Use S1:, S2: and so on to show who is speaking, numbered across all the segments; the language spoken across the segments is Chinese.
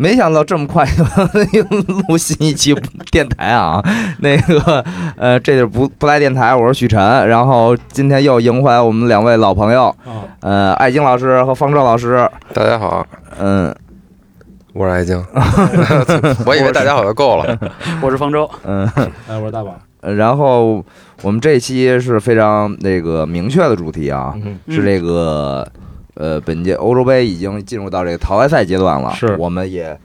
S1: 没想到这么快就 又录新一期电台啊！那个，呃，这就是不不来电台，我是许晨。然后今天又迎回来我们两位老朋友，
S2: 啊
S1: 呃，艾晶老师和方舟老师。
S3: 大家好，啊
S1: 嗯
S3: 我是艾晶， 我以为大家好就够了。
S2: 我是方舟，
S1: 嗯，
S2: 哎，我是大宝，
S1: 然后我们这期是非常那个明确的主题啊，是这个呃，本届欧洲杯已经进入到这个淘汰赛阶段了，
S2: 是
S1: 我们也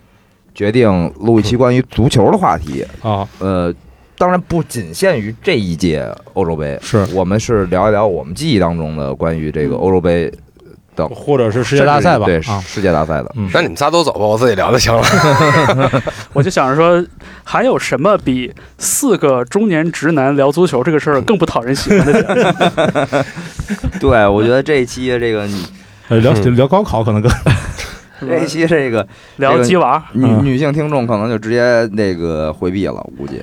S1: 决定录一期关于足球的话题。
S2: 啊，
S1: 呃，当然不仅限于这一届欧洲杯，
S2: 是
S1: 我们是聊一聊我们记忆当中的关于这个欧洲杯的
S2: 或者是世界大赛吧，
S1: 对，
S2: 啊，
S1: 世界大赛 的，
S2: 嗯
S3: 那你们仨都走吧，我自己聊就行了。
S4: 我就想着说，还有什么比四个中年直男聊足球这个事儿更不讨人喜欢的点？
S1: 对我觉得这一期这个女
S2: 呃聊
S3: 嗯
S2: 聊高考可能更
S4: 是吧
S1: 这一期这个
S4: 聊鸡娃，
S1: 女
S2: 嗯
S1: 女性听众可能就直接那个回避了，估计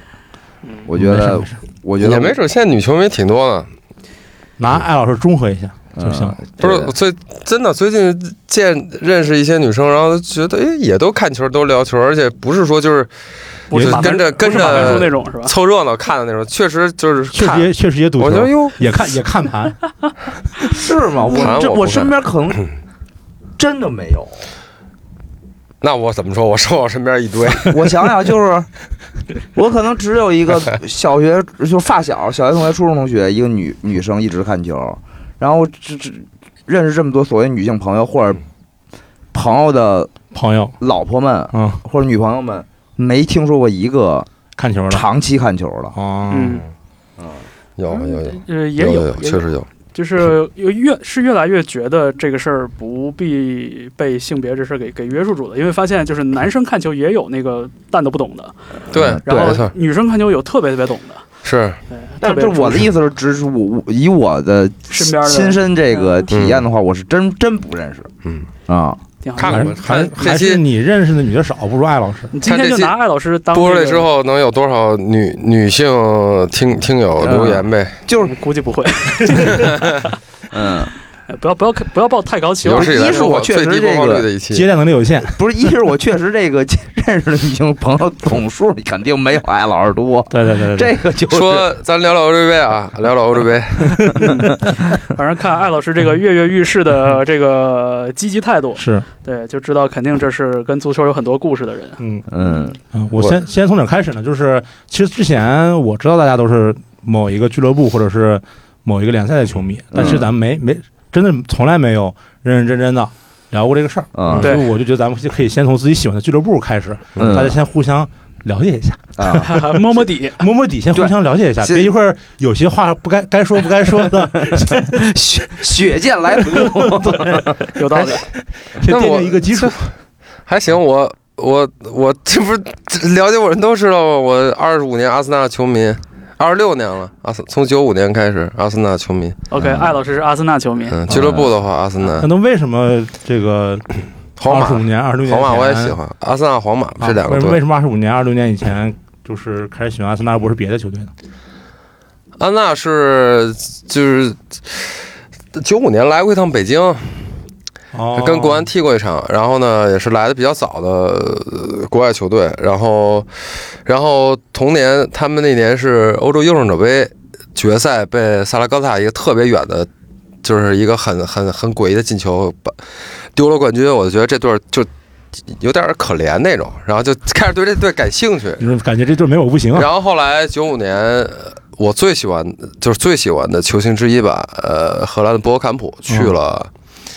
S4: 嗯。
S1: 我觉得，我觉得
S3: 也没准现在女球迷挺多呢。
S2: 拿艾老师中和一下
S1: 嗯
S2: 就行了。
S3: 不是
S1: 对
S3: 我最真的，最近见认识一些女生，然后觉得哎，也都看球，都聊球，而且不是说就是
S4: 不是
S2: 也
S4: 马
S3: 跟着
S4: 不是
S3: 跟
S4: 马文书那
S3: 着
S4: 种是吧？
S3: 凑热闹看的那种，确实就是
S2: 确
S3: 看
S2: 实。也确实也赌
S3: 我觉
S2: 球
S3: 得，哟，
S2: 也看也看盘，
S1: 是吗？我
S3: 盘我
S1: 这
S3: 不看
S1: 身边可能真的没有。
S3: 那我怎么说？我说我身边一堆，
S1: 我想想，就是我可能只有一个小学，就是发小、小学同学、初中同学，一个女女生一直看球，然后这这认识这么多所谓女性朋友或者朋友的
S2: 朋友，
S1: 老婆们
S2: 嗯，
S1: 或者女朋友们，没听说过一个
S2: 看球了，
S1: 长期看球的。
S2: 哦，
S4: 嗯，
S3: 有有有
S4: 呃，
S3: 有
S4: 也
S3: 有，
S4: 也
S3: 确实有。
S4: 就是有越是越来越觉得这个事儿不必被性别这事儿给给约束住的，因为发现就是男生看球也有那个蛋都不懂的，
S3: 对
S1: 嗯，
S4: 然
S3: 没
S4: 后
S3: 错，
S4: 女生看球有特别特别懂的。
S3: 是
S4: 对，
S1: 但
S4: 特别
S1: 这我的意思是，只是我我以我的
S4: 身边的嗯
S1: 亲身这个体验的话，我是真真不认识
S3: 嗯，
S1: 啊。
S4: 挺好
S3: 看
S4: 的。
S2: 还
S3: 过
S2: 是
S3: 看
S2: 还
S3: 这
S2: 还
S3: 期
S2: 是你认识的女的少，不如艾老师。
S4: 你今
S3: 看这
S4: 天就
S3: 期
S4: 拿艾老师当
S3: 播出
S4: 这
S3: 来
S4: 个
S3: 之，后能有多少女女性听听友留言呗？
S1: 就是
S4: 估计不会。
S1: 嗯，
S4: 哎不要不要不要抱太高期
S3: 有
S4: 望
S1: 是。
S3: 史以来
S1: 一是我
S3: 播
S1: 确
S3: 最
S1: 实
S3: 低播
S1: 这
S3: 放
S1: 个
S3: 率的一期，
S2: 接待能力有限，
S1: 不是，一是我确实这个 认识的女性朋友总数 肯定没有艾老师多，
S2: 对对对对
S1: 这
S2: 对，
S1: 个就是
S3: 说咱聊聊欧洲杯啊，聊聊欧洲杯。
S4: 反正看艾老师这个跃跃欲试的这个积极态度，
S2: 是，
S4: 对，就知道肯定这是跟足球有很多故事的人。
S2: 嗯
S1: 嗯
S2: 嗯，我
S3: 我
S2: 先先从哪儿开始呢？就是其实之前我知道大家都是某一个俱乐部或者是某一个联赛的球迷，但
S3: 嗯
S2: 是咱们没没真的从来没有认认真真的聊过这个事儿。
S3: 啊
S1: 嗯
S4: 对
S2: 所以我就觉得咱们就可以先从自己喜欢的俱乐部开始，
S1: 嗯
S2: 大家先互相了解一下，
S1: 啊，
S4: 摸摸底，
S2: 摸摸底，先互相了解一下，
S1: 对
S2: 别一会儿有些话不该该说不该说 的，
S1: 血血溅 来途，
S4: 有道理。
S2: 先
S3: 那
S2: 奠
S3: 我
S2: 定一个基础。
S3: 还行，我我我这不是了解我人都知道吗？我二十五年阿森纳球迷，二十六年了，阿森从九五年开始阿森纳球迷。
S4: OK，艾老师是阿森纳球迷，
S3: 嗯，俱乐部的话，阿森纳
S2: 那、、那为什么这个
S3: 皇
S2: 嗯二
S3: 马
S2: 十五、年、二十六年
S3: 皇马我也
S2: 前
S3: 喜欢，阿森纳、皇马这两个
S2: 啊为
S3: 队。
S2: 为什么二十五年、二十六年以前就是开始喜欢阿森纳，而不是别的球队呢？
S3: 阿森纳是就是九五年来过一趟北京，
S2: 哦，
S3: 跟国安踢过一场，然后呢也是来的比较早的、呃国外球队，然后然后同年他们那年是欧洲优胜者杯决赛被萨拉戈萨一个特别远的，就是一个很很很诡异的进球把丢了冠军，我就觉得这队儿就有点可怜那种，然后就开始对这队感兴趣，
S2: 就是感觉这队没我不行啊。
S3: 然后后来九五年，呃我最喜欢就是最喜欢的球星之一吧，呃，荷兰的博格坎普去
S2: 哦
S3: 了。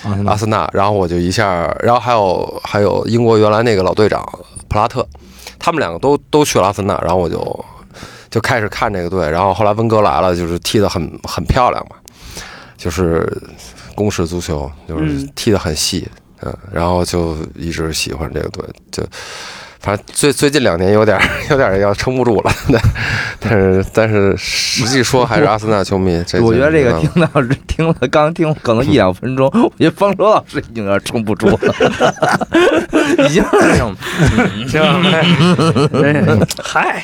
S2: 阿森
S3: 阿
S2: 纳
S3: 森纳，然后我就一下，然后还有还有英国原来那个老队长普拉特，他们两个都都去了阿森纳，然后我就就开始看这个队，然后后来温格来了，就是踢得很很漂亮嘛，就是攻势足球，就是
S4: 嗯
S3: 踢得很细，嗯然后就一直喜欢这个队，就反正最最近两年有点 有点要撑不住了，但但是但是实际说还是阿森纳球迷，这
S1: 我觉得这个
S3: 没办法
S1: 听到听了刚听可能一两分钟， 我觉得方舟老师已经有点撑不住了， 已经是那种
S4: 行， 哎哎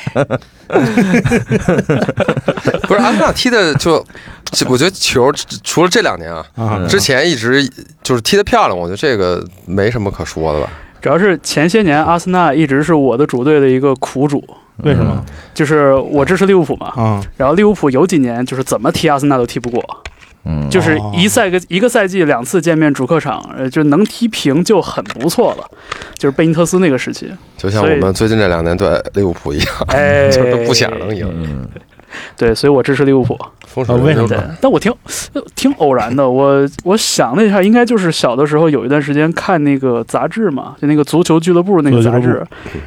S4: 嗨，
S3: 不是阿森纳踢的就，就我觉得球除了这两年啊，
S2: 啊
S1: 嗯，
S3: 之前一直就是踢得漂亮，我觉得这个没什么可说的吧。
S4: 主要是前些年阿森纳一直是我的主队的一个苦主，
S2: 为什么？
S4: 就是我支持利物浦嘛，
S2: 啊？
S4: 然后利物浦有几年就是怎么踢阿森纳都踢不过，
S1: 嗯，嗯，
S4: 就是一赛个一个赛季两次见面主客场，呃，就能踢平就很不错了，就是贝尼特斯那个时 期，
S3: 就像我们最近这两年对利物浦一样，
S4: 哎，
S3: 就是不想能赢。
S1: 嗯，
S4: 对，所以我支持利物浦。
S3: 风
S4: 哦
S3: 水
S2: 啊为什么
S4: 对，但我挺挺偶然的，我我想了一下，应该就是小的时候有一段时间看那个杂志嘛，就那个足球俱乐部那个杂
S2: 足球俱
S4: 志，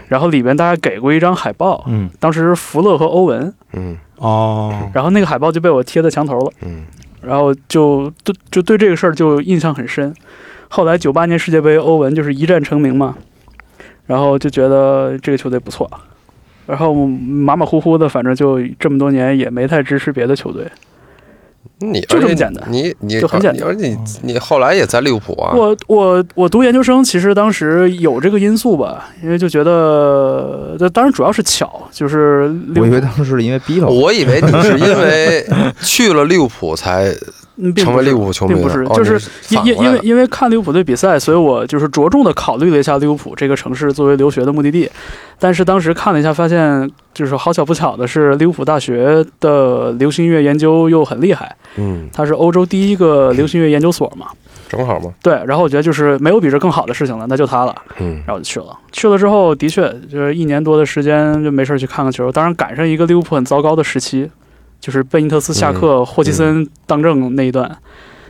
S4: 然后里边大家给过一张海报，
S2: 嗯，
S4: 当时是福勒和欧文，
S3: 嗯
S2: 哦，
S4: 然后那个海报就被我贴在墙头了，
S3: 嗯，
S4: 然后就就就对这个事儿就印象很深。后来九八年世界杯，欧文就是一战成名嘛，然后就觉得这个球队不错，然后马马虎虎的，反正就这么多年也没太支持别的球队。
S3: 你
S4: 就这么简单
S3: 你你
S4: 就很简单嗯
S3: 而且你你后来也在利物浦啊，
S4: 我我我读研究生，其实当时有这个因素吧，因为就觉得，这当然主要是巧，就是利物
S1: 我以
S4: 浦
S1: 为当时是因为逼他，
S3: 我以为你是因 为去了利物浦才
S4: 嗯并
S3: 成
S4: 不
S3: 为利
S4: 是
S3: 物浦球迷的，
S4: 并不是
S3: 哦
S4: 就是
S3: 你
S4: 因
S3: 反
S4: 因
S3: 过
S4: 因
S3: 来
S4: 为
S3: 了
S4: 因为看利物浦队比赛，所以我就是着重的考虑了一下利物浦这个城市作为留学的目的地。但是当时看了一下，发现就是好巧不巧的是，利物浦大学的流行音乐研究又很厉害，
S3: 嗯，
S4: 它是欧洲第一个流行音乐研究所嘛。
S3: 正好嘛，
S4: 对，然后我觉得就是没有比这更好的事情了，那就它了。
S3: 嗯
S4: 然后我就去了。去了之后，的确就是一年多的时间就没事儿去看看球。当然赶上一个利物浦很糟糕的时期，就是贝尼特斯
S2: 嗯
S4: 下课、霍奇森当政那一段，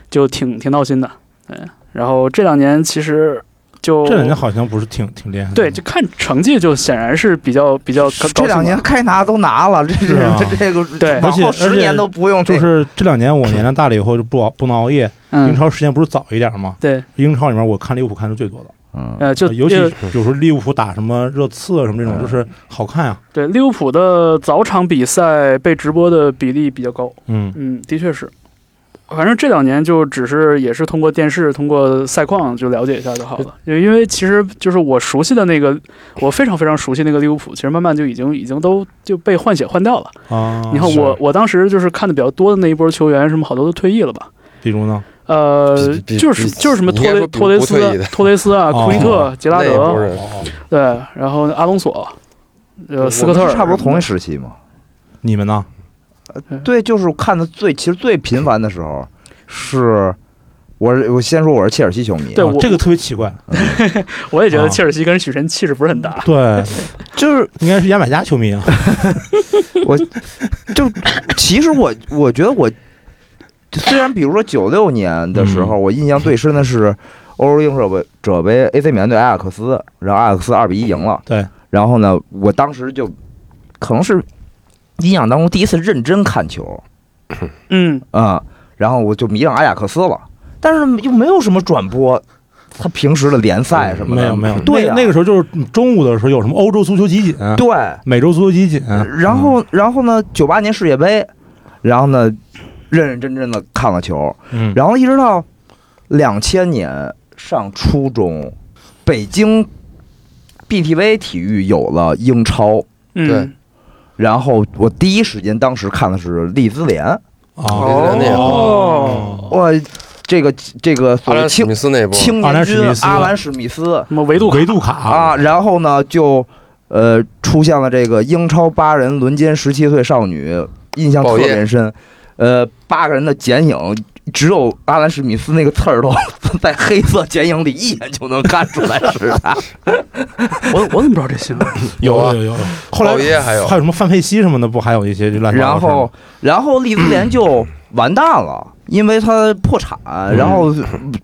S4: 就挺挺闹心的。对，然后这两年其实就
S2: 这两年好嗯像不是挺挺厉害的，
S4: 对，就看成绩就显然是比较比较高
S1: 这两年该拿都拿了，这
S2: 是啊
S1: 这这个
S4: 对
S1: 往后
S2: 而且
S1: 十年都不用这
S2: 就是这两年我年龄大了以后就不熬不能熬夜，英
S4: 嗯，
S2: 超时间不是早一点吗？
S4: 对，
S2: 英超里面我看利物浦看的最多的，
S1: 嗯
S4: 呃，就
S2: 嗯啊尤其
S4: 呃
S2: 有时候利物浦打什么热刺啊什么这种，就是好看啊，
S4: 对利物浦的早场比赛被直播的比例比较高。
S2: 嗯，
S4: 嗯，的确是。反正这两年就只是也是通过电视、通过赛况就了解一下就好了，因为因为其实就是我熟悉的那个，我非常非常熟悉那个利物浦，其实慢慢就已经已经都就被换血换掉了。
S2: 啊，
S4: 你看
S2: 是
S4: 我，我当时就是看的比较多的那一波球员，什么好多都退役了吧？
S2: 比如呢，
S4: 呃
S3: 比比，
S4: 就是
S3: 比
S4: 就是什么
S3: 你
S4: 托
S3: 应该
S4: 雷
S3: 说比
S4: 托雷
S3: 不退役
S4: 斯
S3: 的、
S4: 托雷斯啊、
S2: 哦
S4: 库伊特、杰拉
S3: 那一波
S4: 德，
S3: 人
S4: 对，然后阿隆索，呃，斯科
S1: 我
S4: 特
S1: 们
S4: 尔，
S1: 是差不多同一时期嘛。
S2: 你们呢？
S1: 对，就是看的最其实最频繁的时候是。我是我先说我是切尔西球迷，
S4: 对
S2: 啊
S4: 我
S2: 这个特别奇怪，
S4: 我也觉得
S2: 啊
S4: 切尔西跟许神气势不是很大。
S2: 对，
S1: 就是
S2: 应该是牙买加球迷啊，
S1: 就其实我我觉得我虽然比如说九六年的时
S2: 嗯
S1: 候，我印象最深的是欧洲英者杯者杯 AC 米兰对阿贾克斯，然后阿贾克斯二比一赢了。
S2: 对，
S1: 然后呢，我当时就可能是印象当中第一次认真看球
S4: 嗯，
S1: 啊、嗯，然后我就迷上阿贾克斯了，但是又没有什么转播。他平时的联赛什么的
S2: 没有没有，
S1: 对、啊、
S2: 那那个时候就是中午的时候有什么欧洲足球集锦，
S1: 对，
S2: 美洲足球集锦，
S1: 然后，然后呢？九八年世界杯，然后呢，认认真真的看了球，
S2: 嗯，
S1: 然后一直到两千年上初中，北京 BTV 体育有了英超，
S3: 对
S4: 嗯，
S1: 然后我第一时间当时看的是利兹联，
S2: 然
S3: 哦
S2: 哦，
S1: 我这个这个
S3: 阿
S1: 所谓
S3: 兰史
S1: 青
S3: 密斯那一波，
S1: 青
S2: 阿
S1: 年
S2: 兰史
S1: 军
S2: 密斯
S1: 阿兰史密斯
S4: 什么维度卡
S2: 维度卡
S1: 啊，，然后呢就呃出现了这个英超八人轮奸十七岁少女，印象特
S3: 报业
S1: 别深。呃，八个人的剪影，只有阿兰史密斯那个刺儿头 在黑色剪影里一眼就能看出来是他。
S4: 我我怎么不知道这新闻？
S2: 有
S3: 啊
S2: 有有，有后
S3: 老
S2: 来
S3: 爷还有
S2: 还有什么范佩西什么的，不还有一些就乱七八糟
S1: 然
S2: 的事儿吗
S1: 后，然后利兹联就完蛋了，因为他破产，然后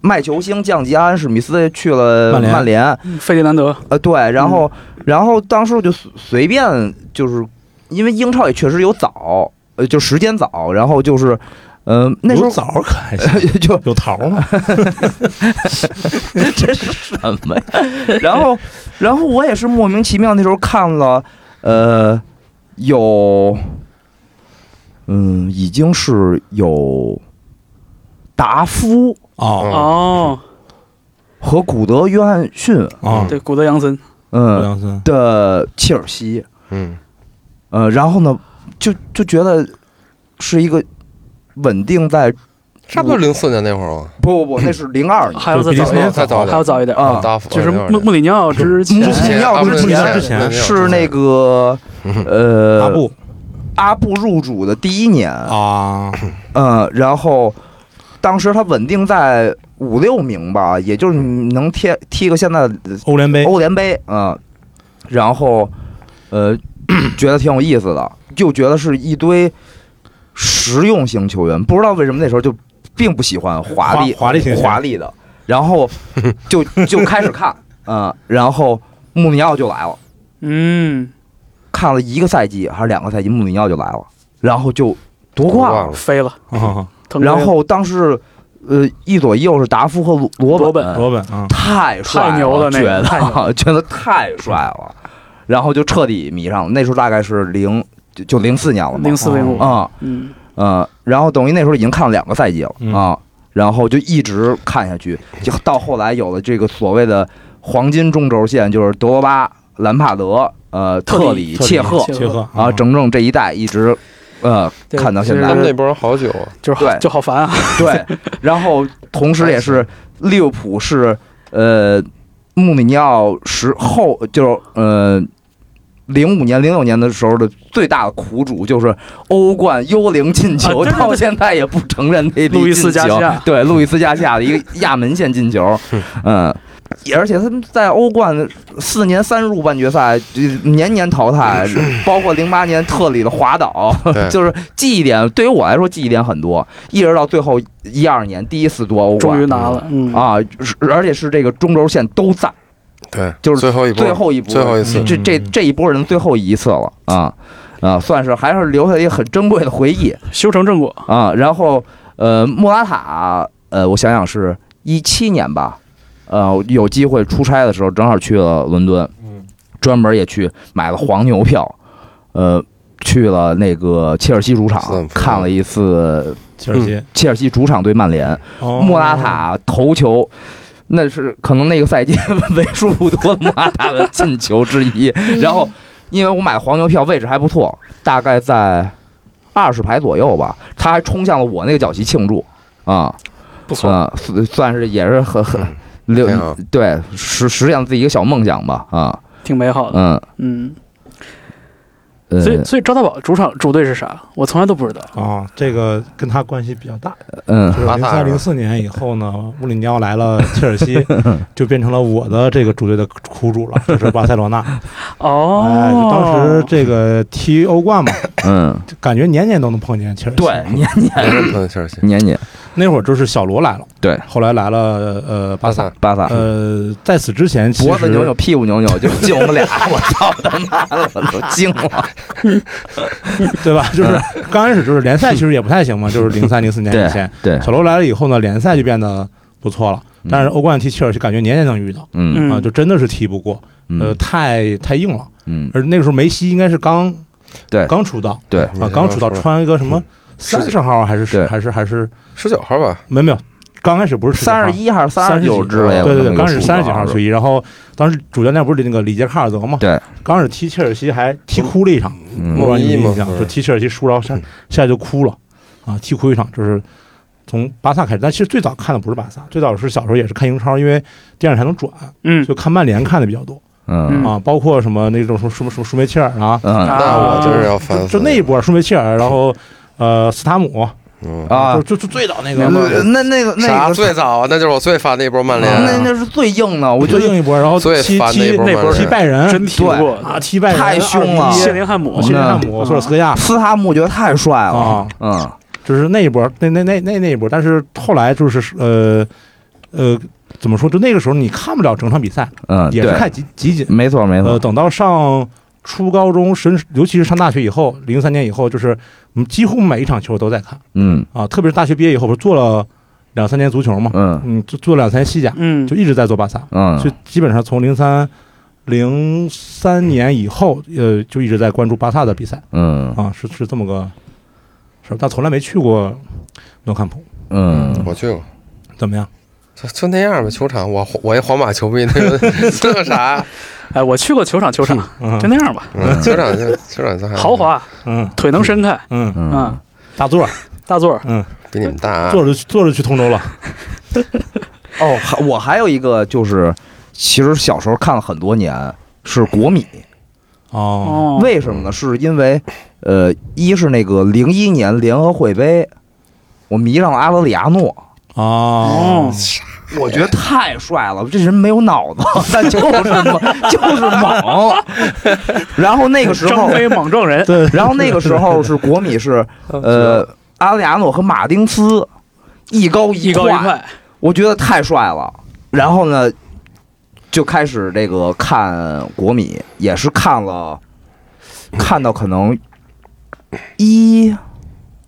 S1: 卖球星降级，阿兰史密斯去了
S2: 曼联
S1: 曼联，
S4: 费迪南德，
S1: 呃，对，然后，然后当时我就随随便就是，因为英超也确实有早，呃，就时间早，然后就是，嗯、那时
S2: 有
S1: 候
S2: 枣儿可还行，
S1: 就
S2: 有桃儿吗？
S1: 这是什么呀？然后，然后我也是莫名其妙，那时候看了，呃，有，嗯，已经是有达夫嗯
S2: 哦
S4: 哦，
S1: 和古德约翰逊，
S2: 哦，
S4: 对，古德扬森，
S2: 欧
S1: 嗯
S2: 阳森，
S1: 的切尔西，
S3: 嗯，
S1: 呃，然后呢，就就觉得是一个稳定在
S3: 差不多零四年那会儿啊吧，
S1: 不不不，那是零二年，
S4: 还要再
S2: 比利
S4: 早
S2: 时
S4: 一
S2: 那
S4: 点，
S3: 再早
S4: 还要早一点，
S1: 嗯啊
S3: 大夫
S4: 就是
S3: 那会儿
S4: 穆穆里尼奥之前
S1: 穆里尼奥之
S3: 哎前
S1: 前
S2: 之前
S1: 是那个呃
S2: 阿啊布
S1: 阿布入主的第一年，
S2: 啊，
S1: 嗯，然后当时他稳定在五六名吧，也就是能踢踢个现在
S2: 欧联杯
S1: 欧联杯，嗯，然后呃觉得挺有意思的，就觉得是一堆实用型球员，不知道为什么那时候就并不喜欢华丽
S2: 华华丽型球员
S1: 华丽的，然后就就开始看， 嗯，然后穆里尼奥就来了。
S4: 嗯，
S1: 看了一个赛季还是两个赛季，穆里尼奥就来了，然后就夺冠了。
S3: 了，
S4: 飞了，
S2: 啊，
S4: 腾飞了
S1: 然后当时，呃，一左一右是达夫和罗
S4: 罗
S1: 本，
S2: 罗本啊，
S1: 太帅了，
S4: 太牛了那
S1: 觉
S4: 个太牛
S1: 得 觉得太帅了，然后就彻底迷上了。那时候大概是零就就零四年了嘛
S4: 零，四零五，
S1: 啊
S4: 嗯，
S1: 嗯，然后等于那时候已经看了两个赛季了
S2: 嗯
S1: 啊，然后就一直看下去，就到后来有了这个所谓的黄金中轴线，就是德罗巴、兰帕德、呃
S4: 特
S1: 特
S4: 里
S1: 里、切赫。
S2: 切赫
S1: 啊，整整这一代一直，呃，
S4: 对
S1: 看到现
S3: 他
S1: 在
S3: 们，那波人好久啊，
S4: 就是好
S1: 对
S4: 就好烦啊，
S1: 对，然后同时也 是利物浦是呃穆里尼奥时后就是呃零五年零六年的时候的最大的苦主就是欧冠幽灵进球，
S4: 啊对对对
S1: 到现在也不承认那
S4: 路
S1: 粒
S4: 易斯
S1: 进
S4: 加西
S1: 球，
S4: 亚，
S1: 对，路易斯加西亚的一个亚门线进球， 嗯。而且他们在欧冠四年三入半决赛，就年年淘汰，包括零八年特里的滑倒，
S3: 对
S1: 就是记忆点对于我来说记忆点很多，一直到最后一二年第一次夺欧
S4: 终于
S1: 冠
S4: 拿了，嗯，
S1: 啊，是而且是这个中轴线都在
S3: 对，
S1: 就是
S3: 最后一波，
S1: 最后一波，
S3: 最后一次，嗯
S1: 这这这一波人最后一次了啊啊，算是还是留下一个很珍贵的回忆
S4: 修成正果，
S1: 啊。然后呃，莫拉塔呃，我想想是一七年吧，呃，有机会出差的时候正好去了伦敦，
S3: 嗯
S1: 专门也去买了黄牛票，呃，去了那个切尔西主
S3: 斯坦
S1: 场
S3: 福德
S1: 看了一次
S2: 切尔西，
S1: 切尔西主场对曼联，
S2: 哦
S1: 嗯莫拉塔头球。那是可能那个赛季 为数不多的莫拉塔的进球之一。然后，因为我买黄牛票，位置还不错，大概在二十排左右吧，他还冲向了我那个角旗庆祝啊，
S3: 不错，
S4: 嗯
S1: 啊，算算是也是很很
S3: 嗯
S1: 留
S3: 挺好
S1: 对实实现了自己一个小梦想吧啊
S4: 挺美好的，
S1: 嗯
S4: 嗯，
S1: 呃
S4: 所以所以赵大宝主场主队是啥？我从来都不知道，
S2: 啊，这个跟他关系比较大。
S1: 嗯
S2: 就是
S3: 巴
S2: 零
S3: 萨
S2: 三
S3: 是吧
S2: 零四年以后呢，穆里尼奥来了切 尔西，就变成了我的这个主队的苦主了，就是巴塞罗那。
S4: 哦，
S2: 哎，就当时这个踢欧冠 嘛，
S1: 嗯，
S2: 就感觉年年都能碰见切尔西。
S1: 对，年年
S3: 嗯，切尔西，
S1: 年年
S2: 那会儿就是小罗来了，
S1: 对
S2: 后来来了呃巴
S3: 巴
S2: 萨
S3: 萨，，
S1: 巴萨
S2: 呃，在此之前其
S1: 脖子扭扭，
S2: 实
S1: 屁股扭扭，就就我们俩， 我操他妈的，我都惊了。
S2: 对吧？就是刚开始就是联赛其实也不太行嘛，就是零三零四年以前，
S1: 嗯对，
S2: 小罗来了以后呢，联赛就变得不错了，但是欧冠踢切尔西感觉年年能遇到。
S1: 嗯
S4: 嗯
S2: 啊，就真的是踢不过，呃，
S1: 嗯
S2: 太太硬了。
S1: 嗯，
S2: 而那个时候梅西应该是刚
S1: 对
S2: 刚出道
S1: 对，
S2: 啊，刚出道嗯穿一个什么
S3: 十
S2: 三
S3: 九
S2: 十号还是
S1: 对
S2: 还是还是
S3: 十九号吧，
S2: 没有没有，刚开始不是
S1: 三十
S2: 一，
S1: 一还是三十九之类的，
S2: 对对对，
S1: 哎我
S2: 刚
S1: 那
S2: 开
S1: 个
S2: 始
S1: 数
S2: 三十几号
S1: 是
S2: 球衣，然后当时主教练不是那个里杰卡尔德嘛，
S1: 对，
S2: 刚开始踢切尔西还踢哭了一场，
S1: 嗯
S2: 我不知道你有没有
S3: 梦
S2: 印
S3: 一嘛
S2: 象，
S3: 嗯
S2: 就踢切尔西输，然后下
S3: 嗯
S2: 下来就哭了啊，踢哭一场就是。从巴萨开始，但其实最早看的不是巴萨，最早是小时候也是看英超，因为电视台能转，
S4: 嗯
S2: 就看曼联看的比较多。
S1: 嗯
S2: 啊，包括什么那种什么什么什么舒梅切尔啊，
S1: 嗯
S3: 那我真是要
S2: 就
S3: 烦死
S2: 就
S3: 了
S2: 那一，波舒梅切尔，然后呃斯塔姆，
S3: 嗯
S1: 啊呃嗯
S2: 就，就就最早那个嘛
S1: 那那那个那
S3: 啥
S1: 个
S3: 最早啊？那就是我最烦那波曼联
S1: 那
S3: 啊，
S1: 那是最硬的，我
S2: 我
S1: 觉
S2: 最硬
S1: 得
S2: 一波，然后
S3: 最
S2: 踢
S3: 烦
S2: 踢
S3: 那波
S4: 那
S3: 曼
S4: 波
S3: 联，
S2: 踢拜仁
S4: 真踢不过，
S2: 啊，踢拜仁
S1: 太凶了
S4: 谢林汉
S2: 21
S4: 姆
S2: 谢林汉姆、
S4: 嗯
S2: 索尔斯克亚
S1: 斯塔姆觉得太帅了
S2: 啊，，
S1: 嗯
S2: 就是那一波，那那那那那一波，但是后来就是呃呃怎么说，就那个时候你看不了整场比赛，
S1: 嗯，
S2: 也是
S1: 对，
S2: 看集集锦，
S1: 没错没
S2: 呃，
S1: 错，
S2: 等到上初高中，甚至尤其是上大学以后，零三年以后，就是我们几乎每一场球都在看。
S1: 嗯
S2: 啊，特别是大学毕业以后，不是做了两三年足球嘛，
S1: 嗯
S2: 嗯，就做了两三年西甲，
S4: 嗯，
S2: 就一直在做巴萨，
S1: 嗯
S2: 就基本上从零三零三年以后，呃，就一直在关注巴萨的比赛
S1: 嗯
S2: 啊，是是这么个事儿，但从来没去过诺坎普，
S1: 嗯，
S3: 我去过。
S2: 怎么样？
S3: 就就那样吧，球场我我一皇马球迷，那个 那个啥，
S4: 哎，我去过球场，球场
S2: 嗯
S4: 就那样吧，
S3: 嗯球场就球场就还
S4: 豪华，
S2: 嗯
S4: 腿能伸开，
S2: 嗯，
S1: 嗯
S4: 嗯，
S2: 大座儿，
S4: 大座儿，
S2: 嗯，
S3: 比你们大啊。
S2: 坐着坐着去通州了。
S1: 哦，还我还有一个就是，其实小时候看了很多年是国米，
S2: 哦，
S4: 哦，
S1: 为什么呢？是因为呃，一是那个零一年联合会杯，我迷上了阿德里亚诺，
S2: 哦，
S1: 我觉得太帅了，这人没有脑子， 但就是 猛，就是猛。然后那个时
S4: 张
S1: 候，
S4: 飞猛撞人，
S2: 对，
S1: 然后那个时候是国米是呃阿德里亚诺和马丁斯一高
S4: 一高一快，
S1: 我觉得太帅了。然后呢，就开始这个看国米，也是看了，看到可能一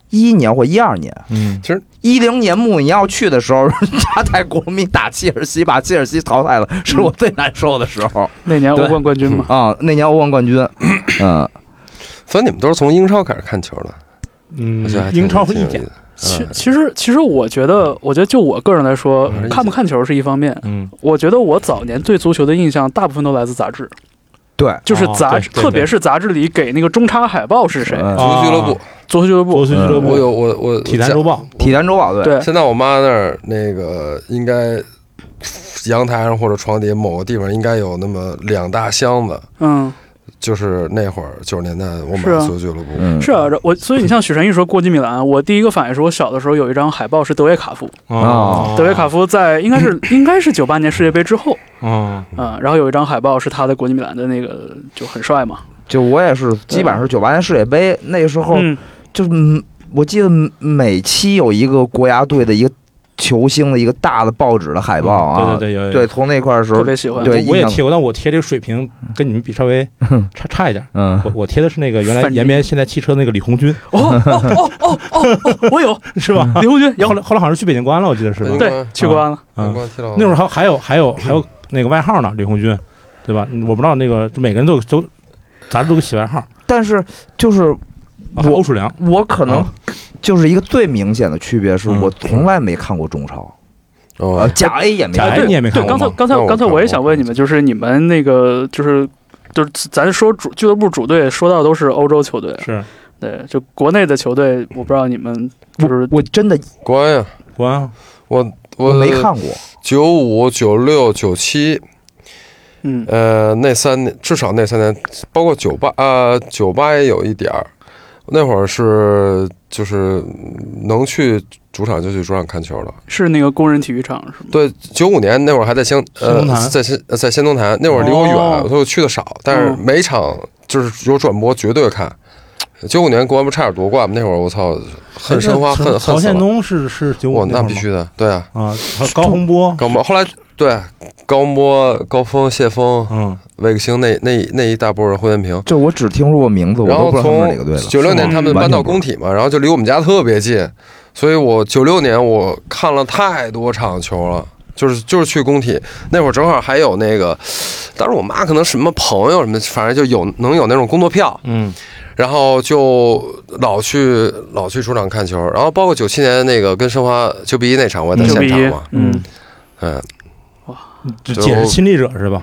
S1: 一年或一二年。
S2: 嗯，
S1: 一零年穆里尼奥去的时候， 他带国米打切尔西，把切尔西淘汰了，是我最难受的时候
S4: 那年
S1: 对
S4: 欧冠冠军嘛，
S1: 啊！那年欧冠 冠军，嗯，
S3: 所以你们都是从英超开始看球的，我觉得
S2: 嗯，
S3: 还挺
S2: 英超和
S3: 挺有
S2: 意
S3: 意
S2: 甲
S3: 思，的。
S4: 其
S3: 嗯
S4: 其实其实我觉得，我觉得就我个人来说
S3: 嗯，
S4: 看不看球是一方面。
S2: 嗯，
S4: 我觉得我早年对足球的印象大部分都来自杂志，
S1: 对，
S4: 就是杂志，
S2: 哦对对
S4: 特别是杂志里给那个中插海报是谁，哦
S1: 嗯
S3: 足球俱乐部，
S4: 足球俱乐
S2: 波
S4: 部，
S2: 斯俱乐
S3: 我
S2: 部、
S3: 有我我
S2: 体坛周报，
S1: 体坛周报队，
S4: 对
S3: 现在我妈那儿那个应该阳台上或者床底下某个地方应该有那么两大箱子，
S4: 嗯，
S3: 就是那会儿九十年代我买
S4: 是啊
S3: 足球俱乐部，
S1: 嗯，
S4: 是啊，我所以你像许晨一说国际米兰，我第一个反应是我小的时候有一张海报是德约卡夫，
S1: 哦
S4: 啊德约卡夫在应该是应该是九八年世界杯之后，
S2: 嗯，
S4: 嗯，然后有一张海报是他在国际米兰的那个就很帅嘛，
S1: 就我也是，基本上是九八年世界杯那时候，
S4: 嗯，
S1: 就嗯我记得每期有一个国家队的一个球星的一个大的报纸的海报啊，
S2: 嗯对对对，有有
S1: 对，从那块儿的时
S4: 特
S1: 候，
S4: 别喜欢。
S1: 对
S2: 我
S1: 印
S2: 也
S1: 象
S2: 贴过，但我贴这个水平跟你们比稍微差差一点。
S1: 嗯，
S2: 我我贴的是那个原来
S4: 反正
S2: 延边现在汽车那个李红军，
S4: 哦哦哦哦哦哦，我有
S2: 是吧？
S4: 李红军，有
S2: 后来后来好像是去北京关了，我记得是吧？
S4: 对，去关了，
S2: 嗯，
S3: 光踢了
S2: 那会儿还还有还 有还有那个外号呢，李红军，对吧？我不知道那个每个人都有都，咱都给起外号，
S1: 但是就是
S2: 啊、还有欧楚良，
S1: 我可能
S2: 啊
S1: 就是一个最明显的区别，是
S2: 嗯
S1: 我从来没看过中超，呃，
S3: 哦，
S1: 甲 A 哎也没
S2: 甲
S1: 看
S2: A
S1: 过
S2: 你也没看
S4: 对，
S2: 过
S4: 刚才
S2: 吗？
S4: 刚
S3: 那我
S4: 才刚才
S3: 看
S4: 我也
S3: 过
S4: 想问你们，就是你们那个就是就是咱说主俱乐部主队说到都是欧洲球队，
S3: 呃
S2: 是
S4: 对，就国内的球队，我不知道你们就是
S1: 我真的
S3: 关呀，
S2: 国安
S3: 我
S1: 我
S3: 我
S1: 没看过，
S3: 九五九六九七
S4: 嗯
S3: 呃，那三年至少那三年，包括九八呃九八也有一点儿。那会儿是就是能去主场就去主场看球了。
S4: 是那个工人体育场是吗？
S3: 对，九五年那会儿还在仙
S2: 仙
S3: 呃
S2: 踪坛
S3: 在仙呃在仙踪坛，那会儿离我远，
S4: 哦
S3: 所以我去的少。但是每场就是有转播绝对看。九五年国安不差点夺冠吗？那会儿我操，恨申
S4: 哎
S3: 花
S2: 曹
S3: 恨
S2: 曹
S3: 恨死
S2: 宪
S3: 了。
S2: 东是是九
S3: 我
S2: 五
S3: 那必须的，对啊，
S2: 啊，还有高洪波，
S3: 高波后来对高波、高峰、谢峰、
S2: 嗯，
S3: 魏克星那那那一大波人，霍元平。
S1: 就我只听说过名字，我
S3: 然
S1: 都
S3: 后
S1: 不知道他们是哪个
S3: 从
S1: 队的。
S3: 九六年
S4: 是吗
S3: 他们
S1: 嗯
S3: 搬到工体嘛，然后就离我们家特别近，所以我九六年我看了太多场球了。就是就是去工体那会儿，正好还有那个，当时我妈可能什么朋友什么，反正就有能有那种工作票，
S2: 嗯，
S3: 然后就老去老去主场看球，然后包括九七年那个跟申花九比一那场，我也在
S4: 九
S3: 现
S4: 比
S3: 场
S4: 一
S3: 嘛，，
S4: 嗯，
S3: 嗯，
S2: 这解释亲历者是吧？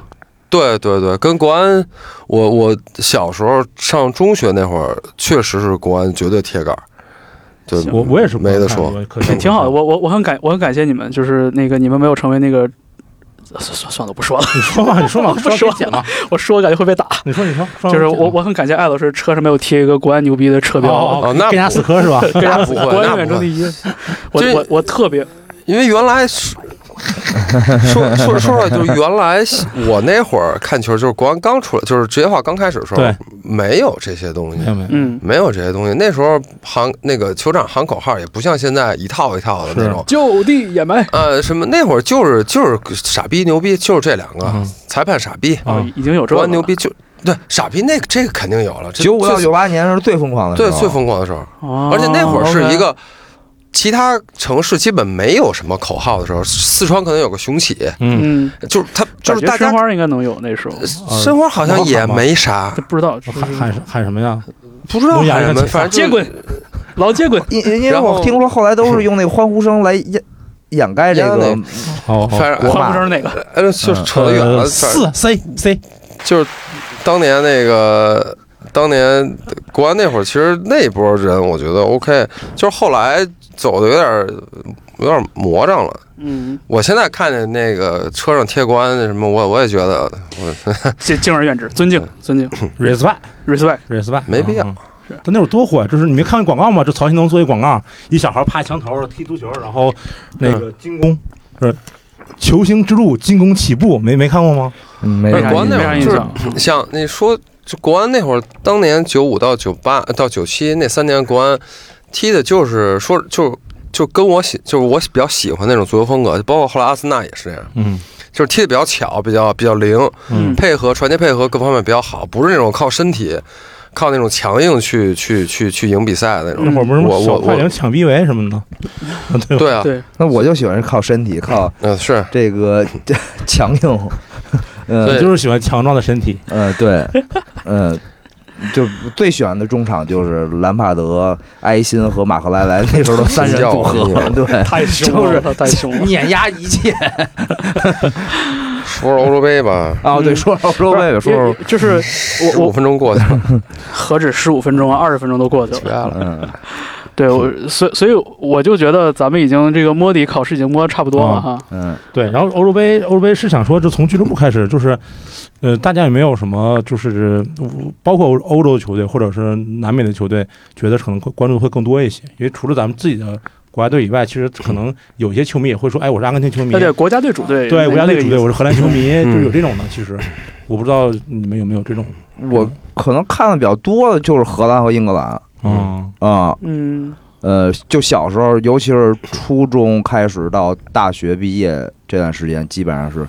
S3: 对对对，跟国安，我我小时候上中学那会儿，确实是国安绝对铁杆儿，对
S4: 行
S2: 我我也是
S3: 嗯没得说，
S2: 可惜
S4: 哎挺好的。我我我很感我很感谢你们，就是那个你们没有成为那个。算算算了，不说了。
S2: 你说吧，你 说吧，
S4: 不说
S2: 别讲啊，
S4: 我说感觉会被打。
S2: 你说你说，说
S4: 就是我，我很感谢艾老师，车上没有贴一个国安牛逼的车标，
S2: 哦
S3: 哦
S2: 哦，
S3: 那
S2: 跟加
S3: 不
S2: 死磕是吧？
S4: 国安
S3: 那不会
S4: 国安
S3: 那
S4: 永远
S3: 不
S4: 争
S3: 会
S4: 第一。我
S3: 这
S4: 我我特别
S3: 因为原来 是说说说出来，就是原来我那会儿看球，就是国安刚出来，就是职业化刚开始的时候
S2: 对，
S3: 没有这些东西
S2: 没。 有没有，
S4: 嗯，
S3: 没有这些东西，那时候喊那个球场喊口号也不像现在一套一套的那种，
S4: 就地掩埋。
S3: 呃，什么那会儿就是就是傻逼牛逼，就是这两个、
S2: 嗯
S3: 裁判傻逼，
S4: 哦，已经有这
S3: 国
S4: 个
S3: 安牛
S4: 了
S3: 逼就对傻逼那个这个肯定有了，这
S1: 九五到
S3: 最
S1: 九八年是最疯狂的时候，
S3: 对最疯狂的时候，
S4: 哦
S3: 而且那会儿是
S4: OK
S3: 一个其他城市基本没有什么口号的时候，四川可能有个雄起，
S2: 嗯，
S4: 嗯，
S3: 就是他就是大
S4: 感觉
S3: 家呃
S4: 申花应该呃能有那时候，
S3: 申
S2: 哦
S3: 花好像也没啥，
S4: 这不知道就是
S2: 喊喊什喊什么呀？
S3: 不知道
S2: 龙
S3: 喊
S2: 岩
S3: 什么，
S2: 是
S3: 反正就
S4: 接滚，老接滚，
S1: 因因因为
S3: 然后
S1: 我听说后来都 是用那个欢呼声来掩掩盖这
S3: 掩盖
S1: 个
S3: 那，
S2: 哦，呃
S3: 反正
S1: 我
S4: 换不成那个，
S3: 哎，就是扯得远了，
S4: 呃
S3: 反
S2: 四
S3: 正
S2: C C，
S3: 就是当年那个。当年国安那会儿，其实那波人我觉得 OK，就是后来走的有点儿有点儿魔怔了。
S4: 嗯，
S3: 我现在看见那个车上贴国安什么，我我也觉得我
S4: 敬敬而远之，尊敬尊敬
S3: 嗯
S2: respect，respect，
S4: ，respect，
S3: 没必要
S2: 嗯
S4: 是
S2: 但那会儿多火呀！就是你没看见广告吗？就曹新农做一广告，一小孩趴墙头上踢足球，然后那
S4: 嗯
S3: 嗯
S2: 个进攻，是球星之路，进攻起步，没没看过吗？
S1: 嗯没
S3: 哎
S1: 啥
S3: 国安
S1: 印
S3: 那
S1: 象
S3: 会儿
S4: 没啥印
S3: 就是
S4: 象。
S3: 像你说，就国安那会儿，当年九五到九八到九七那三年，国安踢的就是说就就跟我喜就是我比较喜欢那种足球风格，包括后来阿森纳也是这样，
S2: 嗯
S3: 就是踢的比较巧，比较比较灵，
S4: 嗯
S3: 配合传接配合各方面比较好，不是那种靠身体。靠那种强硬去去去去赢比赛的
S2: 那
S3: 那种，
S2: 会儿不是什么
S3: 我
S2: 小
S3: 我
S2: 快灵
S3: 我，
S2: 抢逼围什么的，对吧？
S3: 对啊，
S4: 对，
S1: 那我就喜欢靠身体，靠
S3: 嗯是，
S1: 这 个强 硬。
S3: 对
S1: 嗯
S2: 我就是喜欢强壮的身体，
S1: 嗯，对，嗯。就最喜欢的中场就是兰帕德、埃辛和马克莱莱，那时候 都三人组合
S3: 哎呦，
S1: 对，
S4: 太
S1: 凶了
S4: 太凶了。
S1: 碾压一 切。
S3: 说说欧洲杯吧，
S1: 哦，对，
S4: 嗯
S1: 说说说贝贝，说说，
S4: 就是
S3: 十
S4: 我
S3: 五
S4: 我
S3: 分钟过去了，
S4: 何止十五分钟啊，二十分钟都过去了。
S3: 绝了，
S1: 嗯，
S4: 对，我所以所以我就觉得咱们已经这个摸底考试已经摸得差不多了哈。
S1: 嗯，
S2: 对，然后欧洲杯，欧洲杯是想说，就从俱乐部开始，就是，呃，大家有没有什么，就是呃包括欧欧洲球队或者是南美的球队，觉得可能关注会更多一些？因为除了咱们自己的国家队以外，其实可能有些球迷也会说，哎，我是阿根廷球迷
S4: 那，对国家队主队，
S2: 对，
S4: 啊那
S2: 国家队主队，
S4: 那个意
S2: 我是荷兰球迷，
S3: 嗯
S2: 就是有这种的。其实我不知道你们有没有这种，
S1: 嗯我可能看的比较多的就是荷兰和英格兰
S2: 嗯，
S1: 啊，
S4: 思嗯
S1: 呃，就小时候，尤其是初中开始到大学毕业这段时间，基本上是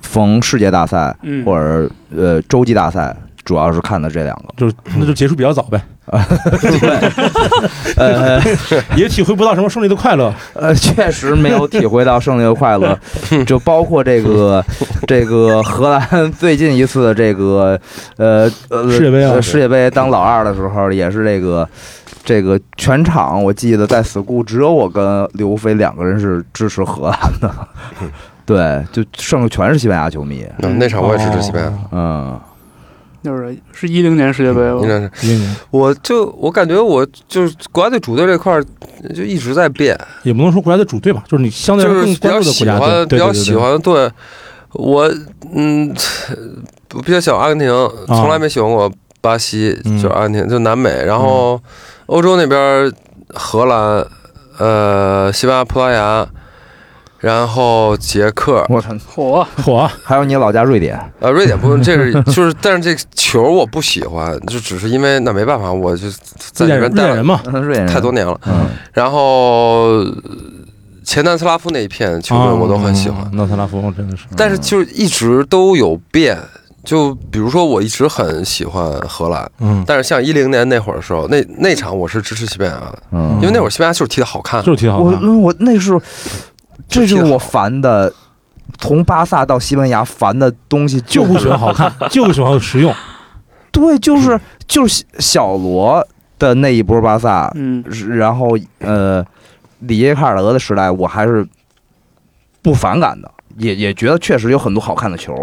S1: 逢世界大赛
S4: 嗯，
S1: 或者呃洲际大赛，主要是看的这两 个。
S2: 就是那就结束比较早呗，
S1: 呃
S2: 也体会不到什么胜利的快乐。
S1: 呃， 确实没有体会到胜利的快 乐，就包括这个这个荷兰最近一次的这个呃呃
S2: 世界杯啊
S1: 呃世界杯当老二的时候，也是这个这个全场我记得在 school 只有我跟刘飞两个人是支持荷兰的， 对，就剩下全是西班牙球迷，
S3: 嗯那场我也
S2: 哦
S3: 支持西班牙。
S2: 牙。
S1: 嗯，
S3: 啊
S4: 就是是一零年世界杯
S2: 哦
S4: 吧
S3: 你，看，
S2: 因为
S3: 我就我感觉我就是国家队主队这块儿就一直在变，
S2: 也不能说国家队主队吧，就是你相对来
S3: 就
S2: 说
S3: 是
S2: 更
S3: 比
S2: 关
S3: 较
S2: 注的
S3: 喜
S2: 国家队，
S3: 欢比
S2: 对
S3: 较喜。欢的队，我嗯，我比较喜欢阿根廷，从来没喜欢过巴西，
S2: 啊嗯
S3: 就是阿根廷，就南美，然后欧洲那边儿荷兰、呃，西班牙、葡萄牙，然后捷克，
S1: 我操，
S4: 嚯，
S2: 对对对火，啊
S1: 还有你老家瑞典，
S3: 呃，瑞典不用，这 是就是，但是这个球我不喜欢，就只是因为那没办法，我就在
S2: 瑞典人
S3: 里边
S2: 瑞
S3: 待
S2: 典
S3: 了
S2: 人嘛，
S1: 瑞典人
S3: 太多，年了。
S1: 嗯，
S3: 然后呃前南斯拉夫那一片球队我都很喜欢，
S2: 啊诺特拉福真的是，
S3: 但是就一直都有变。就比如说，我一直很喜欢荷兰，
S2: 嗯，
S3: 但是像一零年那会儿的时候，那那场我是支持西班牙的，
S1: 嗯
S3: 因为那会儿西班牙就是踢的好看，
S2: 就是挺好
S1: 我
S2: 看的。
S1: 嗯我那是，这
S3: 踢
S1: 是
S3: 得
S1: 我
S3: 好
S1: 烦的。从巴萨到西班牙，烦的东西
S2: 就
S1: 就
S2: 不
S1: 是
S2: 喜欢好嗯看， 就不喜欢实 用。
S1: 对，就是就是小罗的那一波巴萨，
S4: 嗯，
S1: 然后呃，里耶卡尔德的时代，我还是不反感的，也也觉得确实有很多好看的球。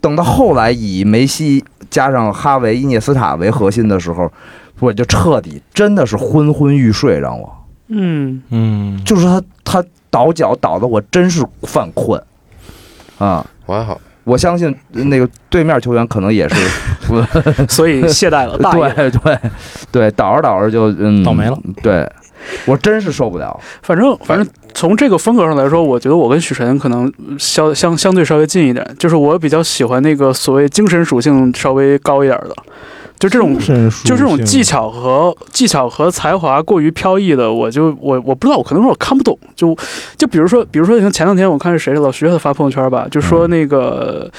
S1: 等到后来以梅西加上哈维、伊涅斯塔为核心的时候，我就彻底真的是昏昏欲睡，让我
S4: 嗯，
S2: 嗯，
S1: 就是他他倒脚倒的我真是犯困啊！
S3: 我还好。
S1: 我相信那个对面球员可能也是
S4: 所以懈怠了，大爷。
S1: 对对对，倒着倒着就嗯
S2: 倒霉了。
S1: 对，我真是受不了。
S4: 反正反正从这个风格上来说，我觉得我跟许晨可能呃相相相对稍微近一点，就是我比较喜欢那个所谓精神属性稍微高一点的，就这种
S2: 精神属
S4: 就这种
S2: 性
S4: 技巧和技巧和才华过于飘逸的，我就我我不知道，我可能是我看不懂。就就比如说，比如说像前两天我看是谁老徐他发朋友圈吧，就说
S2: 嗯
S4: 那个。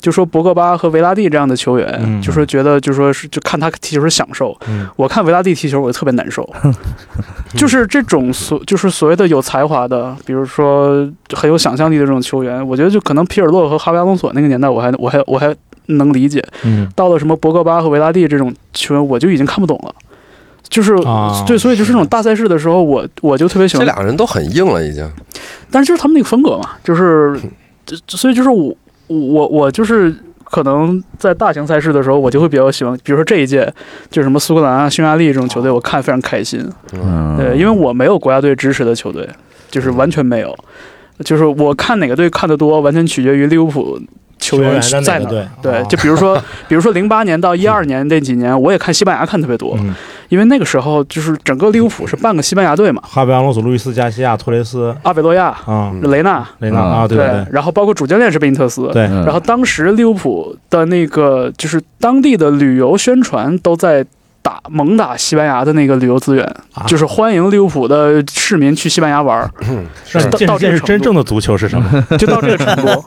S4: 就说博格巴和维拉蒂这样的球员，
S2: 嗯
S4: 就说觉得就说是就看他踢球是享受，
S2: 嗯
S4: 我看维拉蒂踢球我就特别难 受，就是这种所就是所谓的有才华的，比如说很有想象力的这种球员，我觉得就可能皮尔洛和哈维阿隆索那个年代我还我还我还能理解，
S2: 嗯
S4: 到了什么博格巴和维拉蒂这种球员，我就已经看不懂了。就是、
S2: 啊
S4: 对，所以就是这种大赛事的时候，我我就特别喜
S3: 这
S4: 欢，
S3: 两个人都很硬了，已经。
S4: 但是就是他们那个风格嘛，就是，这这所以就是我我我就是可能在大型赛事的时候，我就会比较喜欢，比如说这一届就是什么苏格兰啊、匈牙利这种球队，我看非常开心。
S1: 嗯，
S4: 对，因为我没有国家队支持的球队，就是完全没有。就是我看哪个队看得多，完全取决于利物浦球员
S2: 球员
S4: 在
S2: 哪个
S4: 哪儿。
S2: 队？
S4: 对
S2: 哦，
S4: 就比 如说，比如说零八年到一二年那几年，我也看西班牙看特别多，
S2: 嗯，
S4: 因为那个时候就是整个利物浦是半个西班牙队嘛，
S2: 哈维·阿隆索、路易斯·加西亚、托雷斯
S4: 阿贝洛亚、
S2: 啊，
S3: 嗯
S4: 雷纳，
S2: 雷纳
S1: 嗯
S2: 啊，对对
S4: 然后包括主教练是贝因特斯，
S2: 对对，
S1: 嗯
S4: 然后当时利物浦的那个就是当地的旅游宣传都在打猛打西班牙的那个旅游资源，
S2: 啊
S4: 就是欢迎利物浦的市民去西班牙玩儿，
S3: 嗯
S2: 让你见识
S4: 到到这
S2: 见
S4: 个
S2: 识
S4: 程
S2: 真
S4: 度嗯
S2: 正的足球是什么。
S4: 就到这个程 度。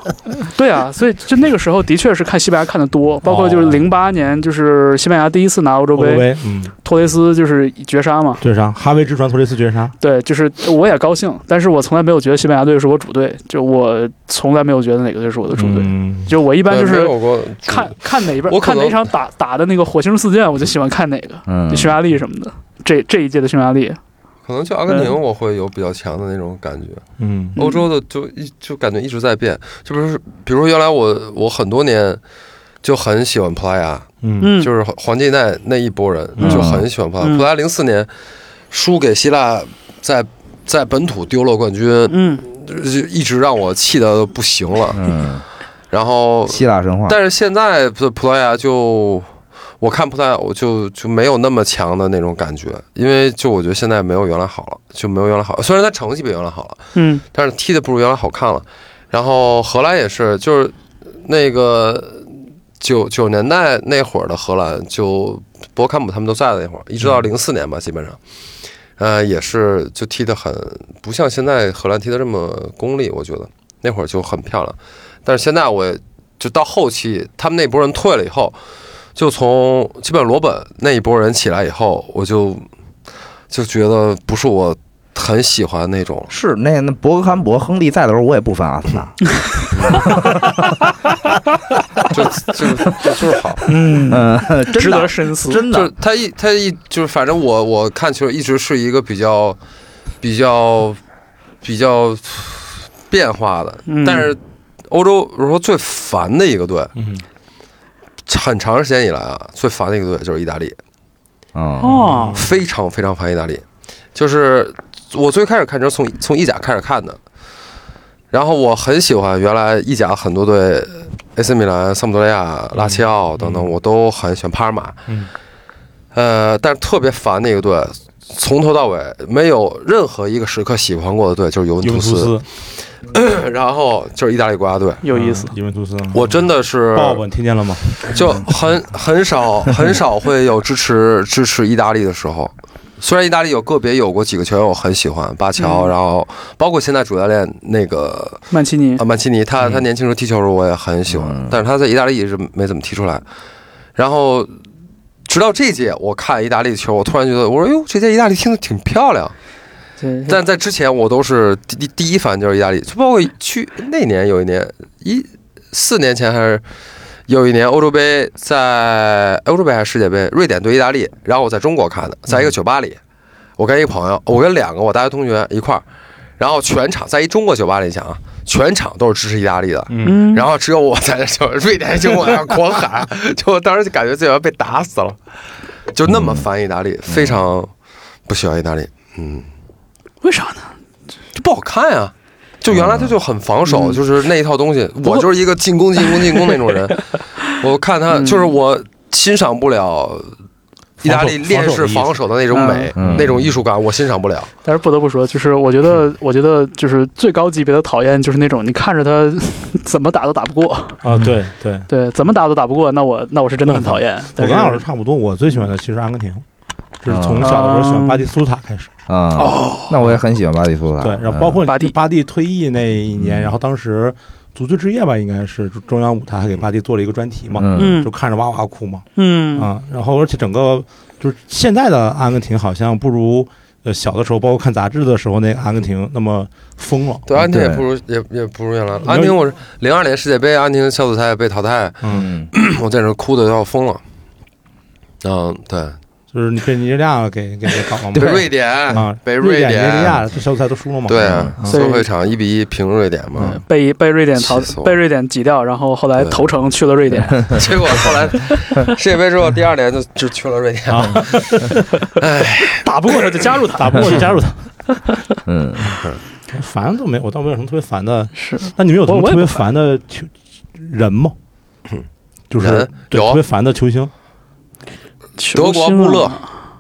S4: 对啊，所以就那个时候的确是看西班牙看的多，包括就是
S2: 哦
S4: 零八年就是西班牙第一次拿欧洲
S2: 欧洲
S4: 杯，
S2: 杯，嗯，
S4: 托雷斯就是绝杀嘛。
S2: 绝杀，哈维之船，托雷斯绝杀，
S4: 对，就是我也高兴，但是我从来没有觉得西班牙队是我主队，就我从来没有觉得哪个队是我的主队。
S2: 嗯，
S4: 就我一般就
S3: 没
S4: 是
S3: 有过
S4: 看看哪一边，
S3: 我可
S4: 看
S3: 能
S4: 哪场打打的那个火星四溅，我就喜欢看哪个，
S1: 嗯
S4: 就匈牙利什么的。这这一届的匈牙利，
S3: 可能就阿根廷，我会有比较强的那种感觉。
S2: 嗯，
S3: 欧洲的就一就感觉一直在变，就比如说比如说原来我我很多年就很喜欢葡萄牙，
S2: 嗯，
S4: 嗯，
S3: 就是黄金一代那一波人
S4: 嗯
S3: 就很喜欢葡萄牙。
S4: 嗯
S3: 葡萄牙零四年输给希腊，在在本土丢了冠军，
S4: 嗯，
S3: 就一直让我气的不行了。
S1: 嗯，
S3: 然后，
S1: 希腊神话，
S3: 嗯但是现在的葡萄牙就。我看葡萄牙，我就就没有那么强的那种感觉，因为就我觉得现在没有原来好了，就没有原来好了。虽然它成绩比原来好了，
S4: 嗯，
S3: 但是踢的不如原来好看了。然后荷兰也是，就是那个九九年代那会儿的荷兰，就博坎普他们都在的那会儿，一直到零四年吧，基本上，呃，也是就踢得很不像现在荷兰踢得这么功利，我觉得那会儿就很漂亮。但是现在我就到后期，他们那波人退了以后，就从基本罗本那一波人起来以后，我就就觉得不是我很喜欢那种了。
S1: 是那那博格坎伯、亨利在的时候，我也不翻阿森纳。
S3: 就就就就是好，
S1: 嗯，
S4: 值
S1: 真
S4: 得
S1: 的
S4: 深思。
S1: 真
S3: 就是
S1: 的，
S3: 他一他一就是反正我我看球一直是一个比较比较比较变化的，
S4: 嗯
S3: 但是欧洲如说最烦的一个队，
S2: 嗯，
S3: 很长时间以来啊最烦的一个队就是意大利，
S1: 嗯
S4: 哦，
S3: 非常非常烦意大利，就是我最开始看球从从意甲开始看的。然后我很喜欢原来意甲很多队，AC 米兰、桑普多利亚、拉齐奥等
S1: 嗯
S3: 等，我都很喜欢帕尔马。
S2: 嗯，
S3: 呃，但是特别烦的一个队，从头到尾没有任何一个时刻喜欢过的队就是尤文
S2: 尤文
S3: 图
S2: 图
S3: 斯，
S2: 斯，
S3: 然后就是意大利国家队。
S4: 有意思
S2: 嗯，。尤文图斯，
S3: 我真的是
S2: 鲍勃，你听见了吗？
S3: 就很很少 很少会有支持支持意大利的时候。虽然意大利有个别有过几个球员我很喜欢，巴乔，
S4: 嗯
S3: 然后包括现在主教练那个
S4: 曼奇尼
S3: 啊，曼奇尼，他他年轻时候踢球的时候我也很喜欢，
S1: 嗯
S3: 但是他在意大利一直没怎么踢出来。然后直到这届，我看意大利球，我突然觉得，我说哟，这届意大利踢得挺漂亮。
S4: 对，
S3: 但在之前，我都是第第第一反应就是意大利，就包括去那年有一年一四年前还是。有一年欧洲杯在欧洲杯还是世界杯，瑞典对意大利，然后我在中国看的，在一个酒吧里，我跟一个朋友，我跟两个我大学同学一块儿，然后全场在一中国酒吧里，你想啊，全场都是支持意大利的，
S2: 嗯，
S4: 嗯，
S3: 然后只有我在那就瑞典经我那狂喊， 就我当时就感觉自己要被打死了，就那么烦意大利，非常不喜欢意大利，嗯，
S4: 为啥呢？
S3: 就不好看啊。就原来他就很防守，
S4: 嗯
S3: 就是那一套东西。
S4: 过
S3: 我就是一个进攻、进攻、进攻那种人。我看他
S4: 嗯
S3: 就是我欣赏不了意大利
S2: 防
S3: 练
S2: 守
S3: 式防守的那种美
S1: 嗯嗯，
S3: 那种艺术感，我欣赏不了。
S4: 但是不得不说，就是我觉得，我觉得就是最高级别的讨厌，就是那种你看着他 怎么打都打不过，
S2: 啊，
S3: 嗯
S2: 对对，
S4: 对，怎么打都打不过，那我那我是真的很讨厌。
S2: 我
S4: 但
S2: 跟
S4: 是
S2: 老师差不多，我最喜欢的其实是阿根廷，就是从小的时候喜欢巴蒂斯图塔开始。
S1: 啊，
S4: 哦
S1: 那我也很喜欢巴蒂斯塔。
S2: 对，然后包括
S4: 巴蒂
S2: 巴蒂退役那一
S1: 嗯
S2: 年，然后当时足球之夜吧，应该是中央舞台还给巴蒂做了一个专题嘛，
S1: 嗯
S4: 嗯
S2: 就看着哇哇哭嘛，
S4: 嗯
S2: 啊，然后而且整个就是现在的阿根廷好像不如。呃，小的时候，包括看杂志的时候，那个阿根廷那么疯了，
S3: 对，安廷也
S1: 对
S3: 不如也也不如原来了。
S2: 没有
S3: 安廷我是零二年世界杯，安廷小组赛被淘汰，
S2: 嗯，
S1: 嗯
S3: 我在这哭的要疯了。嗯，对，
S2: 就是你被尼日利亚给给给搞了嘛，
S3: 被
S1: 对
S3: 瑞典
S2: 啊，
S3: 被
S2: 瑞
S3: 典，
S2: 尼日利亚这小组赛都输了嘛，
S3: 对啊，
S2: 嗯
S4: 所以
S3: 最后一场一比一平瑞典嘛，
S4: 被被瑞典淘
S3: 气死我了
S4: 被瑞典挤掉，然后后来
S3: 对
S4: 投诚去了瑞典。
S3: 结果后来世界杯之后第二年就就去了瑞典，
S2: 啊，
S4: 打不过他就加入他，
S2: 打不过就加入他，
S1: 嗯，
S2: 烦都没有，我倒没有什么特别烦的。
S4: 是
S2: 那你们有什么
S4: 我我也
S2: 特别
S4: 不
S2: 烦的球人吗？就是
S3: 人
S2: 对
S3: 有
S2: 特别烦的球星
S3: 德国穆勒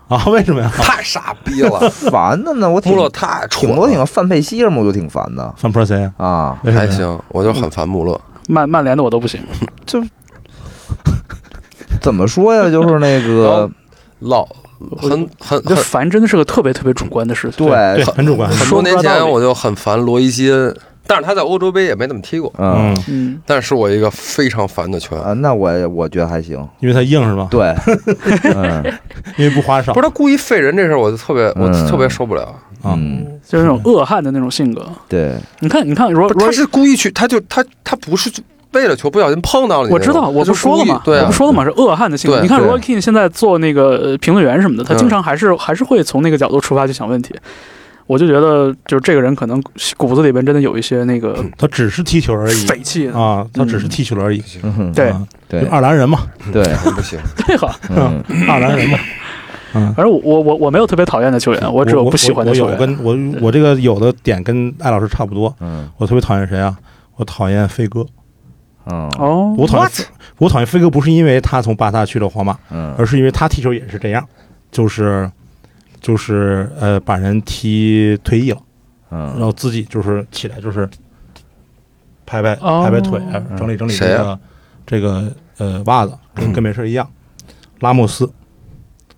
S2: 啊？为什么呀
S3: 太傻逼了，
S1: 嗯烦的呢，我挺
S3: 穆勒太蠢
S1: 挺多挺
S3: 了，
S1: 多范佩西什么我都挺烦的
S2: 范普尔谁呀？
S1: 啊，
S2: 为什么
S3: 还
S2: 呀？
S3: 行，我就很烦穆勒，
S4: 曼曼联的我都不行，
S1: 怎么说 呀？就是那个
S3: 老很很
S4: 这
S3: 很
S4: 烦真的是个特别特别主观的事情。
S2: 对，
S1: 对，
S2: 很主观。
S3: 很多年前我就很烦罗伊基恩，但是他在欧洲杯也没怎么踢过，
S1: 嗯
S2: 嗯，
S4: 嗯，
S3: 但是我一个非常烦的球员，
S1: 啊，那我我觉得还 行，
S2: 因为他硬是吧？
S1: 对，嗯
S2: 因为不花哨
S3: 不是他故意废人这事儿，我就特别我
S1: 嗯
S3: 特别受不了。
S2: 啊。
S1: 嗯，
S4: 就是那种恶汉的那种性格。
S1: 对，
S4: 你看，你看，罗
S3: 不是，
S4: 罗
S3: 他，是故意去，他就他他不是为了球不小心碰到了你那种。
S4: 我知道，我
S3: 他就
S4: 不说了
S3: 故意
S4: 嘛，
S3: 对
S4: 我
S3: 啊
S4: 不，说了嘛，是恶汉的性格。
S3: 对
S4: 你看
S1: 对
S4: 罗 o King 现在做那个呃评论员什么的，他
S3: 嗯
S4: 经常还是还是会从那个角度出发去想问题。我就觉得，就是这个人可能骨子里边真的有一些那个
S2: 他只是踢球而已
S4: 匪气的。
S2: 啊，他只是踢球而已。
S1: 嗯哼
S4: 对
S2: 啊
S1: 对
S2: 就爱尔兰人嘛，
S1: 对，
S3: 不行，
S4: 对哈，
S1: 嗯
S2: 爱尔兰人嘛。嗯，
S4: 反正我我我我没有特别讨厌的球员，我只有不喜欢的
S2: 我
S4: 球
S2: 有
S4: 员。
S2: 跟我我这个有的点跟艾老师差不多。
S1: 嗯
S2: 我特别讨厌谁啊？我讨厌飞哥。
S1: 嗯
S4: 哦，
S2: 我讨厌飞我讨厌飞哥，不是因为他从巴萨去了皇马，
S1: 嗯
S2: 而是因为他踢球也是这样，就是就是呃把人踢退役了，然
S1: 嗯，
S2: 后自己就是起来就是拍拍
S4: 哦
S2: 拍拍腿，呃整理整理这
S3: 谁
S2: 个、
S3: 啊
S2: 这个呃袜子，跟跟没事一样。拉莫斯，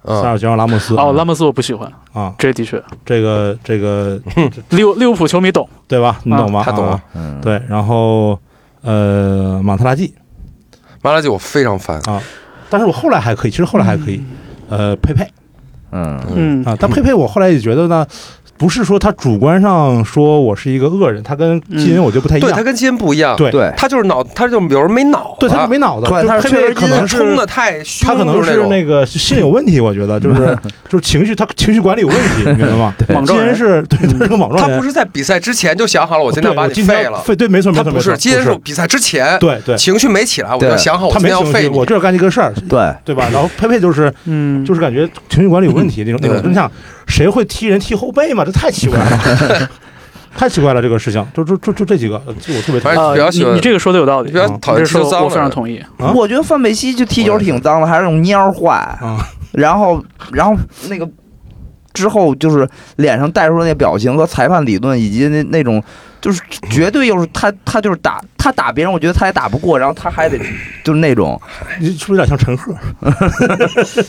S2: 塞
S3: 嗯，
S2: 尔吉奥拉莫斯
S4: 哦，拉莫斯我不喜欢，
S2: 啊，
S4: 这的确，
S2: 这个这个
S4: 利物利物浦球迷懂。
S2: 对吧？你懂吧？
S3: 他懂
S2: 啊
S3: 了。
S1: 嗯，
S2: 对，然后呃，马特拉蒂
S3: 马拉基我非常烦。
S2: 啊，但是我后来还可以，其实后来还可以，呃，佩佩
S1: 嗯
S4: 嗯
S2: 啊，但佩佩我后来也觉得呢，不是说他主观上说我是一个恶人，他跟基因我觉得不太一
S3: 嗯对他
S2: 样，
S3: 跟基恩不一样，
S2: 对
S1: 对，
S3: 他就是脑，他就有时候没脑子，
S2: 对他是没脑子，
S1: 对
S2: 就
S1: 他
S2: 佩
S1: 是确实
S2: 佩可能
S3: 他冲
S2: 是
S3: 的太凶，
S2: 他可能
S3: 就是
S2: 是
S3: 那
S2: 那个心理有问题，我觉得就是 就是情绪他情绪管理有问题，你明白吗？
S4: 莽
S2: 基
S4: 撞人
S2: 恩是对他是个莽
S3: 嗯种，他
S2: 撞
S3: 不
S2: 人，
S3: 是在比赛之前就想好了，我今
S2: 对
S3: 天要把你
S2: 今天
S3: 废
S2: 要
S3: 了，
S2: 废对，没错没
S3: 他
S2: 错
S3: 不
S2: 没错，
S3: 是接
S2: 不
S3: 受比赛之前
S2: 对对，
S3: 情绪没起来，我就
S1: 对
S3: 想好我
S2: 他
S3: 今
S2: 没
S3: 天要
S2: 情绪，
S3: 废你
S2: 我，就是干这个事儿，
S1: 对，
S2: 对吧？然后佩佩就是
S4: 嗯，
S2: 就是感觉情绪管理有问题那种那种。
S3: 对
S2: 你想，谁会踢人踢后背嘛？这太奇怪了，太奇怪了这个事情。就就就就这几个，呃就我特别讨厌。
S3: 反正
S4: 啊
S3: 哎比较，喜
S4: 你
S3: 欢
S4: 你这个说的有道
S3: 你
S4: 理
S2: 嗯
S3: 比，较讨厌
S4: 这
S3: 吃
S4: 说
S3: 就脏
S4: 我非常
S3: 了。
S4: 同意。
S2: 啊
S1: 我觉得范佩西就踢球挺脏的，还是那种蔫坏，
S2: 啊，
S1: 然后然后那个之后就是脸上带出的那表情和裁判理论以及那那种。就是绝对又是他，他就是打他打别人，我觉得他也打不过，然后他还得就是那种，
S2: 你是不是有点像陈赫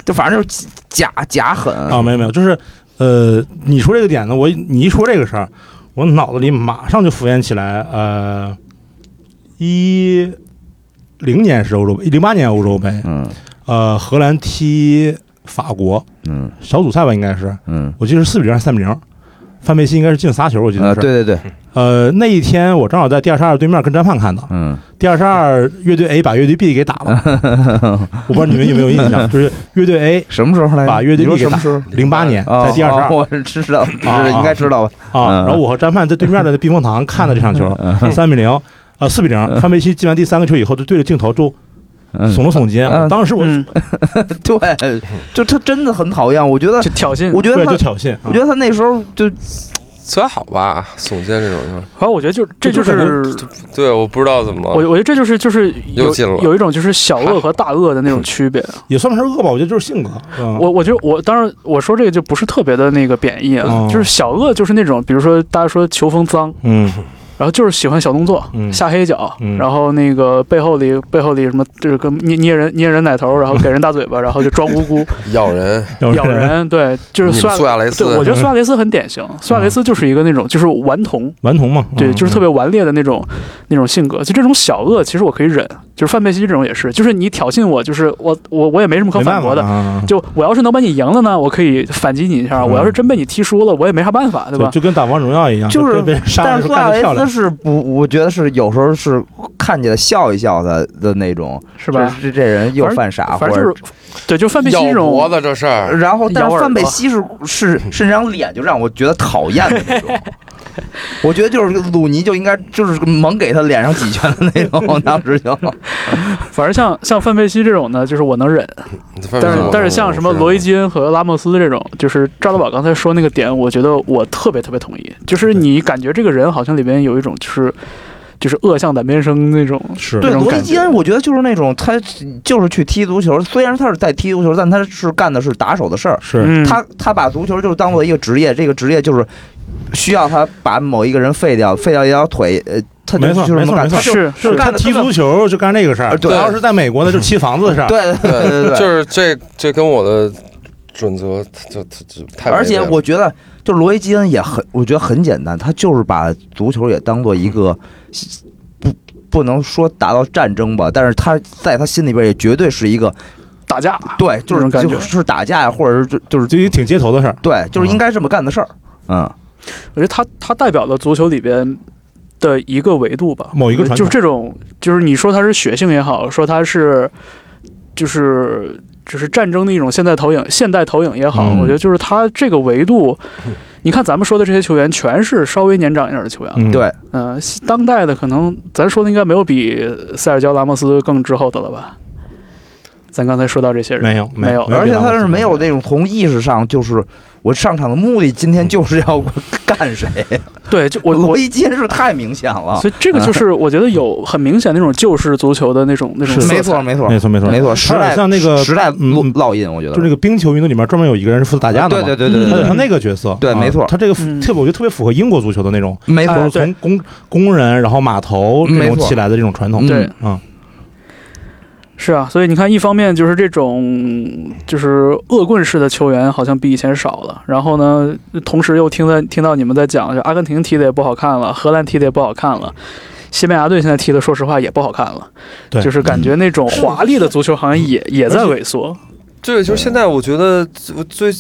S1: 就反正就是假假狠
S2: 啊？没有没有，就是呃，你说这个点呢，我你一说这个事儿，我脑子里马上就浮现起来，呃，一零年是欧洲杯，零八年欧洲杯，
S1: 嗯
S2: 呃，荷兰踢法国
S1: 嗯
S2: 小组赛吧，应该是，
S1: 嗯，
S2: 我记得是四比零还是三比零，范佩西应该是进仨球，我记得
S1: 啊，
S2: 是。
S1: 对对对，
S2: 呃，那一天我正好在第二十二对面跟詹盼看的，
S1: 嗯
S2: 第二十二乐队 A 把乐队 B 给打了，我不知道你们有没有印象，就是乐队 A
S1: 什么时候来着？
S2: 把乐
S1: 你
S2: 队
S1: 说
S2: 给
S1: 什
S2: 打
S1: 么时候？
S2: 零八年
S1: 哦
S2: 在第二十
S1: 哦
S2: 二
S1: 我是知道，知
S2: 啊
S1: 道应该知道吧？
S2: 啊，
S1: 嗯
S2: 然后我和詹盼在对面的那避风塘看的这场球， 三比零。呃，四比零，范佩西进完第三个球以后，就对着镜头就
S1: 嗯，
S2: 耸了耸肩。
S1: 嗯
S2: 当时我
S4: 嗯，
S1: 对，就他真的很讨厌，我觉得
S4: 就，挑衅。
S1: 我觉得
S2: 对就
S1: 他，
S2: 挑衅，啊
S1: 我觉得他那时候就
S3: 虽好吧，耸肩这种，
S4: 反正我觉得就这就，
S2: 这就是
S3: 对，我不知道怎么
S4: 我
S3: 了。
S4: 我觉得这就是就是
S3: 又
S4: 有
S3: 进了
S4: 有一种就是小恶和大恶的那种
S2: 嗯
S4: 区别。
S2: 得也算不上恶吧，我觉得就是性格。嗯
S4: 我我觉得我当然我说这个就不是特别的那个贬义啊
S2: 哦，
S4: 就是小恶就是那种比如说大家说球风脏，
S2: 嗯
S4: 然后就是喜欢小动作，
S2: 嗯
S4: 下黑脚，
S2: 嗯
S4: 然后那个背后里背后里什么就是跟捏捏人捏人奶头，然后给人 大嘴巴，然后就装无辜
S3: 咬人，
S4: 咬，人，对，就是
S3: 你
S4: 苏
S3: 们
S4: 亚
S3: 苏亚雷斯，
S4: 对，我觉得苏亚雷斯很典型，苏亚雷斯就是一个那种就是顽童，
S2: 顽童嘛，
S4: 对，
S2: 嗯嗯
S4: 就是特别顽劣的那种那种性格。就这种小恶，其实我可以忍，就是范佩西这种也是，就是你挑衅我，就是我我我也没什么可
S2: 没
S4: 反
S2: 办法啊
S4: 驳的。
S2: 的，
S4: 就我要是能把你赢了呢，我可以反击你一下；
S2: 嗯
S4: 我要是真被你踢输了，我也没啥办法，对吧？
S2: 就跟打王者荣耀一样，
S1: 就是
S2: 被被人杀
S1: 但
S2: 了
S1: 是
S2: 就
S1: 苏亚
S2: 干得
S1: 雷
S2: 漂
S1: 斯得
S2: 亮
S1: 是不，我觉得是有时候是看起来笑一笑的的那种，
S4: 是吧？
S1: 这这人又犯傻，
S4: 反
S1: 或
S4: 正
S1: 者
S4: 就是，对，就范佩西
S3: 咬
S4: 这
S3: 脖
S4: 种，
S3: 子这事
S2: 啊
S3: 儿，
S1: 然后，但
S4: 咬
S1: 是
S4: 耳
S1: 范佩
S4: 朵
S1: 西是是是那张脸就让我觉得讨厌的那 种。我觉得就是鲁尼就应该就是猛给他脸上几拳的那 种，当时就
S4: 反正像像范佩西这种呢，就是我能忍。但是嗯哦但是像什么罗伊基恩和拉莫斯这种，就是赵老板刚才说那个点，我觉得我特别特别同意。就是你感觉这个人好像里边有一种就是就是恶向胆边生那种，
S2: 是
S1: 对
S4: 那种
S1: 罗伊
S4: 感
S1: 基
S4: 觉
S1: 恩，我觉得就是那种他就是去踢足球，虽然他是在踢足球，但他是干的是打手的事儿。
S2: 是，
S4: 嗯，
S1: 他他把足球就是当做一个职业，这个职业就是需要他把某一个人废掉，废掉一条腿，呃，他就
S2: 没错
S1: 就是能干，
S2: 没
S1: 他
S2: 错没
S1: 就是
S2: 错
S4: 是
S2: 就是是
S1: 干
S2: 干
S1: 得
S2: 踢
S1: 特别
S2: 足球就干这个事
S1: 呃
S2: 儿。
S1: 对
S2: 要是在美国呢，就踢房子的事儿。
S1: 对对对对对，
S3: 就是这这跟我的准则就就就太
S1: 而且
S3: 违背了
S1: 我觉得，就罗伊基恩也很，我觉得很简单，他就是把足球也当做一个不不能说达到战争吧，但是他在他心里边也绝对是一个
S4: 打架，
S1: 对，就
S4: 那
S1: 是
S4: 种感
S1: 就
S4: 觉
S1: 是打架呀，或者是就就是
S2: 就一挺街头的事儿。
S1: 对，就是应该这么干的事儿。嗯，
S4: 我觉得他他代表了足球里边的一个维度吧，
S2: 某一个传统
S4: 就是这种，就是你说他是血性也好，说他是就是就是战争的一种现代投影，现代投影也好，
S2: 嗯
S4: 我觉得就是他这个维度。你看咱们说的这些球员，全是稍微年长一点的球员了，
S2: 嗯，
S1: 对，
S4: 嗯、当代的可能咱说的应该没有比塞尔乔·拉莫斯更滞后的了吧？咱刚才说到这些人，
S2: 嗯没有
S4: 没有
S1: 而且他是没有
S2: 的。
S1: 那种从意识上就是。我上场的目的今天就是要干谁？
S4: 对，就我
S1: 罗伊基恩是太明显了，
S4: 所以这个就是我觉得有很明显那种旧式足球的那种那种
S1: 没
S4: 色
S1: 错
S4: 彩。
S1: 没错
S2: 没错没错
S1: 没错，时
S2: 有
S1: 代
S2: 点像那个
S1: 时代
S2: 嗯
S1: 烙烙印，我觉得
S2: 就那个冰球运动里面专门有一个人是负责打架的
S1: 对
S2: 嘛，
S1: 对对对
S2: 他
S1: 对
S2: 有
S1: 对
S2: 他那个角色，
S1: 对
S2: 啊
S1: 没错
S2: 他这个符
S4: 嗯
S2: 特别，我觉得特别符合英国足球的那种，
S1: 没错
S4: 哎，
S2: 从工工人然后码头
S1: 嗯
S2: 这
S1: 没
S2: 种
S1: 错
S2: 起来的这种传统，
S4: 对，
S2: 嗯，
S4: 是啊，所以你看，一方面就是这种就是恶棍式的球员好像比以前少了，然后呢，同时又听在听到你们在讲，就阿根廷踢的也不好看了，荷兰踢的也不好看了。西班牙队现在踢的，说实话也不好看了，
S2: 对
S4: 就是感觉那种
S3: 是
S4: 华丽的足球好像也也在萎缩。
S3: 对，就是现在，我觉得我最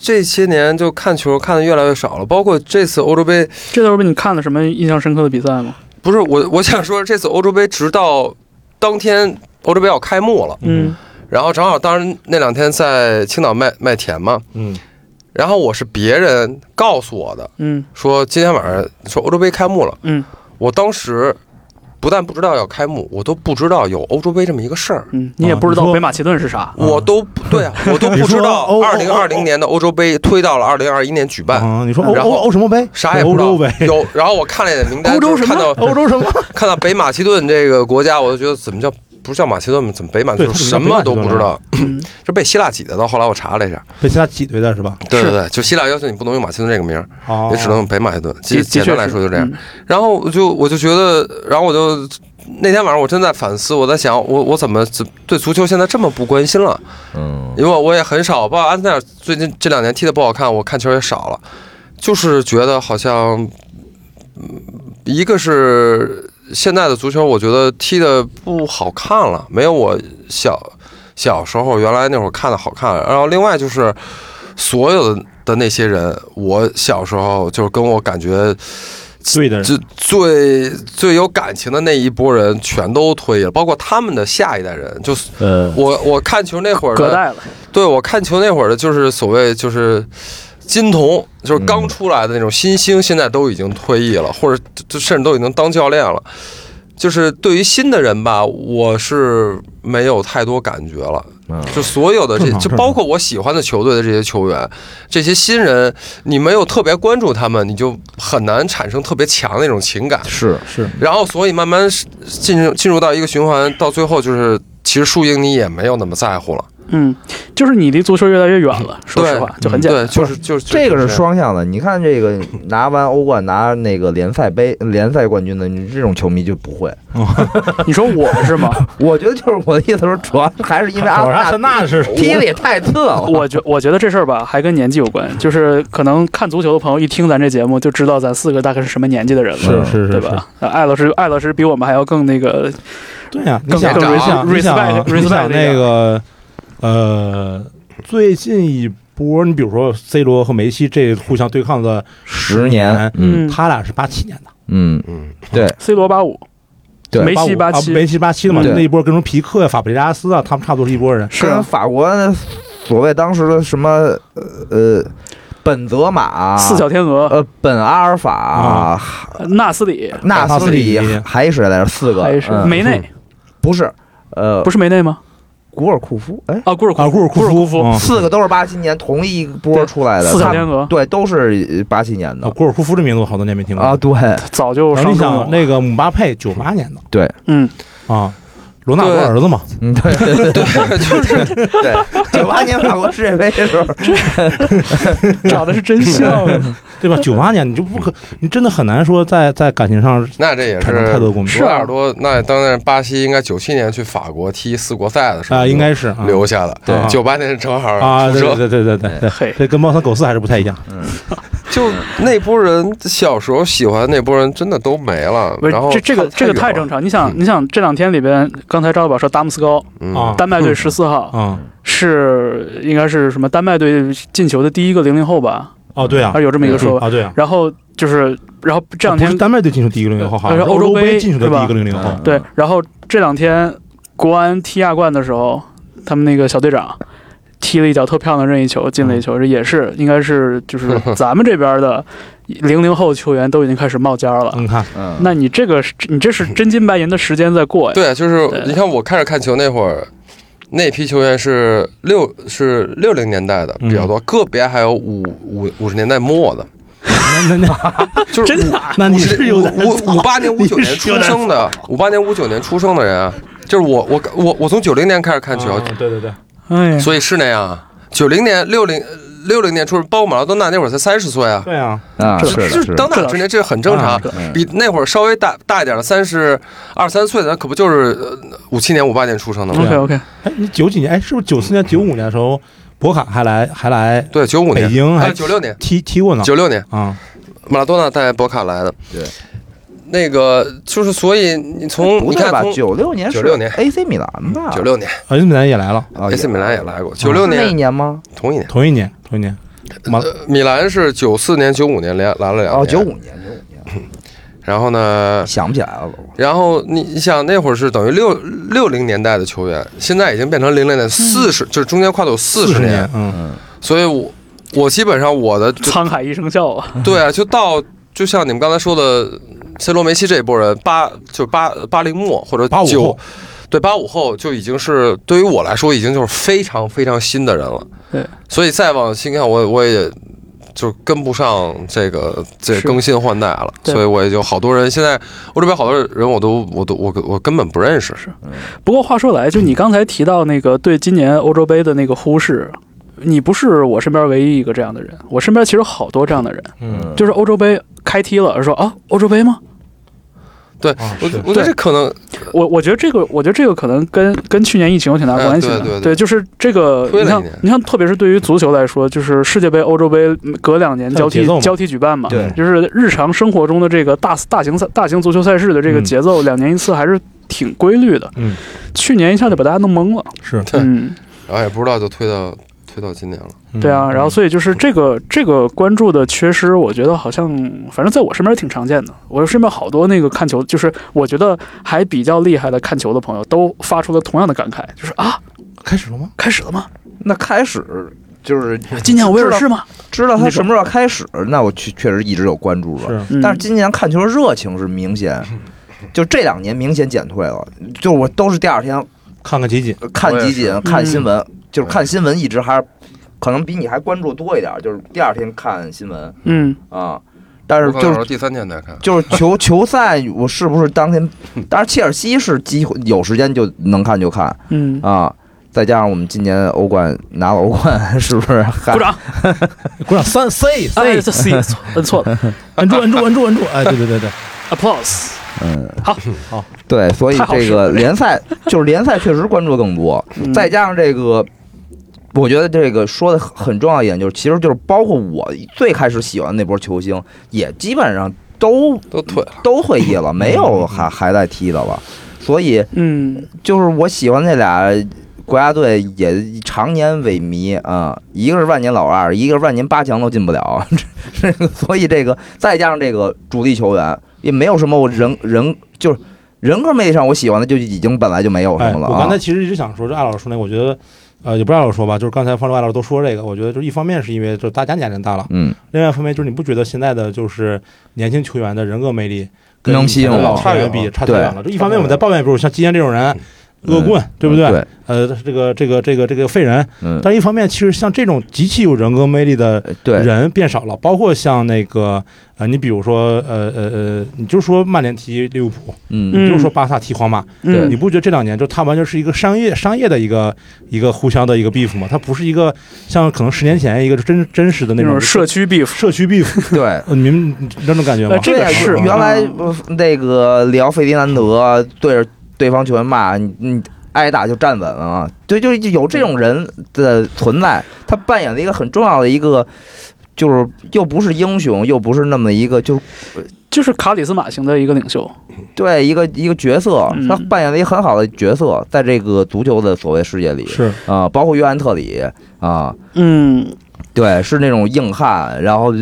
S3: 这些年就看球看的越来越少了，包括这次欧洲杯，
S4: 这都是你看了什么印象深刻的比赛吗？
S3: 不是我我想说，这次欧洲杯直到当天欧洲杯要开幕了，
S4: 嗯
S3: 然后正好当时那两天在青岛麦麦田嘛，
S2: 嗯，
S3: 然后我是别人告诉我的，
S4: 嗯
S3: 说今天晚上说欧洲杯开幕了，
S4: 嗯
S3: 我当时不但不知道要开幕，我都不知道有欧洲杯这么一个事儿。
S4: 嗯，你也
S2: 啊
S4: 不知
S2: 你
S4: 道
S2: 说
S4: 北马其顿是啥，
S3: 我都不对啊，我都
S2: 嗯你
S3: 不知
S2: 说
S3: 道
S2: 欧欧
S3: 二零二零年的欧洲杯推到了二零二一年举办，
S2: 啊，你说欧
S3: 然后
S2: 欧欧什么杯？
S3: 啥也不
S2: 欧
S3: 知道
S2: 洲杯，
S3: 有，然后我看了一眼名单，
S4: 欧洲
S3: 就是
S4: 什
S3: 看到
S4: 么？欧洲什么？
S3: 看到北马其顿这个国家，我就觉得怎么叫不是叫马其顿吗？怎么北马其
S2: 对
S3: 顿
S2: 它怎么叫
S3: 什么都不知道？
S4: 嗯
S3: 这被希腊挤的。到后来我查了一下，
S2: 被其他挤兑的是吧？
S3: 对对对，就希腊要求你不能用马其顿这个名儿，
S2: 哦，
S3: 也只能用北马其顿。
S4: 的
S3: 简简单来说就这样。
S4: 嗯
S3: 然后我就我就觉得，然后我就那天晚上我真在反思，我在想我我怎么怎对足球现在这么不关心了？
S1: 嗯，
S3: 因为我也很少，包括安塞尔最近这两年踢的不好看，我看球也少了，就是觉得好像，嗯一个是现在的足球，我觉得踢的不好看了，没有我小小时候原来那会儿看的好看了。然后另外就是所有的的那些人，我小时候就是跟我感觉
S2: 对的人，
S3: 最最最有感情的那一波人，全都退了，包括他们的下一代人。就是
S2: 呃，
S3: 我我看球那会儿的
S4: 隔代了，
S3: 对我看球那会儿的，就是所谓就是金童，就是刚
S2: 嗯
S3: 出来的那种新星，现在都已经退役了，或者就就甚至都已经当教练了。就是对于新的人吧，我是没有太多感觉了。就所有的这
S2: 嗯正，常
S3: 就包括我喜欢的球队的这些球员，这些新人，你没有特别关注他们，你就很难产生特别强的那种情感。
S1: 是
S2: 是
S3: 然后，所以慢慢是进入进入到一个循环，到最后就是，其实输赢你也没有那么在乎了。
S4: 嗯，就是你离足球越来越远了，说实话就很简单。
S3: 对，嗯就是就是
S1: 这个
S3: 就是样
S1: 双向的。你看这个拿完欧冠拿那个联赛杯、联赛冠军的，你这种球迷就不会。
S4: 你说我是吗？
S1: 我觉得就是我的意思是，主要还是因为阿
S2: 阿
S1: 森
S2: 森
S1: 纳
S2: 纳是
S1: 踢的也太次了。
S4: 我 觉我觉得这事儿吧，还跟年纪有关。就是可能看足球的朋友一听咱这节目，就知道咱四个大概是什么年纪的人
S2: 是
S4: 了，
S2: 是是
S4: 对吧？呃艾老师，艾老师比我们还要更那个，
S2: 对呀，你
S4: 更
S2: 想
S3: 更
S2: 你想
S4: respect-
S2: 你想
S4: respect
S2: 你想
S4: 这
S2: 那个呃，最近一波，你比如说 C 罗和梅西这互相对抗的
S1: 十年，
S4: 嗯
S2: 他俩是八七年的，
S1: 嗯，
S3: 嗯，
S1: 对
S4: C 罗八五，
S1: 对
S4: 梅西八
S2: 啊
S4: 七，
S2: 梅西八七的嘛，
S1: 对
S2: 那一波跟什么皮克呀、法布雷加斯啊，他们差不多是一波人。
S4: 是
S1: 跟
S4: 啊，
S1: 法国那所谓当时的什么呃呃本泽马、
S4: 四小天鹅，
S1: 呃本阿尔法、
S2: 啊
S4: 纳斯里
S1: 纳
S2: 纳
S1: 斯
S2: 斯
S1: 里
S2: 里
S1: 还有谁来着？四个
S4: 还是
S1: 嗯
S4: 梅内，
S1: 不是呃
S4: 不是梅内吗？
S1: 古尔库夫哎。
S4: 啊，古尔
S2: 啊，
S4: 库
S2: 库尔
S4: 库
S2: 库
S4: 夫
S2: 夫，
S4: 嗯
S2: 啊
S1: 四个都是八七年同一波
S4: 对
S1: 出来的，
S4: 四小
S1: 他
S4: 天鹅
S1: 对，都是八七年
S2: 啊
S1: 的
S2: 库尔库夫这名字我好多年没听过
S1: 啊，。对，
S4: 早就
S2: 然后
S4: 上
S2: 你
S4: 中
S2: 想，
S4: 了。
S2: 那个姆巴佩九八年的
S4: 嗯，
S2: 啊，罗纳尔多
S3: 对
S2: 儿子嘛，
S1: 嗯，对对对
S3: 对，就是
S1: 对，九八年法国世界杯的时候，
S4: 找的是真啊相。
S2: 对吧？九八年你就不可，你真的很难说在在感情上
S3: 那这也
S2: 产生太多
S3: 是。
S2: 共鸣。
S3: 罗纳尔多，那当然，巴西应该九七年去法国踢四国赛的时候
S2: 啊，应该是啊
S3: 留下的。
S2: 对
S3: 九八年正好
S2: 啊，
S3: 出
S2: 对
S3: 生
S2: 对对对对对，
S4: 嘿，
S2: 这跟猫三狗四还是不太一样。
S3: 就那波人小时候喜欢那波人，真的都没了。
S4: 不是
S3: 然后
S4: 这这个这个太正
S3: 常
S4: 常。你想
S3: 嗯
S4: 你想这两天里边，刚才赵老板说达姆斯高，
S2: 啊
S4: 丹麦队十四号
S2: 啊
S4: 是应该是什么？丹麦队进球的第一个零零后吧？
S2: 哦，对啊
S4: 啊，，有这么一个说
S3: 嗯
S4: 法。
S2: 啊对啊，
S4: 然后就是，然后这
S2: 不
S3: 啊
S4: 两天
S2: 是丹麦队进球第一个零零后，好像
S4: 而
S2: 是啊
S4: 且欧洲
S2: 洲
S4: 杯
S2: 进球的
S4: 是吧
S2: 第一个零零后。
S4: 对，
S3: 啊
S4: 然后这两天国安踢亚冠的时候，他们那个小队长踢了一脚特漂亮的任意球，进了
S3: 嗯
S4: 一球，这也是应该是就是 咱们这边的零零后球员都已经开始冒尖儿了。
S2: 你看，
S1: 嗯，
S4: 那你这个是你这是真金白银的时间在过呀？
S3: 对，就是
S4: 对
S3: 你看我开始看球那会儿，那批球员是六是六零年代的
S2: 嗯
S3: 比较多，个别还有五五五十年代末的，
S2: 那那 那
S3: 就是
S4: 真
S3: 五
S4: 的啊
S2: 那你
S3: 五
S2: 是
S3: 十
S2: 有
S3: 五
S2: 点
S3: 五五八年五九
S2: 你
S3: 年
S2: 是
S3: 出
S2: 有点
S3: 生的，五八年五九年出生的人啊，就是我我我我从九零年开始看球，
S1: 哦
S2: 啊对对对，
S4: 哎呀，
S3: 嗯所以是那样啊。九零年六零六零年出生，包括马拉多纳那会儿才三十岁啊，
S2: 对啊，
S1: 啊，
S4: 这
S1: 是的，
S3: 就是
S1: 的
S3: 当打之年，这很正常。
S2: 啊
S1: 嗯
S3: 比那会儿稍微大大一点的三十二三岁的，可不就是呃五七年、五八年出生的吗？
S4: OK OK，
S2: 哎，你九几年，哎，是不是九四年、九五年的时候，博卡还来还来
S3: 对，九五
S2: 北
S3: 年，
S2: 京
S3: 还
S2: 还
S3: 九六年，
S2: 踢踢过呢？
S3: 九六年，
S2: 啊，
S3: 马拉多纳带博卡来的。
S1: 对，
S3: 那个就是，所以你从
S1: 不
S3: 你
S1: 对
S3: 看
S1: 吧？
S3: 从
S1: 九六年是
S3: 96年
S1: AC 米兰吧？
S3: 九六年
S2: 啊，米兰也来了，
S1: 啊
S3: ，AC 米兰也来过，九六
S1: 是那一
S3: 年
S1: 年吗？
S3: 同一年，
S2: 同一年，同一年，马
S3: 呃米兰是九四年、九五年来来了两
S1: 哦，
S3: 年，
S1: 九五年，九五年，
S3: 然后呢，
S1: 想不起来了都。
S3: 然后你你想那会儿是等于六六零年代的球员，现在已经变成零零年四十，就是中间跨度四
S2: 四
S3: 十
S2: 十
S3: 年，，
S2: 嗯，
S3: 所以我我基本上我的
S4: 沧海一声笑啊！
S3: 对啊，就到就像你们刚才说的，C 罗、梅西这一波人，八就八八零末或者
S2: 八五
S3: 九
S2: 后，
S3: 对八五后就已经是对于我来说已经就是非常非常新的人了。
S4: 对，
S3: 所以再往新看，我我也就跟不上这个这
S4: 是
S3: 更新换代了，
S4: 对
S3: 所以我也就好多人现在我这边好多人我都我都我我根本不认识。
S4: 不过话说来，就你刚才提到那个对今年欧洲杯的那个忽视，你不是我身边唯一一个这样的人，我身边其实好多这样的人，
S2: 嗯，
S4: 就是欧洲杯开踢了，说啊，欧洲杯吗？
S3: 嗯对，
S2: 啊
S3: 我
S2: 是
S3: 我觉得这可能
S4: 我我觉得这个，我觉得这个可能跟跟去年疫情有挺大关系的。
S3: 哎对对对
S4: 就是这个，
S3: 推了一
S4: 你像
S3: 年
S4: 你像，特别是对于足球来说，就是世界杯、欧洲杯嗯隔两年
S2: 它有
S4: 交替
S2: 节奏嘛
S4: 交替举办嘛，
S1: 对
S4: 就是日常生活中的这个大大型赛大型足球赛事的这个
S2: 嗯
S4: 节奏，两年一次还是挺规律的。
S2: 嗯，
S4: 去年一下就把大家弄懵了。
S2: 是，
S3: 对
S4: 嗯，
S3: 然哎后也不知道就推到推到今年了。
S2: 嗯
S4: 对啊，然后所以就是这个这个关注的缺失，我觉得好像反正在我身边挺常见的。我身边好多那个看球，就是我觉得还比较厉害的看球的朋友，都发出了同样的感慨，就是啊，
S2: 开始了吗？
S4: 开始了吗？
S1: 那开始就是
S4: 今年有威尔士
S1: 知道
S4: 吗？
S1: 知道他什么时候开始，那我确确实一直有关注了。
S2: 是，
S4: 嗯
S1: 但是今年看球热情是明 显，就这两年明显减退了。就我都是第二天
S2: 看看集锦，
S1: 看集
S3: 我
S1: 锦、看新
S4: 嗯
S1: 闻，就是看新闻一直还是可能比你还关注多一点，就是第二天看新闻
S4: 嗯，
S1: 啊。但是
S3: 我可
S1: 就
S3: 能
S1: 是
S3: 是第三天再看。
S1: 就是球球赛，我是不是当天？当然，切尔西是机会有时间就能看就看
S4: 嗯，
S1: 啊。再加上我们今年欧冠拿了欧冠， 是不是还
S4: 鼓掌！
S2: 鼓掌三 C
S4: 哎，
S2: C，
S4: 这 C 摁错了
S2: 摁住摁住摁住摁住，哎，对对对对，
S4: ，applause。
S1: 嗯，
S4: 好，
S2: 好，
S1: 对，所以
S4: 太好
S1: 这
S4: 吃
S1: 个
S4: 了
S1: 联赛就是联赛确实关注更多，
S4: 嗯
S1: 再加上这个，我觉得这个说的很重要一点就是，其实就是包括我最开始喜欢那波球星，也基本上都
S3: 都退了，
S1: 都退役
S2: 嗯
S1: 了，没有还还在踢的了，所以
S4: 嗯，
S1: 就是我喜欢那俩国家队也常年萎靡啊、一个是万年老 二，一个是万年八强都进不了，这个所以这个再加上这个主力球员，也没有什么我人人就是人格魅力上我喜欢的就已经本来就没有什
S2: 哎，
S1: 么了、
S2: 我
S1: 啊。
S2: 刚才其实一直想说，就艾老师说那，我觉得，呃，也不是艾老师说吧，就是刚才方舟、艾老师都说这个，我觉得就是一方面是因为就大家年龄大了，
S1: 嗯，
S2: 另外一方面就是你不觉得现在的就是年轻球员的人格魅力跟
S1: 能吸引
S2: 以前的
S1: 我
S2: 老球员比差太远了？这一方面我们在抱怨，比如像今天这种人。
S1: 嗯
S2: 恶棍，对不对？
S1: 对，
S2: 呃，这个这个这个这个废人，
S1: 嗯，
S2: 但一方面，其实像这种极其有人格魅力的
S1: 呃对，
S2: 人变少了，包括像那个呃，你比如说呃呃呃，你就说曼联踢利物浦，
S1: 嗯
S4: 嗯
S2: 你就说巴萨踢皇马，
S1: 对
S2: 你
S4: 嗯，
S2: 不觉得这两年就它完全是一个商业商业的一个一个互相的一个 beef 吗？它不是一个像可能十年前一个真真实的那
S4: 那
S2: 种
S4: 种社区 beef，
S2: 社区 beef，
S1: 对。
S2: 呃你们你那种感觉吗
S4: 呃？这个
S1: 对啊
S4: 是
S2: 啊
S1: 原来呃那个聊费迪南德对着对方球员骂你，你挨打就站稳了啊！对，就就有这种人的存在，他扮演了一个很重要的一个，就是又不是英雄，又不是那么一个，就是
S4: 就是卡里斯马型的一个领袖。
S1: 对一个一个角色，
S4: 嗯
S1: 他扮演了一个很好的角色，在这个足球的所谓世界里
S2: 是
S1: 啊、包括约翰特里啊、
S4: 嗯，
S1: 对，是那种硬汉，然后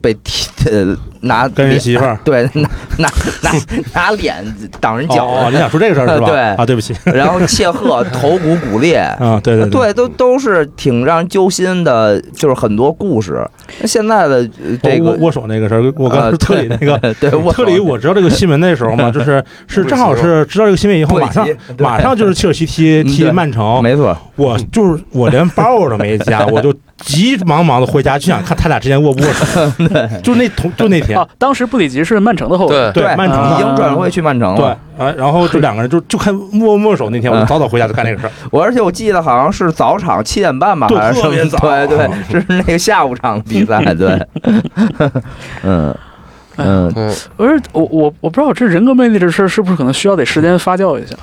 S1: 被踢呃拿
S2: 跟人媳妇儿。
S1: 对拿拿拿拿脸挡人脚，
S2: 哦，哦你想说这个事儿是吧？
S1: 呃对
S2: 啊，对不起
S1: 然后切 赫头骨骨裂，
S2: 啊，对对，
S1: 都都是挺让人揪心的，就是很多故事。那现在的呃这
S2: 握
S1: 个
S2: 握手那个事儿，哦我刚才
S1: 呃
S2: 说特里那个，
S1: 对 对我
S2: 特里我知道这个新闻那时候 嘛，就是是正好是知道这个新闻以后，马上
S1: 对对
S2: 马上就是切尔西踢
S1: 嗯
S2: 踢
S1: 对
S2: 曼城，
S1: 没错，
S2: 我
S4: 嗯
S2: 就是我连包都没加，我就急忙忙的回家，就想看他俩之间握不握 手。就那同就那天，
S4: 啊，当时布里吉是曼城的后卫，
S3: 对，
S2: 对曼城
S1: 已
S2: 的
S1: 经转会去曼城
S2: 对
S4: 嗯
S1: 了。，
S2: 啊，然后就两个人就就看握不握手那天，我就早早回家就干这个事儿。
S1: 我而且我记得好像是早场七点半吧，
S2: 对
S1: 还是什
S2: 特别
S1: 么？
S2: 早哦
S1: 对对，是那个下午场的比赛。对， 嗯嗯，
S3: 嗯，
S4: 而我我我不知道这人格魅力这事儿是不是可能需要得时
S1: 嗯
S4: 间发酵一下。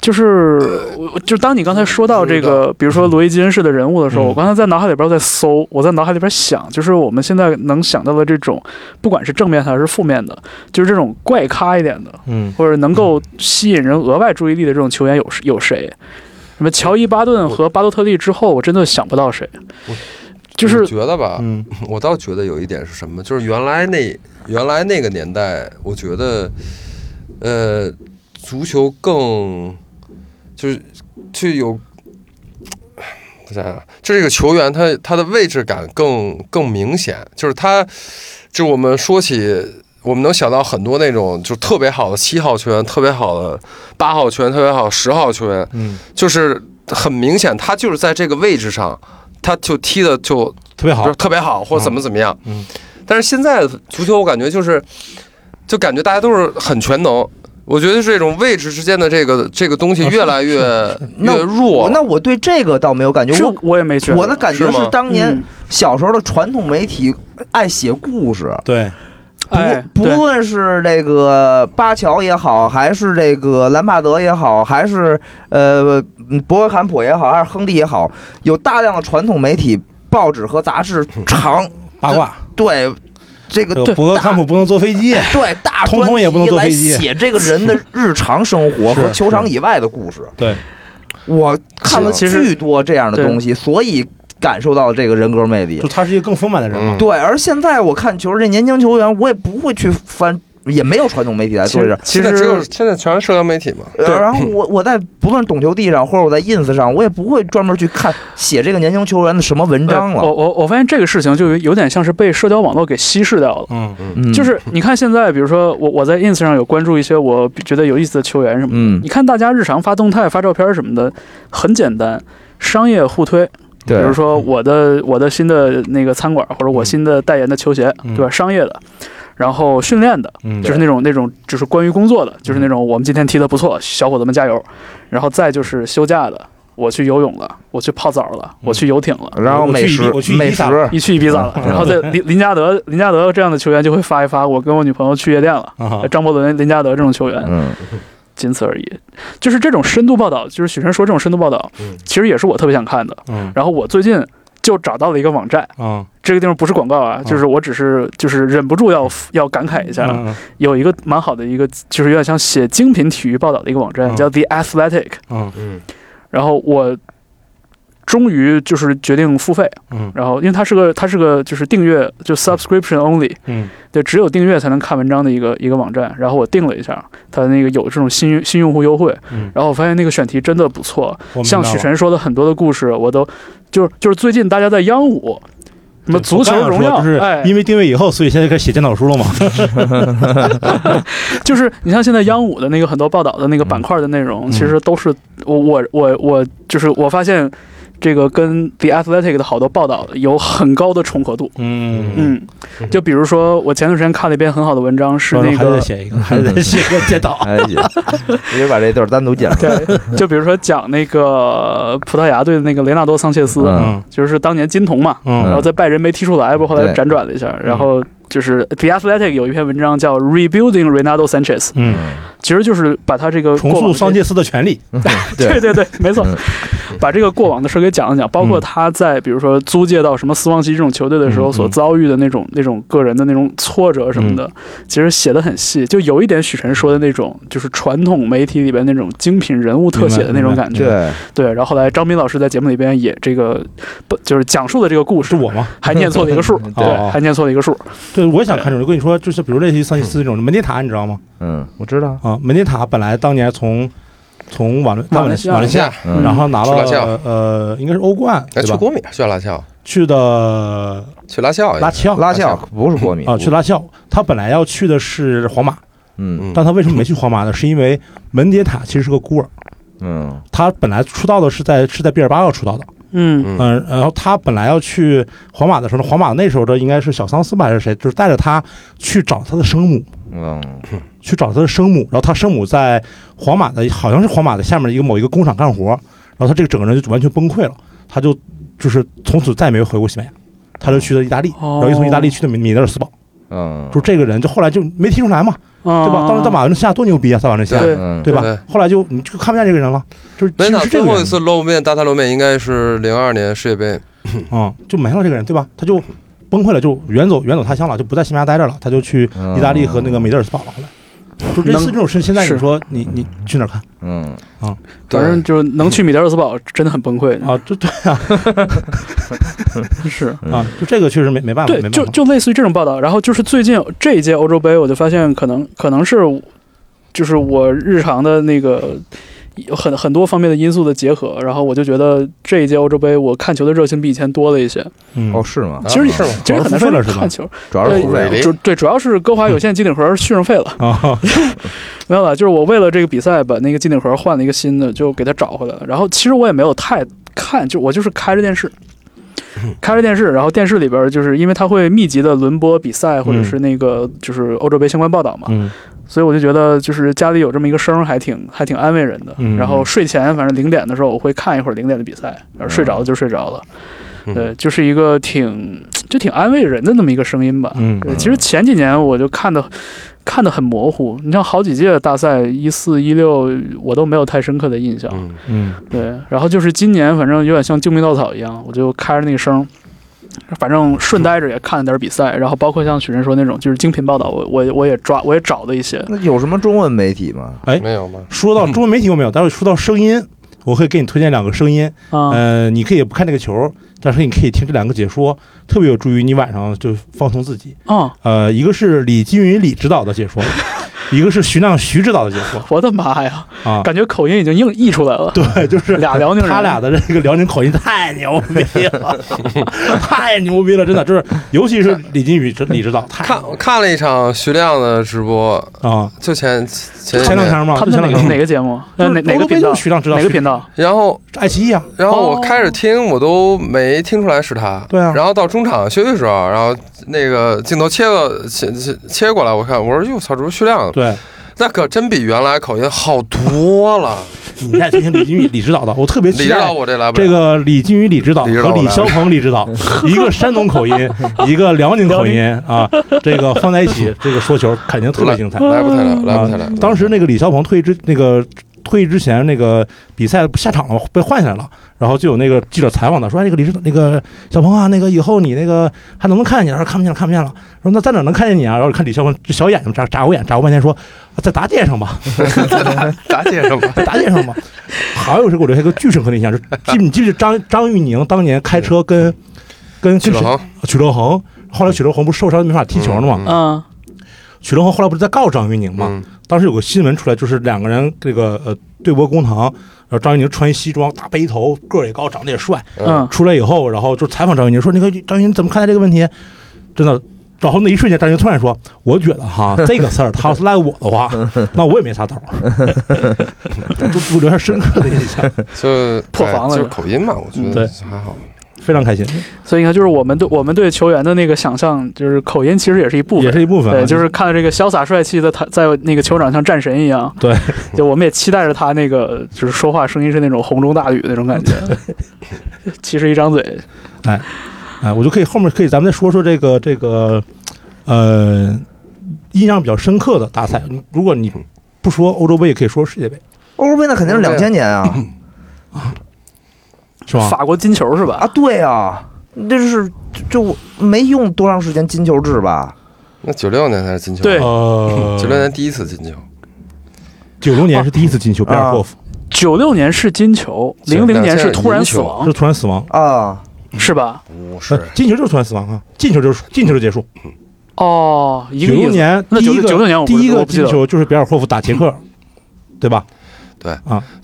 S4: 就是，
S1: 呃
S4: 我就当你刚才说到这个，比如
S1: 嗯
S4: 说罗伊金式的人物的时候，
S2: 嗯
S4: 我刚才在脑海里边在搜，我在脑海里边想，就是我们现在能想到的这种，不管是正面还是负面的，就是这种怪咖一点的，
S2: 嗯，
S4: 或者能够吸引人额外注意力的这种球员有有谁？什么乔伊巴顿和巴洛特利之后，我真的想不到谁。就是
S3: 我觉得吧，
S2: 嗯，
S3: 我倒觉得有一点是什么，就是原来那原来那个年代，我觉得，呃，足球更就是就有，我想想啊，就这个球员他他的位置感更更明显，就是他，就我们说起。我们能想到很多那种就特别好的七号球员，特别好的八号球员，特别好的十号球员，
S2: 嗯，
S3: 就是很明显，他就是在这个位置上，他就踢的就
S2: 特别好
S3: 就是，特别好，或者怎么怎么样。
S2: 嗯，
S3: 但是现在足球，我感觉就是，就感觉大家都是很全能。我觉得这种位置之间的这个这个东西
S2: 啊是
S3: 越来越、
S1: 那
S3: 越弱。
S1: 那我对这个倒没有感觉，
S4: 这
S1: 我
S4: 我也没觉得。
S1: 我的感觉
S3: 是吗
S1: 是当年
S4: 嗯
S1: 小时候的传统媒体爱写故事，
S2: 对，
S4: 哎，
S1: 不
S4: 对
S1: 不论是这个巴乔也好，还是这个兰帕德也好，还是呃嗯博格坎普也好，还是亨利也好，有大量的传统媒体、报纸和杂志
S2: 嗯
S1: 长
S2: 八卦。
S1: 对这个
S2: 这个博格坎普不能坐飞 机，
S1: 对大
S2: 通通也不能坐
S1: 专
S2: 飞
S1: 题
S2: 机
S1: 来写这个人 的日常生活
S2: 是
S1: 和球场以外的故事。
S2: 对，
S1: 我看了
S4: 其实
S1: 巨多这样的东西，所以感受到了这个人格魅力
S2: 就。他是一个更丰满的人嘛
S3: 嗯。
S1: 对，而现在我看球，这年轻球员我也不会去翻，也没有传统媒体来做这事儿。
S4: 其
S3: 现在只有
S4: 实
S3: 现在全是社交媒体嘛。
S1: 呃然后我我在不论懂球帝上，或者我在 ins 上，我也不会专门去看写这个年轻球员的什么文章
S4: 呃我
S1: 了。
S4: 我我发现这个事情就有有点像是被社交网络给稀释掉了。
S2: 嗯，
S1: 嗯
S4: 就，是你看现在，比如说我我在 ins 上有关注一些我觉得有意思的球员什么的，
S1: 嗯
S4: 你，看大家日常发动态、发照片什么的，很简单，商业互推。
S1: 对嗯
S4: 比如说我的我的新的那个餐馆，或者我新的代言的球鞋，
S2: 嗯
S4: 对吧？商业的，然后训练的，
S2: 嗯
S4: 就是那种那种就是关于工作的，
S1: 嗯
S4: 就是那种我们今天踢得不错，小伙子们加油。然后再就是休假的，我去游泳了，我去泡澡了，
S1: 嗯
S4: 我去游艇了。
S1: 然后
S2: 我去
S1: 美
S2: 伊
S1: 食
S2: 我去伊
S1: 美
S2: 萨
S1: 食，
S4: 一去一比咋了，
S1: 嗯
S4: 然后再林林加德、林加德这样的球员就会发一发，我跟我女朋友去夜店了。
S2: 啊，
S4: 张伯伦、林加德这种球员，
S1: 嗯，
S4: 仅此而已。就是这种深度报道，就是许晨说这种深度报道
S3: 嗯，
S4: 其实也是我特别想看的。
S2: 嗯
S4: 然后我最近就找到了一个网站，
S2: 嗯
S4: 这个地方不是广告啊，就是我只是就是忍不住要要感慨一下，
S2: 嗯
S4: 有一个蛮好的一个，就是有点像写精品体育报道的一个网站，
S2: 嗯
S4: 叫 The Athletic。
S2: 嗯
S3: 嗯，
S4: 然后我终于就是决定付费，
S2: 嗯
S4: 然后因为它是个它是个就是订阅就 subscription only，
S2: 嗯
S4: 对，只有订阅才能看文章的一个一个网站。然后我订了一下，它那个有这种新新用户优惠，
S2: 嗯，
S4: 然后我发现那个选题真的不错，
S2: 我明白
S4: 像
S2: 了
S4: 许晨说的很多的故事，我都就是就是最近大家在央五，什么
S2: 对
S4: 足
S2: 我
S4: 球
S2: 刚想
S4: 荣
S2: 说
S4: 耀，
S2: 就是
S4: 哎，
S2: 因为定位以后，所以现在开始写检讨书了嘛。
S4: 就是你像现在央五的那个很多报道的那个板块的内
S2: 嗯
S4: 容，其实都是我我我我就是我发现这个跟 The Athletic 的好多报道有很高的重合度。
S2: 嗯
S4: 嗯，就比如说我前段时间看了一篇很好的文章，是
S2: 到时候
S4: 那
S2: 还得
S4: 个。嗯
S2: 写一个，还得写个检讨。
S1: 哎，姐，直接把这段单独剪出来。
S2: 嗯
S4: 对，就比如说讲那个葡萄牙队的那个雷纳多·桑切斯，
S1: 嗯
S2: 嗯
S4: 就是当年金童嘛，然后
S2: 嗯
S4: 在拜仁没踢出来，不过后来
S1: 对
S4: 辗转了一下，然后就是 The Athletic 有一篇文章叫 Rebuilding Ronaldo Sanchez，
S2: 嗯，
S4: 其实就是把他这个
S2: 重
S4: 过往
S2: 塑
S4: 的
S2: 桑切斯的权利。
S4: 对对对，没错
S1: 嗯，
S4: 把这个过往的事儿给讲了讲，包括他在比如说租借到什么斯旺西这种球队的时
S2: 嗯
S4: 候
S2: 嗯
S4: 所遭遇的那种那种个人的那种挫折什么的，
S2: 嗯
S4: 其实写的很细，就有一点许晨说的那种，就是传统媒体里边那种精品人物特写的那种
S2: 明白
S4: 感觉。
S1: 对，，
S4: 对，然后后来张斌老师在节目里边也这个不就是讲述了这个故
S2: 是
S4: 事，
S2: 我吗？
S4: 还念错了一个数对
S2: 哦，
S4: 还念错了一个数。
S2: 对，我也想看这种。我跟你说，就是比如类似于桑切斯这种门迪塔，你知道吗？
S1: 嗯，我知道。
S2: 啊，门迪塔本来当年从从瓦伦
S4: 马
S2: 马
S4: 来
S2: 来
S4: 西亚
S2: 马来
S3: 西
S2: 西亚
S3: 亚，
S1: 嗯
S2: 然后拿
S3: 去拉
S2: 了
S3: 齐奥
S2: 呃，应该是欧冠
S3: 哎，
S2: 对
S3: 去
S2: 吧？
S3: 国米，去拉肖，
S2: 去的
S3: 去哎拉肖，
S2: 拉齐奥
S1: 拉翘不是国 米
S2: 啊，去拉齐奥。他本来要去的是皇马，
S1: 嗯
S3: 嗯，
S2: 但他为什么没去皇马呢？是因为门迪塔其实是个孤儿，
S1: 嗯
S2: 他本来出道的是在是在毕尔巴鄂出道的，
S4: 嗯
S3: 嗯
S2: 嗯、然后他本来要去皇马的时候呢，皇马那时候的应该是小桑斯吧还是谁，就是带着他去找他的生母，
S1: 嗯
S2: 去找他的生母，然后他生母在皇马的好像是皇马的下面的一个某一个工厂干活，然后他这个整个人就完全崩溃了，他就就是从此再也没有回过西班牙，他就去了意大利，
S4: 哦
S2: 然后又从意大利去的米米德尔斯堡，
S1: 嗯，
S2: 就这个人就后来就没踢出来嘛，对
S4: 对
S2: 吧？当时在马伦西亚多牛逼啊，在马伦西亚，
S4: 嗯对
S1: 嗯
S2: 对吧
S3: 对？
S2: 后来就你就看不见这个人了，就是
S3: 门
S2: 其
S3: 塔
S2: 实是
S3: 最
S2: 这个
S3: 后
S2: 人
S3: 一次露面，大他露面应该是零二年世界杯。
S2: 嗯，就没了这个人，对吧？他就崩溃了，就远走远走他乡了，就不在西班牙待着了，他就去
S4: 嗯
S2: 意大利和那个米德尔斯堡了。后来，就类似这种事，现在
S4: 是
S2: 你说你你去哪儿看
S1: 嗯，
S4: 反正就是能去米德尔斯堡，真的很崩溃，
S2: 啊？就对
S4: 是。
S2: 啊，就这个确实没没办法，
S4: 对
S2: 没，办
S4: 就
S2: 法。
S4: 就类似于这种报道。然后就是最近这一届欧洲杯，我就发现可能可能是就是我日常的那个很很多方面的因素的结合，然后我就觉得这一届欧洲杯我看球的热情比以前多了一些。
S2: 嗯
S1: 哦，是吗？
S3: 啊
S4: 其实也
S3: 是吗？
S4: 其实很难说
S2: 主要是付费了是吧
S4: 看球，
S1: 主要是付费
S4: 对，
S3: 了
S4: 主对主要是歌华有线机顶盒续上费了，
S2: 啊，
S4: 没有了。就是我为了这个比赛把那个机顶盒换了一个新的，就给它找回来了。然后其实我也没有太看，就我就是开着电视。
S2: 嗯
S4: 开着电视，然后电视里边就是因为它会密集的轮播比赛或者是那个就是欧洲杯相关报道嘛，
S2: 嗯
S4: 所以我就觉得，就是家里有这么一个声儿，还挺还挺安慰人的。
S2: 嗯
S4: 然后睡前，反正零点的时候，我会看一会儿零点的比赛，然后睡着了就睡着了。
S3: 嗯
S4: 对，就是一个挺就挺安慰人的那么一个声音吧。
S2: 嗯
S4: 对，其实前几年我就看的看的很模糊，你像好几届大赛，一四一六我都没有太深刻的印象。
S3: 嗯，
S2: 嗯
S4: 对，然后就是今年，反正有点像救命稻草一样，我就开着那个声儿，反正顺带着也看了点儿比赛，然后包括像许晨说那种就是精品报道，我我我也抓我也找了一些。
S1: 那有什么中文媒体吗？
S3: 没有吗？
S2: 说到中文媒体有没有？待会儿说到声音，我可以给你推荐两个声音。
S4: 啊、
S2: 呃，你可以不看这个球，但是你可以听这两个解说，特别有助于你晚上就放松自己。
S4: 啊、
S2: 呃，一个是李金云李指导的解说，一个是徐亮徐指导的解说
S4: 我的妈呀，
S2: 啊。
S4: 感觉口音已经硬溢出来了。
S2: 对，就是
S4: 俩辽哦宁人，
S2: 他俩的这个辽宁口音 太牛逼了，太牛逼了，真的就是，尤其是李金宇指李指导，太
S3: 看我看了一场徐亮的直播，
S2: 啊，
S3: 就前前
S2: 前两天嘛，
S4: 他
S2: 就
S4: 们在
S2: 前
S4: 哪
S2: 两
S4: 个
S2: 天
S4: 哪个节目？呃，哪哪
S2: 欧
S4: 个
S2: 洲杯
S4: 频
S2: 就
S4: 道
S2: 是？徐亮指导
S4: 哪个频？道？
S3: 然后
S2: 爱奇艺啊，
S3: 然后我
S4: 哦
S3: 开始听，我都没听出来是他。
S2: 对啊
S3: 然后到中场休息的时候，然后那个镜头切个切切切过来，我看我说哟，操，这不是徐亮？
S2: 对，
S3: 那可真比原来口音好多了。
S2: 你再听听李金宇李指导的，我特别
S3: 李
S2: 期
S3: 指导
S2: 待。
S3: 我这来不了。
S2: 这个李金宇李指导
S3: 李指导
S2: 和李
S3: 来
S2: 霄鹏李指 导，一个山东口音，一个辽宁口音啊，这个放在一起，这个说球肯定特别精彩。
S3: 来不太了，来不太了。
S2: 当时那个李霄鹏退之那个退役之前那个比赛下场了，被换下来了，然后就有那个记者采访他，说哎，那个李指那个小鹏啊，那个以后你那个还能不能看见你？然后看不见了，看不见了。说那在哪能看见你啊？然后看李霄鹏这小眼睛眨眨过眼，眨过半天说，啊在答界上吧。
S3: 咋解释吧？
S2: 在打脸上嘛。好像有时候给我留下一个巨深刻的印象，就记你记不记得张张玉宁当年开车跟跟
S3: 许
S2: 跟
S3: 乐
S2: 谁
S3: 恒
S2: 许乐恒，后来许乐恒不是受伤没法踢球了吗？
S3: 嗯
S4: 嗯
S2: 许乐恒后来不是在告张玉宁吗？
S3: 嗯
S2: 当时有个新闻出来，就是两个人这个呃对簿公堂，然后张玉宁穿一西装，大背头，个儿也高，长得也帅。
S4: 嗯，
S2: 出来以后，然后就采访张玉宁说：“那个张玉宁怎么看待这个问题？”真的。然后那一瞬间，张玉宁突然说：“我觉得 哈，这个事儿他要是赖我的话，那我也没啥招儿。”就就留下深刻的印象。
S3: 就
S4: 破防了
S3: 哎就
S4: 是吧
S3: 口音嘛，我觉
S2: 嗯
S3: 得
S2: 对
S3: 还好。
S2: 非常开心，
S4: 所以你看，就是我们对我们对球员的那个想象，就是口音其实也是一部
S2: 也
S4: 分。
S2: 是一部分啊。
S4: 对，就是看到这个潇洒帅气的他，在那个球场像战神一样。
S2: 对，
S4: 就我们也期待着他那个，就是说话声音是那种洪钟大吕那种感觉。其实一张嘴，
S2: 哎，我就可以后面可以咱们再说说这个这个呃印象比较深刻的大赛。如果你不说欧洲杯，也可以说世界杯，
S1: 欧洲杯那肯定是两千年啊
S2: 是吧？
S4: 法国金球是吧
S1: 啊，？对啊，那是就没用多长时间金球制吧？
S3: 那九六年才是金球，
S4: 对
S2: 呃，
S3: 九六年第一次进球，
S2: 九六年是第一次进球，贝尔霍夫
S4: 九六年是金球，零零年是突然死亡
S2: 是，突然死亡，
S1: 啊，
S4: 是吧？
S3: 不
S2: 呃，进球就是突然死亡啊，进球就是进球就结束。
S4: 哦，一
S2: 九
S4: 个意
S2: 六
S4: 思。
S2: 年
S4: 那
S2: 第一
S4: 九九六
S2: 个
S4: 年我不
S2: 第
S4: 是
S2: 一
S4: 我
S2: 个
S4: 不记得
S2: 进球就是贝尔霍夫打捷 克，对吧？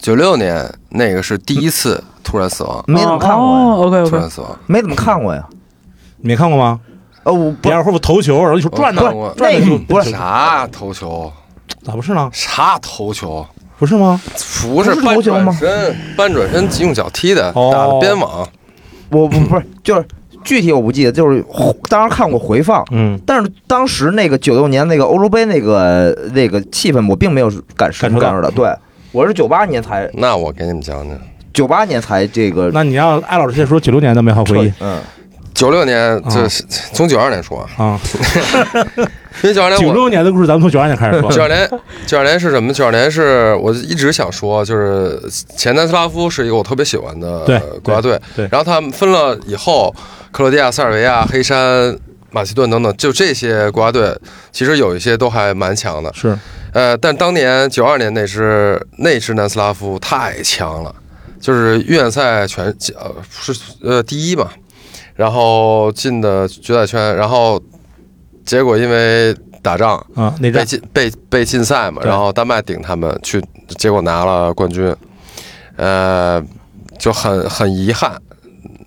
S3: 九六年那个是第一次突然死亡，
S1: 没怎么看过呀，
S4: 哦，OK
S3: 突
S4: OK，
S3: 然死亡。
S1: 没怎么看过呀。
S2: 你没看过吗？
S1: 呃，我不
S2: 贝尔霍夫头球，然后一球
S4: 哦
S2: 转
S3: 我看
S2: 的，
S3: 过嗯
S1: 那个不是
S3: 啥头球？
S2: 咋不是呢？
S3: 啥头球？
S2: 不是吗？
S3: 不是
S1: 不是
S3: 半
S1: 头球
S3: 转
S1: 吗
S3: 身，半转身用脚踢的，
S2: 哦
S3: 打的边网。
S1: 我不不是就是具体我不记得，就是当时看过回放。
S2: 嗯，
S1: 但是当时那个九六年那个欧洲杯那个那个气氛，我并没有感受
S2: 感受到
S1: 感受到。嗯对，我是九八年才
S3: 那我给你们讲讲，
S1: 九八年才这个
S2: 那你要艾老师先说九六年的美好回忆
S1: 嗯，
S3: 九六年就是从九二年说啊，
S2: 啊。
S3: 因为九二年
S2: 九
S3: 我
S2: 六年的故事，咱们从九二年开始说。
S4: 啊
S3: 九二年，九二年是什么？九二年是我一直想说，就是前南斯拉夫是一个我特别喜欢的
S2: 对
S3: 呃国家队。
S2: 对对
S3: 然后他们分了以后，克罗地亚、塞尔维亚、黑山、马其顿等等，就这些国家队，其实有一些都还蛮强的。
S2: 是
S3: 呃，但当年九二年那支那支南斯拉夫太强了，就是预选赛全呃是呃第一嘛，然后进的决赛圈，然后结果因为打仗。
S2: 啊，内
S3: 被
S2: 战
S3: 禁被被禁赛嘛，
S2: 对
S3: 然后丹麦顶他们去，结果拿了冠军，呃，就很很遗憾，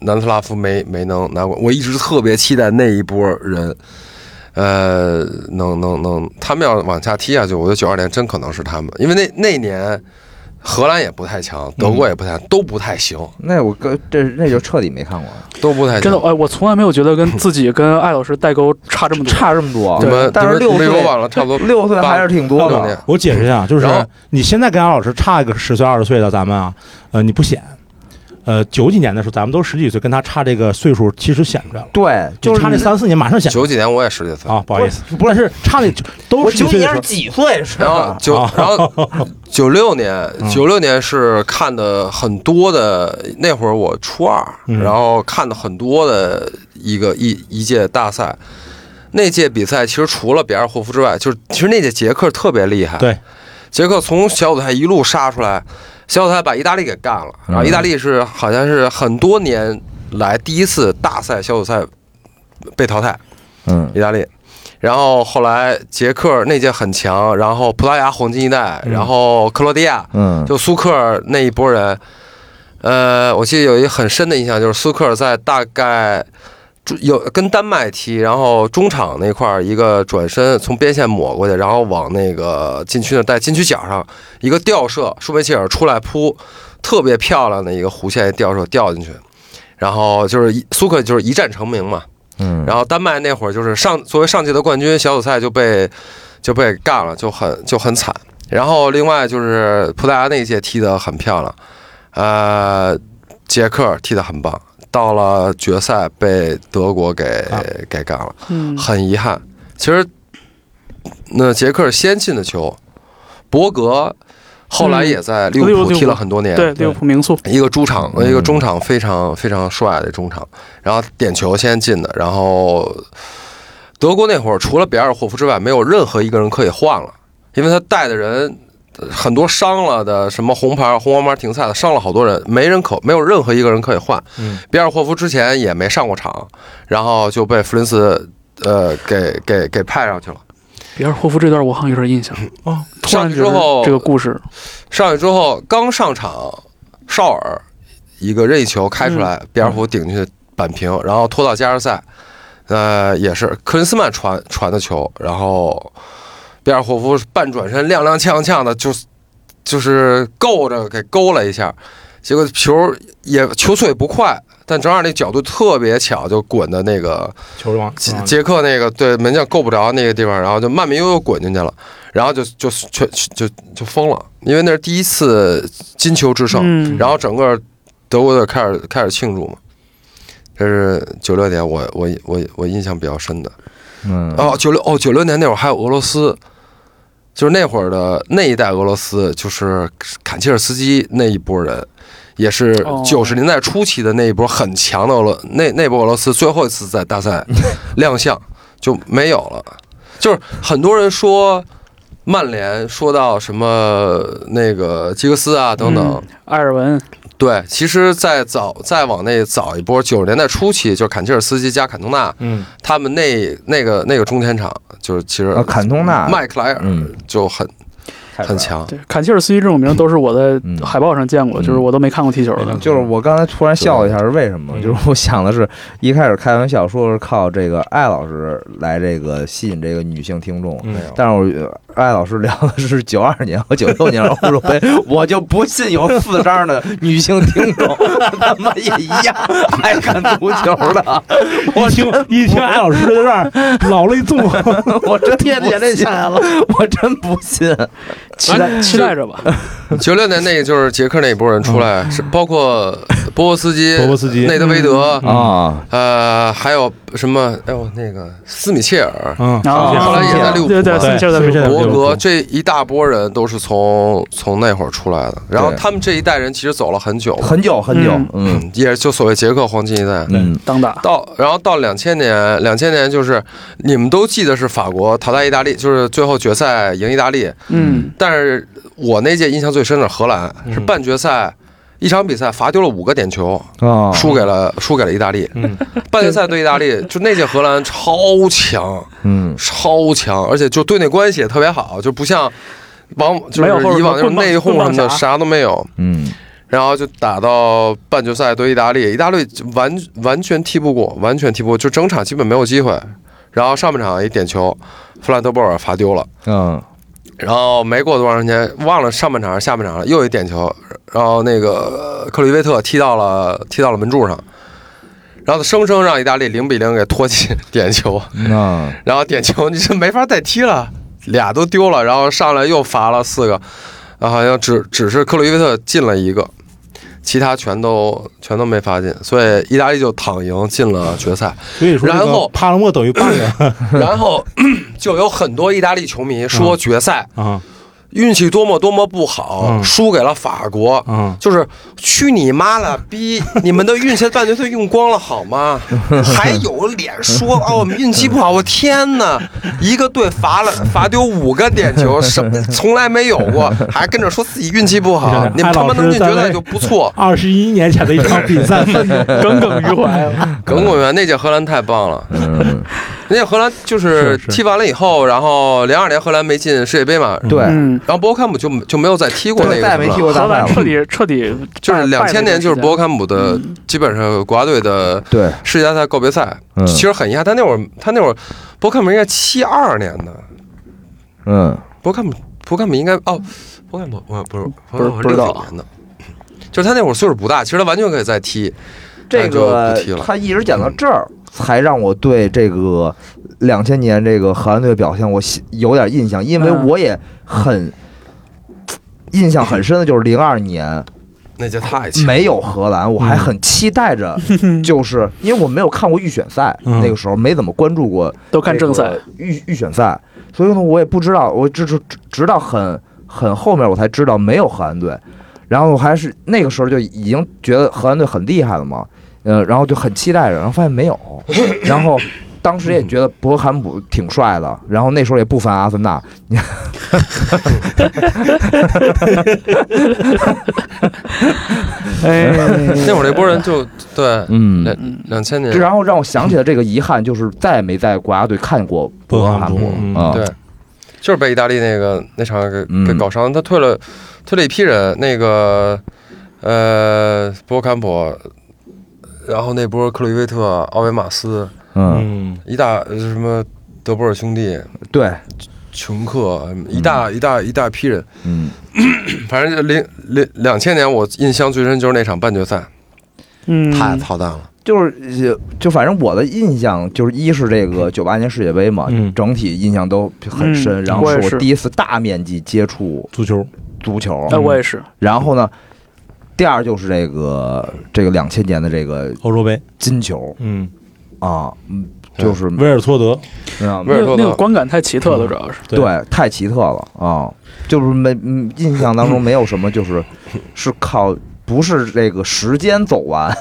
S3: 南斯拉夫没没能拿过。我一直特别期待那一波人，呃，能能能，他们要往下踢下去，我觉得九二年真可能是他们，因为那那年荷兰也不太强，德国也不太、都不太行，
S1: 那我跟这那就彻底没看过了，
S3: 都不太
S4: 真的，
S3: 行。
S4: 哎，我从来没有觉得跟自己跟艾老师代沟差这么多。
S1: 差这么多。
S3: 你们
S1: 但是
S3: 你
S1: 六
S3: 们
S1: 岁
S3: 离我晚了差不多
S1: 六岁还是挺多
S3: 八六年
S1: 的。
S2: 我解释一下，就是
S3: 然后
S2: 你现在跟安老师差个十岁二十岁的咱们啊，呃，你不显，呃，九几年的时候咱们都十几岁，跟他差这个岁数其实显出来了，
S1: 对，就
S2: 你
S1: 是
S2: 差那三四年马上显
S3: 九几年我也十几岁，
S2: 啊，不好意思，不是是差那都
S1: 我
S2: 是十
S1: 九
S2: 几
S1: 几
S2: 岁的
S1: 年
S2: 时
S1: 是几岁是
S2: 候，
S3: 然后
S1: 吧？
S3: 九，然后九六年，
S2: 啊嗯
S3: 九六年是看的很多的，那会儿我初二，
S2: 嗯
S3: 然后看的很多的一个一一届大赛。那届比赛其实除了比尔霍夫之外，就是其实那届捷克特别厉害，
S2: 对，
S3: 捷克从小组赛一路杀出来，小组赛把意大利给干了，
S2: 嗯
S3: 然后意大利是好像是很多年来第一次大赛小组赛被淘汰，
S1: 嗯
S3: 意大利，然后后来捷克那届很强，然后葡萄牙黄金一代，
S2: 嗯
S3: 然后克罗地亚，
S1: 嗯，
S3: 就苏克尔那一波人，呃，我记得有一个很深的印象，就是苏克尔在大概呃有跟丹麦踢，然后中场那块儿一个转身从边线抹过去，然后往那个禁区那带禁区角上一个吊射，舒梅切尔出来扑，特别漂亮的一个弧线吊射吊进去，然后就是一苏克尔就是一战成名嘛。
S1: 嗯
S3: 然后丹麦那会儿就是上作为上届的冠军，小组赛就被就被干了，就很就很惨。然后另外就是葡萄牙那一届踢得很漂亮，呃，捷克踢得很棒，到了决赛被德国给
S2: 啊
S3: 给干了，
S4: 嗯，
S3: 很遗憾。其实那捷克先进的球，博格后来也在嗯利物浦踢了很多年。
S4: 对，利物浦名宿，
S3: 一个中场，
S1: 嗯
S3: 一个中场非常非常帅的中场，然后点球先进的，然后德国那会儿除了比尔霍夫之外，没有任何一个人可以换了，因为他带的人呃很多伤了的，什么红牌、红黄牌停赛的，伤了好多人，没人可没有任何一个人可以换。
S2: 嗯
S3: 比尔霍夫之前也没上过场，然后就被弗林斯呃给给给派上去了。
S4: 比尔霍夫这段我好像有点印象。
S2: 哦，
S4: 突然
S3: 上去之
S4: 觉得
S3: 后
S4: 这个故事，
S3: 上去之后刚上场，绍尔一个任意球开出来，比尔福顶进去扳平，然后拖到加时赛，呃，也是克林斯曼传传的球，然后比尔霍夫半转身踉踉跄跄的就就是够着给勾了一下，结果球也球速也不快，但正好那角度特别巧，就滚的那个
S2: 球王
S3: 杰杰克那个对门将够不着那个地方，然后就慢慢悠悠滚进去了，然后就就全就就就疯了，因为那是第一次金球之胜，
S4: 嗯，
S3: 然后整个德国队开始开始庆祝嘛。这是九六年我，我我我印象比较深的。
S1: 嗯，
S3: 哦，九六哦，九六年那会儿还有俄罗斯，就是那会儿的那一代俄罗斯，就是坎切尔斯基那一波人，也是
S4: 哦
S3: 九十年代初期的那一波很强的俄罗那那波俄罗斯最后一次在大 赛亮相就没有了。就是很多人说曼联说到什么那个基格斯啊等等，
S4: 嗯埃尔文，
S3: 对，其实再早再往内早一波，九十年代初期，就是坎切尔斯基加坎通纳
S2: 嗯，
S3: 他们那那个那个中前场，就是其实
S1: 啊坎通纳
S3: 麦克莱尔
S1: 嗯
S3: 就很
S1: 太
S3: 很
S1: 帅了，
S3: 强，
S4: 对，坎切尔斯基这种名儿都是我在
S1: 嗯
S4: 海报上见过，
S1: 嗯
S4: 就是我都没看过踢球的。
S1: 就是我刚才突然笑了一下，是为什么？
S2: 嗯
S1: 就是我想的是一开始开玩笑说是靠这个艾老师来这个吸引这个女性听众，
S2: 嗯
S1: 但是我觉得艾老师聊的是九二年和九六年欧 洲杯，我就不信有四张的女性听众 他妈也一样爱看足球的，
S2: 我听一听艾老师在这儿老泪纵横，
S1: 我真
S4: 天哪
S1: 不
S4: 这
S1: 信
S4: 下来了，
S1: 我真不信。
S4: 期
S3: 嗯
S2: 哎
S4: 待期待着吧。
S3: 九六年那个就是捷克那一波人出来，是包括波波斯基、
S2: 波波斯基
S3: 内德维德，
S2: 嗯
S1: 啊，
S3: 呃，还有什么？哎呦，那个斯米切尔、
S2: 嗯，
S4: 然后
S1: 啊
S3: 后来也在利物浦
S4: 对对，
S3: 嘛
S4: 斯米切尔在利物
S2: 对斯米
S4: 浦
S2: 切尔
S3: 伯
S2: 利物
S3: 格
S2: 浦
S3: 这一大波人都是从从那会儿出来的，然后
S1: 对
S3: 他们这一代人其实走了很久嘛，
S1: 很久很久，嗯
S3: 嗯，也就所谓捷克黄金一代，
S1: 嗯，
S4: 当打，
S3: 到然后到两千年，两千年就是你们都记得是法国淘汰意大利，就是最后决赛赢意大利。
S4: 嗯，
S3: 但是我那届印象最深的是荷兰，
S2: 嗯
S3: 是半决赛一场比赛罚丢了五个点球，
S4: 哦
S1: 啊，
S3: 输给了输给了意大利。
S2: 嗯
S3: 半决赛对意大利，就那届荷兰超强
S1: 嗯
S3: 超强，而且就队内关系也特别好，就不像往就
S4: 没有或者
S3: 是以往那
S4: 棍
S3: 种
S4: 棒
S3: 内讧什么
S4: 棍棒
S3: 的
S4: 侠
S3: 啥都没有。
S1: 嗯，
S3: 然后就打到半决赛对意大利，意大利完完全踢不过，完全踢不过，就整场基本没有机会。然后上半场一点球，弗兰德波尔罚丢了，
S1: 嗯
S3: 然后没过多长时间，忘了上半场还是下半场了又一点球，然后那个呃克里维特踢到了踢到了门柱上，然后他生生让意大利零比零给拖进点球，
S1: 啊，
S3: 然后点球你这没法再踢了，俩都丢了，然后上来又罚了四个，啊，好像只只是克鲁伊维特进了一个，其他全都全都没罚进，所以意大利就躺赢进了决赛。
S2: 所以说这个
S3: 然后
S2: 帕勒莫等于半个啊
S3: 然后 就有很多意大利球迷说决赛
S2: 啊
S3: 运气多么多么不好，
S2: 嗯
S3: 输给了法国。
S2: 啊，
S3: 就是去你妈了逼！ 你们的运气半决赛用光了好 吗？还有脸说哦，我们运气不好？我天哪！一个队罚了罚丢五个 点球，什么从来没有过，还跟着说自己运气不好
S2: 是？
S3: 你们他妈
S2: 艾老师
S3: 能进决
S2: 在
S3: 赛
S2: 为。
S3: 就不错
S2: 二十一年前的一场比赛，
S4: 耿耿于怀了。
S3: 耿耿于怀，那届荷兰太棒了。
S1: 嗯，
S3: 那届荷兰就是
S2: 是是
S3: 踢完了以后，然后零二年荷兰没进世界杯嘛，
S1: 对，
S4: 嗯，
S3: 然后博坎普就就没有再踢过那
S1: 对
S3: 个
S1: 再也
S3: 什
S1: 没
S3: 么了
S1: 踢过
S4: 荷
S1: 大赛
S4: 兰彻
S1: 了，
S4: 底彻底
S3: 就是
S4: 败
S3: 两千年，就是博，坎普的
S4: 嗯
S3: 基本上国家队的
S1: 对，
S3: 世界大赛告别赛，
S1: 嗯
S3: 其实很遗憾，他那会儿他那会儿博坎普应该七二年的，
S1: 嗯
S3: 博坎普博坎普应该哦，博坎普我不是
S4: 不是不知
S3: 六
S4: 道
S3: 几年的，就是他那会儿岁数不大，其实他完全可以再踢，
S1: 这
S3: 但
S1: 个
S3: 就不踢了
S1: 他一直讲到这儿，才让我对这个两千年这个荷兰队表现我心有点印象，因为
S4: 嗯
S1: 我也很印象很深的就是零二年
S3: 那就太强了。
S1: 没有荷兰，我还很期待着，就是因为我没有看过预选赛，
S2: 嗯
S1: 那个时候没怎么关注过
S4: 都看正赛，
S1: 预预选赛，所以呢，我也不知道，我只是直直到很很后面我才知道没有荷兰队，然后我还是那个时候就已经觉得荷兰队很厉害了嘛，呃，然后就很期待着，然后发现没有，然后当时也觉得伯克汉姆挺帅的，然后那时候也不烦阿森纳，
S4: 哎，
S3: 那会儿那波人就对
S1: 嗯
S3: 对
S4: 嗯，
S3: 两千年
S1: 这，然后让我想起了这个遗憾，就是再也没在国家队看过伯克汉姆
S2: 嗯
S1: 啊，
S3: 对，就是被意大利那个那场给
S1: 嗯
S3: 给搞伤，他退了退了一批人，那个呃博坎普，然后那波克里维特、奥维马斯，
S1: 嗯，
S2: 嗯，
S3: 一大呃什么德波尔兄弟、
S1: 对，
S3: 琼克，嗯一大一大一大批人，
S1: 嗯，
S3: 反正就零零两千年我印象最深就是那场半决赛，
S4: 嗯，
S3: 太操蛋了，
S1: 就是呃就反正我的印象就是一是这个九八年世界杯嘛，
S2: 嗯
S1: 整体印象都很深，
S4: 嗯
S1: 然后
S4: 我也
S1: 我
S4: 是
S1: 第一次大面积接触
S2: 足球，
S1: 足球，
S4: 哎，
S3: 嗯
S4: 我也是，
S1: 然后呢，第二就是这个这个两千年的这个
S2: 欧洲杯，
S1: 金球
S2: 嗯，
S1: 啊，嗯，就是
S2: 威尔托德，
S1: 嗯
S3: 威尔
S4: 那个
S3: 托
S4: 那
S3: 德
S4: 个观感太奇特了，主要是，
S2: 对
S1: 对，太奇特了啊！就是没嗯印象当中没有什么， 就是是靠不是这个时间走 完，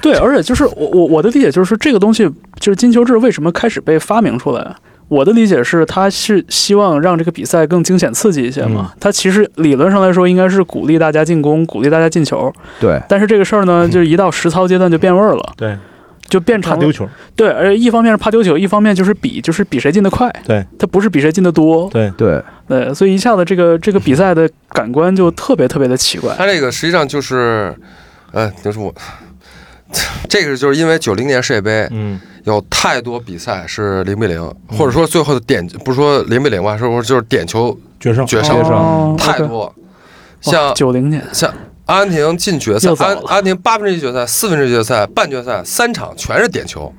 S4: 对，而且就是我我我的理解就是这个东西就是金球制为什么开始被发明出来？我的理解是，它是希望让这个比赛更惊险刺激一些
S2: 嗯
S4: 嘛。它其实理论上来说应该是鼓励大家进攻，鼓励大家进球，
S1: 对，
S4: 但是这个事儿呢，就是一到实操阶段就变味儿了，
S2: 对，
S4: 就变
S2: 差
S4: 成
S2: 丢球，
S4: 对，而且一方面是怕丢球，一方面就是比就是比谁进得快，
S2: 对，
S4: 它不是比谁进得多，
S2: 对，
S1: 对，
S4: 对，所以一下子这个这个比赛的感官就特别特别的奇怪。
S3: 他这个实际上就是，呃，就是我。这个就是因为九零年世界杯，
S2: 嗯，
S3: 有太多比赛是零比零，或者说最后的点不是说零比零吧，是不是就是点球
S2: 决胜，
S3: 决胜
S1: 哦
S3: 太多，像
S4: 九零年，
S3: 像阿根廷进决赛
S4: 又，早
S3: 阿
S4: 了
S3: 阿根廷八分之一决赛、四分之一决赛、半决赛三场全是点球，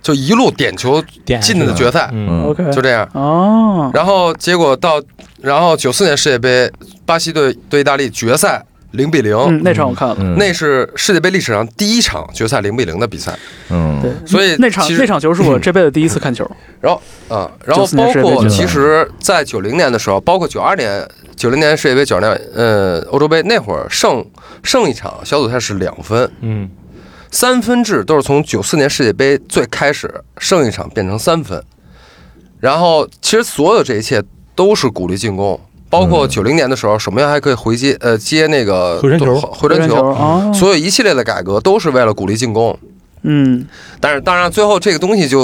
S3: 就一路点球
S2: 点
S3: 进的决赛，
S2: 嗯，
S1: 嗯
S4: OK，
S3: 就这样。
S4: 哦，
S3: 然后结果到，然后九四年世界杯，巴西队对意大利决赛零比零、
S4: 嗯，那场我看了，
S1: 嗯
S3: 那是世界杯历史上第一场决赛零比零的比赛，
S1: 嗯
S4: 对，
S3: 所以
S4: 那场
S3: 其实嗯
S4: 那场球是我这辈子第一次看球，
S3: 然后啊、然后包
S4: 94年世界杯
S3: 括
S4: 决赛
S3: 其实，在九零年的时候，包括九二年、九零年世界杯、九二年呃欧洲杯那会儿，胜胜一场小组赛是两分，
S2: 嗯，
S3: 三分制都是从九四年世界杯最开始胜一场变成三分，然后其实所有这一切都是鼓励进攻，包括九零年的时候，守门员还可以回接呃接那个
S2: 嗯回旋球
S3: 回回
S4: 球
S3: 传球，嗯
S4: 啊，
S3: 所有一系列的改革都是为了鼓励进攻，
S4: 嗯，
S3: 但是当然最后这个东西就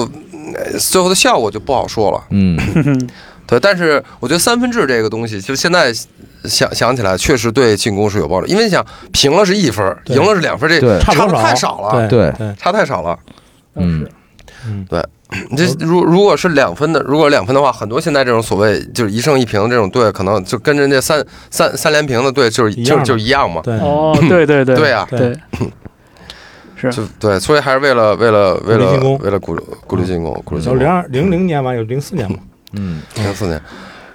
S3: 呃最后的效果就不好说了。
S1: 嗯，
S4: 哼哼
S3: 对，但是我觉得三分制这个东西，就现在想想起来，确实对进攻是有帮助。因为你想，平了是一分，
S2: 对
S3: 赢了是两分，这
S1: 对
S2: 差
S3: 差
S2: 不
S3: 的
S2: 多
S3: 太少
S2: 对
S3: 了，
S1: 对
S2: 对，
S3: 差太少了。
S1: 嗯
S2: 嗯，
S3: 你这如如果是两分的，如果两分的话，很多现在这种所谓就是一胜一平的这种队，可能就跟人家三三三连平的队就是
S2: 一
S3: 就
S2: 样
S3: 是
S2: 的
S3: 就一样嘛。
S2: 对，
S4: 哦，对对 对，
S3: 对啊，
S4: 对，是
S3: 就对，所以还是为了为了为
S2: 鼓励
S3: 了
S2: 进攻
S3: 为了鼓励鼓励进攻，鼓励进
S2: 就零
S3: 攻。
S2: 二零零年吧，有零四年吧，
S1: 嗯，
S3: 零四年，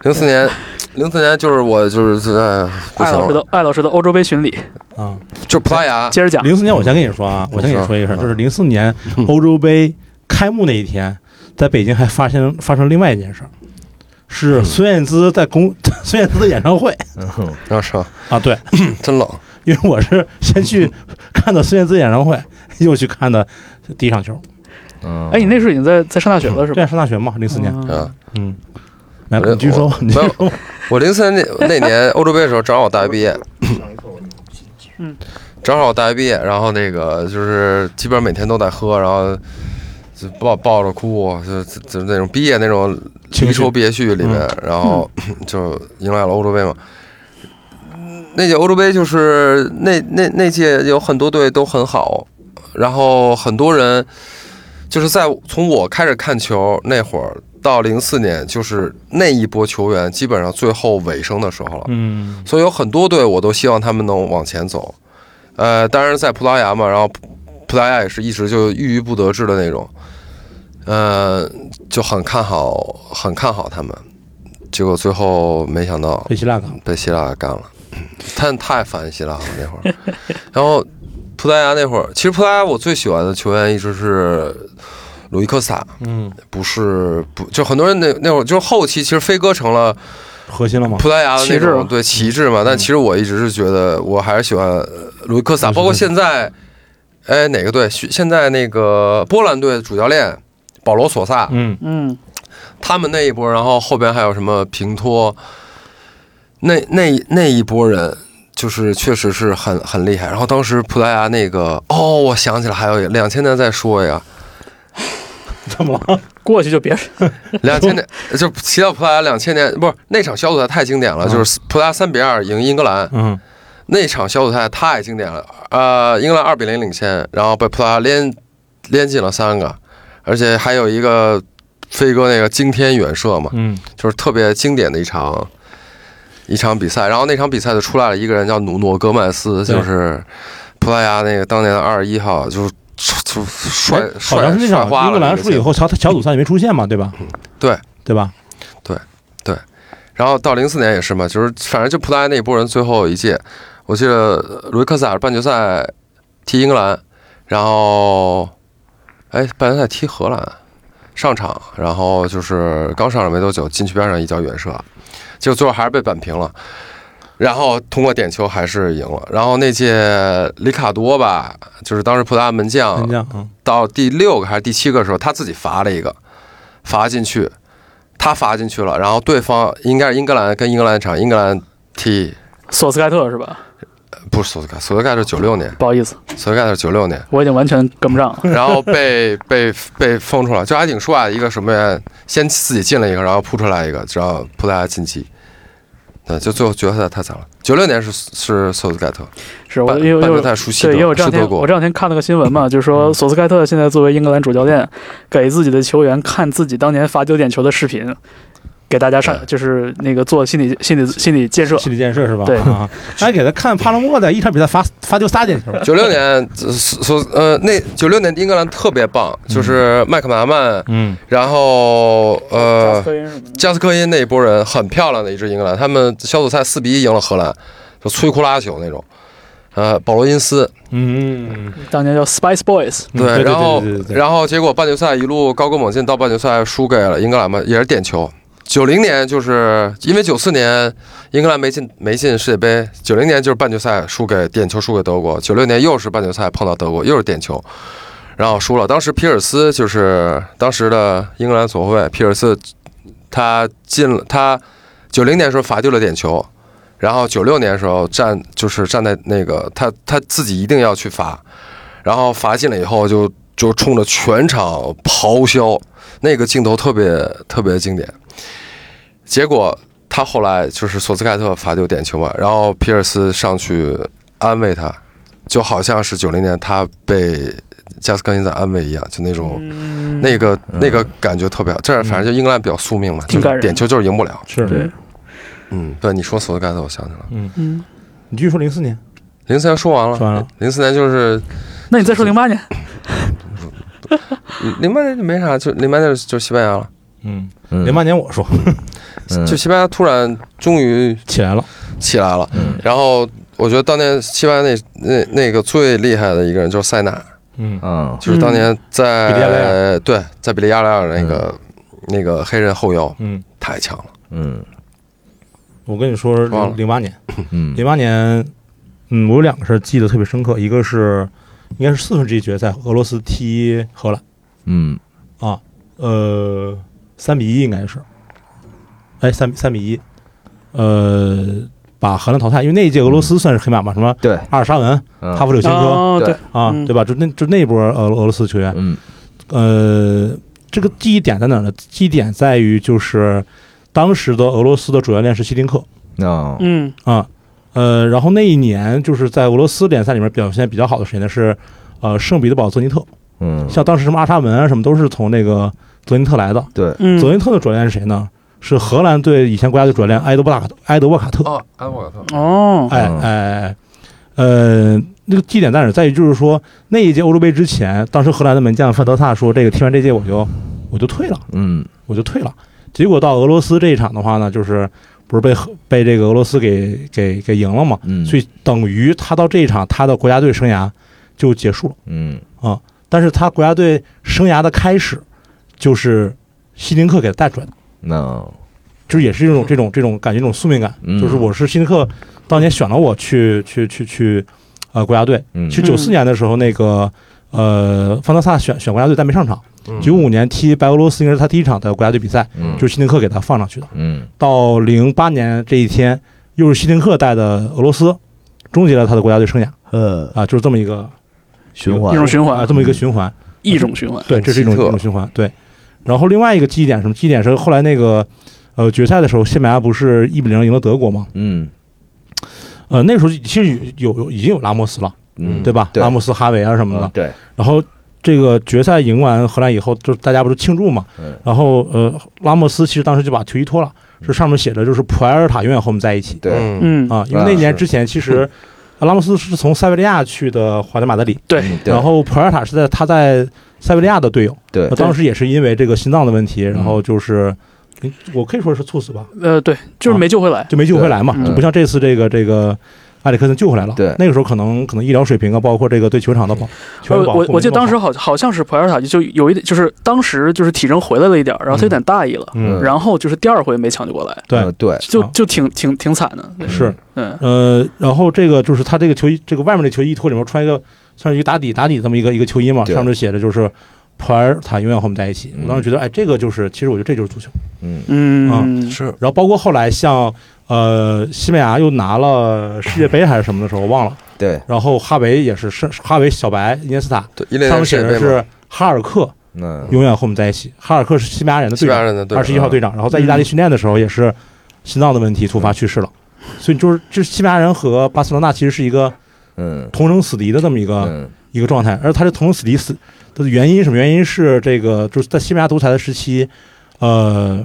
S3: 零四年，零四年就是我就是在不
S4: 艾
S2: 哎
S3: 行
S4: 老师
S3: 了，
S4: 的艾老师的欧洲杯巡礼，
S2: 啊，
S3: 就是葡萄牙，
S4: 接着讲，
S2: 零四年我先跟你说啊，我先跟你说一声，就是零四年欧洲杯开幕那一天，在北京还发生发生另外一件事儿，是孙燕姿在公孙燕姿的演唱会
S1: 嗯
S3: 啊是吧
S2: 啊，对，
S3: 真冷。
S2: 因为我是先去看的孙燕姿演唱会，又去看的第一场球，
S1: 嗯
S4: 哎，你那时候已经在在上大学了是
S2: 对，
S4: 吧？
S2: 上大学嘛，零四年，
S3: 啊
S4: 嗯
S2: 嗯，来，
S3: 我
S2: 你继续说，你继续说，
S3: 我零三那那年欧洲杯的时候，正好我大学毕业。
S4: 嗯，
S3: 正好我大学毕业，然后那个就是基本上每天都在喝，然后就抱抱着哭，就就就那种毕业那种
S2: 情
S3: 离
S2: 绪
S3: 愁别绪里面，然后就迎来了欧洲杯嘛。那届欧洲杯就是那那那届有很多队都很好，然后很多人就是在从我开始看球那会儿到零四年，就是那一波球员基本上最后尾声的时候了。
S2: 嗯
S3: 所以有很多队我都希望他们能往前走。呃，当然在葡萄牙嘛，然后葡葡萄牙也是一直就郁郁不得志的那种，呃，就很看好，很看好他们。结果最后没想到
S2: 被希腊港，
S3: 被希腊干了，他太烦希腊了那会儿。 然后葡萄牙那会儿，其实葡萄牙我最喜欢的球员一直是鲁伊科萨，
S2: 嗯
S3: 不是不就很多人那那会儿就是后期，其实飞哥成了
S2: 核心了吗？
S3: 葡萄牙的那
S4: 旗帜嘛
S3: 种对旗帜嘛，但其实我一直是觉得，我还是喜欢呃鲁伊克萨，
S2: 是
S3: 包括
S2: 是
S3: 现在，哎，哪个队？现现在那个波兰队主教练保罗·索萨，
S2: 嗯，
S4: 嗯，
S3: 他们那一波，然后后边还有什么平托，那那那一波人，就是确实是很很厉害。然后当时葡萄牙那个，哦，我想起来，还有一个两千年再说呀，
S2: 怎么了？
S4: 过去就别
S3: 两千年就提到葡萄牙两千年，不是那场小组赛太经典了，
S2: 嗯
S3: 就是葡萄牙三比二赢英格兰
S2: 嗯
S3: 那场小组赛太经典了。呃，英格兰二比零领先，然后被葡萄牙连连进了三个，而且还有一个飞哥那个惊天远射嘛，
S2: 嗯，
S3: 就是特别经典的一场一场比赛。然后那场比赛就出来了一个人叫努诺·戈麦斯，
S2: 对
S3: 就是葡萄牙那个当年的二十一号，就是就帅
S2: 哎好
S3: 帅
S2: 像是那
S3: 帅
S2: 场英
S3: 花了
S2: 格
S3: 那
S2: 兰
S3: 个
S2: 输了以
S3: 球
S2: 后，小小组赛也没出现嘛，对吧？
S3: 对
S2: 对吧？
S3: 然后到零四年也是嘛，就是反正就葡萄牙那一波人最后一届，我记得卢克萨尔半决赛踢英格兰，然后哎半决赛踢荷兰上场，然后就是刚上场没多久，禁区边上一脚远射，结果最后还是被扳平了。然后通过点球还是赢了。然后那届里卡多吧，就是当时葡萄牙门将
S2: 门将，嗯，
S3: 到第六个还是第七个的时候，他自己罚了一个，罚进去，他罚进去了，然后对方应该是英格兰跟英格兰那场，英格兰踢
S4: 索斯盖特是吧？
S3: 不是索斯盖，索斯盖是九六年，
S4: 不好意思，
S3: 索斯盖是九六 年，
S4: 我已经完全跟不上了。
S3: 然后被被被封出来，就还挺帅，啊一个守门员先自己进了一个，然后扑出来一个，只要葡萄牙晋级。对，就最后决赛太惨了。九六年是是索斯盖特，
S4: 是我
S3: 半
S4: 又
S3: 半
S4: 又
S3: 决赛输西
S4: 对，因
S3: 德
S4: 为我这
S3: 输
S4: 两
S3: 德
S4: 天我
S3: 国，
S4: 这两天看了个新闻嘛，就
S2: 嗯
S4: 是说索斯盖特现在作为英格兰主教练，给自己的球员看自己当年罚丢点球的视频，给大家上
S3: 对
S4: 就是那个做心理心理心理建设。
S2: 嗯心理建设是吧？
S4: 对
S2: 啊，还给他看帕拉默在一场比赛发发丢仨进球，
S3: 九六年索索呃那九六年英格兰特别棒，就是麦克马曼，
S2: 嗯
S3: 然后呃，
S4: 对
S3: 加斯科因那一波人很漂亮的一支英格兰，他们小组赛四比一赢了荷兰，就摧枯拉朽那种。呃，保罗因斯
S2: 嗯，
S4: 当年叫 Spice Boys，
S2: 嗯对，
S3: 然后
S2: 对对对对
S3: 然后结果半决赛一路高歌猛进，到半决赛输给了英格兰嘛，也是点球。九零年就是因为九四年英格兰没进没进世界杯，九零年就是半决赛输给点球输给德国，九六年又是半决赛碰到德国，又是点球，然后输了。当时皮尔斯就是当时的英格兰左后卫皮尔斯，他进了他九零年时候罚丢了点球，然后九六年时候站就是站在那个他他自己一定要去罚，然后罚进了以后就就冲着全场咆哮，那个镜头特别特别经典。结果他后来就是索斯盖特罚丢点球嘛，然后皮尔斯上去安慰他，就好像是九零年他被加斯科因在安慰一样，就那种、那个那个感觉特别好。这反正就英格兰比较宿命嘛，就
S4: 挺
S3: 嗯
S4: 感
S3: 是
S4: 人
S3: 点球就是赢不了。
S2: 是，
S4: 对，
S3: 嗯，对，你说索斯盖特，我想起来了，
S2: 嗯，
S4: 嗯，
S2: 你继续说零四年，
S3: 零四年说完了，
S2: 说完了，
S3: 零四年就是
S4: 那你再说零八年，
S3: 零八年就没啥，就零八年就就西班牙了，
S2: 嗯，
S1: 嗯
S2: 零八年我说
S1: 嗯
S3: 就西班牙突然终于
S2: 起来了，
S3: 起来了。
S1: 嗯
S3: 然后我觉得当年西班牙那那那个最厉害的一个人就是塞纳，
S2: 嗯
S3: 啊
S1: 嗯
S3: 就是当年在、
S2: 比利亚雷
S3: 对在比利亚雷尔那个、那个黑人后腰
S2: 嗯，
S3: 太强了。
S1: 嗯
S2: 我跟你说
S3: 忘了
S2: 零八年，
S1: 嗯
S2: 零八年，嗯，我有两个事儿记得特别深刻，一个是应该是四分之一决赛，俄罗斯踢荷兰
S1: 嗯
S2: 啊，呃，三比一应该是，哎，三三比一，呃，把荷兰淘汰，因为那一届俄罗斯算是黑马嘛，什么
S1: 对，
S2: 阿尔沙文、
S1: 嗯
S2: 哈弗柳琴科
S4: 哦
S1: 对
S4: 对，
S2: 啊
S4: 嗯，
S2: 对吧？就那就那波俄俄罗斯球员，
S1: 嗯
S2: 呃，这个记忆点在哪儿呢？记忆点在于就是当时的俄罗斯的主教练是希丁克，
S1: 那
S4: 嗯
S2: 啊，呃，然后那一年就是在俄罗斯联赛里面表现比较好的谁呢？是呃圣彼得堡泽尼特，
S1: 嗯
S2: 像当时什么阿沙文啊什么都是从那个泽尼特来的。
S1: 对
S4: 嗯，
S2: 泽尼特的主教练是谁呢？是荷兰队以前国家队主教练埃德布拉卡埃德沃卡特。
S3: 哦，安沃特
S4: 哦，
S2: 哎
S1: 嗯
S2: 哎，呃，那个绩点在哪儿？在于就是说那一届欧洲杯之前，当时荷兰的门将范德萨说：“这个踢完这届我就我就退了，
S1: 嗯
S2: 我就退了。”结果到俄罗斯这一场的话呢，就是不是被荷被这个俄罗斯给给给赢了嘛？
S1: 嗯
S2: 所以等于他到这一场，他的国家队生涯就结束了。
S1: 嗯
S2: 但是他国家队生涯的开始，就是希林克给他带出来的。
S1: 那
S2: 就是也是一种这种这种感觉，一种宿命感。
S1: 嗯
S2: 就是我是希区克当年选了我去去去去呃国家队，
S1: 嗯
S2: 其实九四年的时候那个。呃，范德萨选选国家队，但没上场。
S3: 嗯
S2: 九五年踢白俄罗斯，应该是他第一场的国家队比赛，
S1: 嗯
S2: 就是希丁克给他放上去的。
S1: 嗯
S2: 到零八年这一天，又是希丁克带的俄罗斯，终结了他的国家队生涯
S1: 呃
S2: 啊，就是这么一个
S1: 循环嗯
S4: 一种循环
S2: 啊，这么一个循环。
S4: 一种循环。
S2: 对，这是一种
S3: 奇特
S2: 一种循环。对，然后另外一个记忆点是什么？记忆点是后来那个呃决赛的时候，西班牙不是一比零赢了德国吗？
S1: 嗯
S2: 呃，那个时候其实有有有已经有拉莫斯了，
S1: 嗯
S2: 对吧？
S1: 对
S2: 拉莫斯、哈维啊什么的
S1: 嗯。对
S2: 然后这个决赛赢完荷兰以后，就是大家不是庆祝嘛
S1: 嗯？
S2: 然后呃，拉莫斯其实当时就把球衣脱了，这上面写着就是普埃尔塔永远和我们在一起
S1: 对
S3: 嗯
S4: 嗯，
S2: 啊，因为那
S1: 啊
S2: 年
S3: 是
S2: 之前其 实呃拉莫斯是从塞维利亚去的皇家马德里，
S4: 对，
S1: 嗯对
S2: 然后普埃尔塔是在他在塞维利亚的队友。呃
S1: 对
S2: 那当时也是因为这个心脏的问题，然后就是，嗯我可以说是猝死吧，
S4: 呃，对，就是没救回来。
S2: 就没救回来嘛，
S4: 对嗯
S2: 就不像这次这个这个埃里克森救回来了。
S1: 对
S2: 那个时候可能可能医疗水平啊，包括这个对球场的保，球
S4: 呃
S2: 员保护
S4: 我
S2: 没
S4: 我记得
S2: 那么
S4: 当时好好像是普埃尔塔就有一点，就是当时就是体征回来了一点儿，然后他有点大意了，
S2: 好，嗯，
S1: 嗯
S4: 然后就是第二回没抢救过来，
S2: 对
S1: 嗯对
S4: 就
S2: 啊
S4: 就挺挺挺惨的。对
S2: 是
S4: 嗯，
S2: 呃，然后这个就是他这个球衣，这个外面的球衣脱里面穿一个算是一个打底打底这么一个一个球衣嘛，
S1: 对
S2: 上面就写着就是。普埃尔塔永远和我们在一起。
S1: 嗯
S2: 我当时觉得，哎，这个就是，其实我觉得这就是足球。
S1: 嗯
S2: 啊
S4: 嗯，
S3: 是
S2: 然后包括后来像，呃，西班牙又拿了世界杯还是什么的时候，我忘了。
S1: 对
S2: 然后哈维也是是哈维、小白、伊涅斯塔，
S3: 对，一零
S2: 他们
S3: 年
S2: 写
S3: 世界
S2: 的
S3: 杯嘛，
S2: 是哈尔克
S1: 嗯
S2: 永远和我们在一起。哈尔克是西班牙人的
S3: 西
S2: 队
S3: 班牙
S2: 长，
S3: 人嗯的队
S2: 二十一号队长。然后在意大利训练的时候也是心脏的问题突发去世了。
S3: 嗯
S2: 所以就是，这西班牙人和巴塞罗那其实是一个
S1: 嗯
S2: 同生死敌的这么一个、
S1: 嗯
S2: 一个状态。而他这同生死敌死的原因是什么原因是这个就是在西班牙独裁的时期，呃，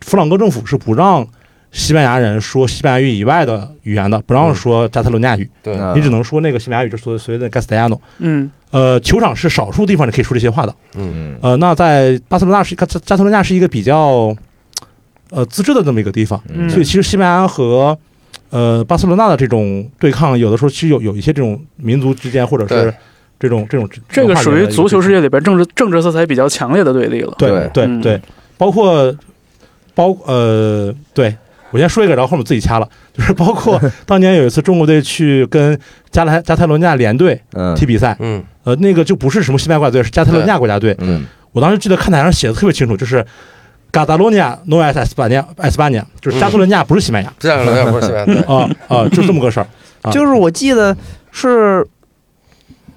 S2: 弗朗哥政府是不让西班牙人说西班牙语以外的语言的，不让
S3: 嗯
S2: 说加泰罗尼亚语。
S3: 对，
S1: 嗯
S2: 你只能说那个西班牙语，就所谓所谓的 Castellano。
S4: 嗯，
S2: 呃，球场是少数地方你可以说这些话的。
S3: 嗯
S1: 嗯
S2: 呃，那在巴塞罗那是加加泰罗尼亚是一个比较呃自治的这么一个地方，
S1: 嗯
S2: 所以其实西班牙和呃巴塞罗那的这种对抗，有的时候其实有有一些这种民族之间或者是这
S3: 对
S2: 种这种
S4: 这个属于足球世
S2: 界
S4: 界里边政治政治色彩比较强烈的对立了。
S2: 对
S1: 对
S2: 对
S4: 嗯
S2: 对，包括包呃对。我先说一个，然后后面自己掐了。就是包括当年有一次中国队去跟加泰加泰罗尼亚联队
S1: 嗯
S2: 踢比赛，
S3: 嗯
S2: 呃，那个就不是什么西班牙国家队，是加泰罗尼亚国家队。
S1: 嗯
S2: 我当时记得看台上写的特别清楚，就是嘎达罗尼亚 no es España España，就是
S1: 嗯
S2: 加泰罗尼亚不是 西班牙
S3: 这样的队不是西班牙队，
S2: 啊啊，就这么个事儿。啊
S1: 就是我记得是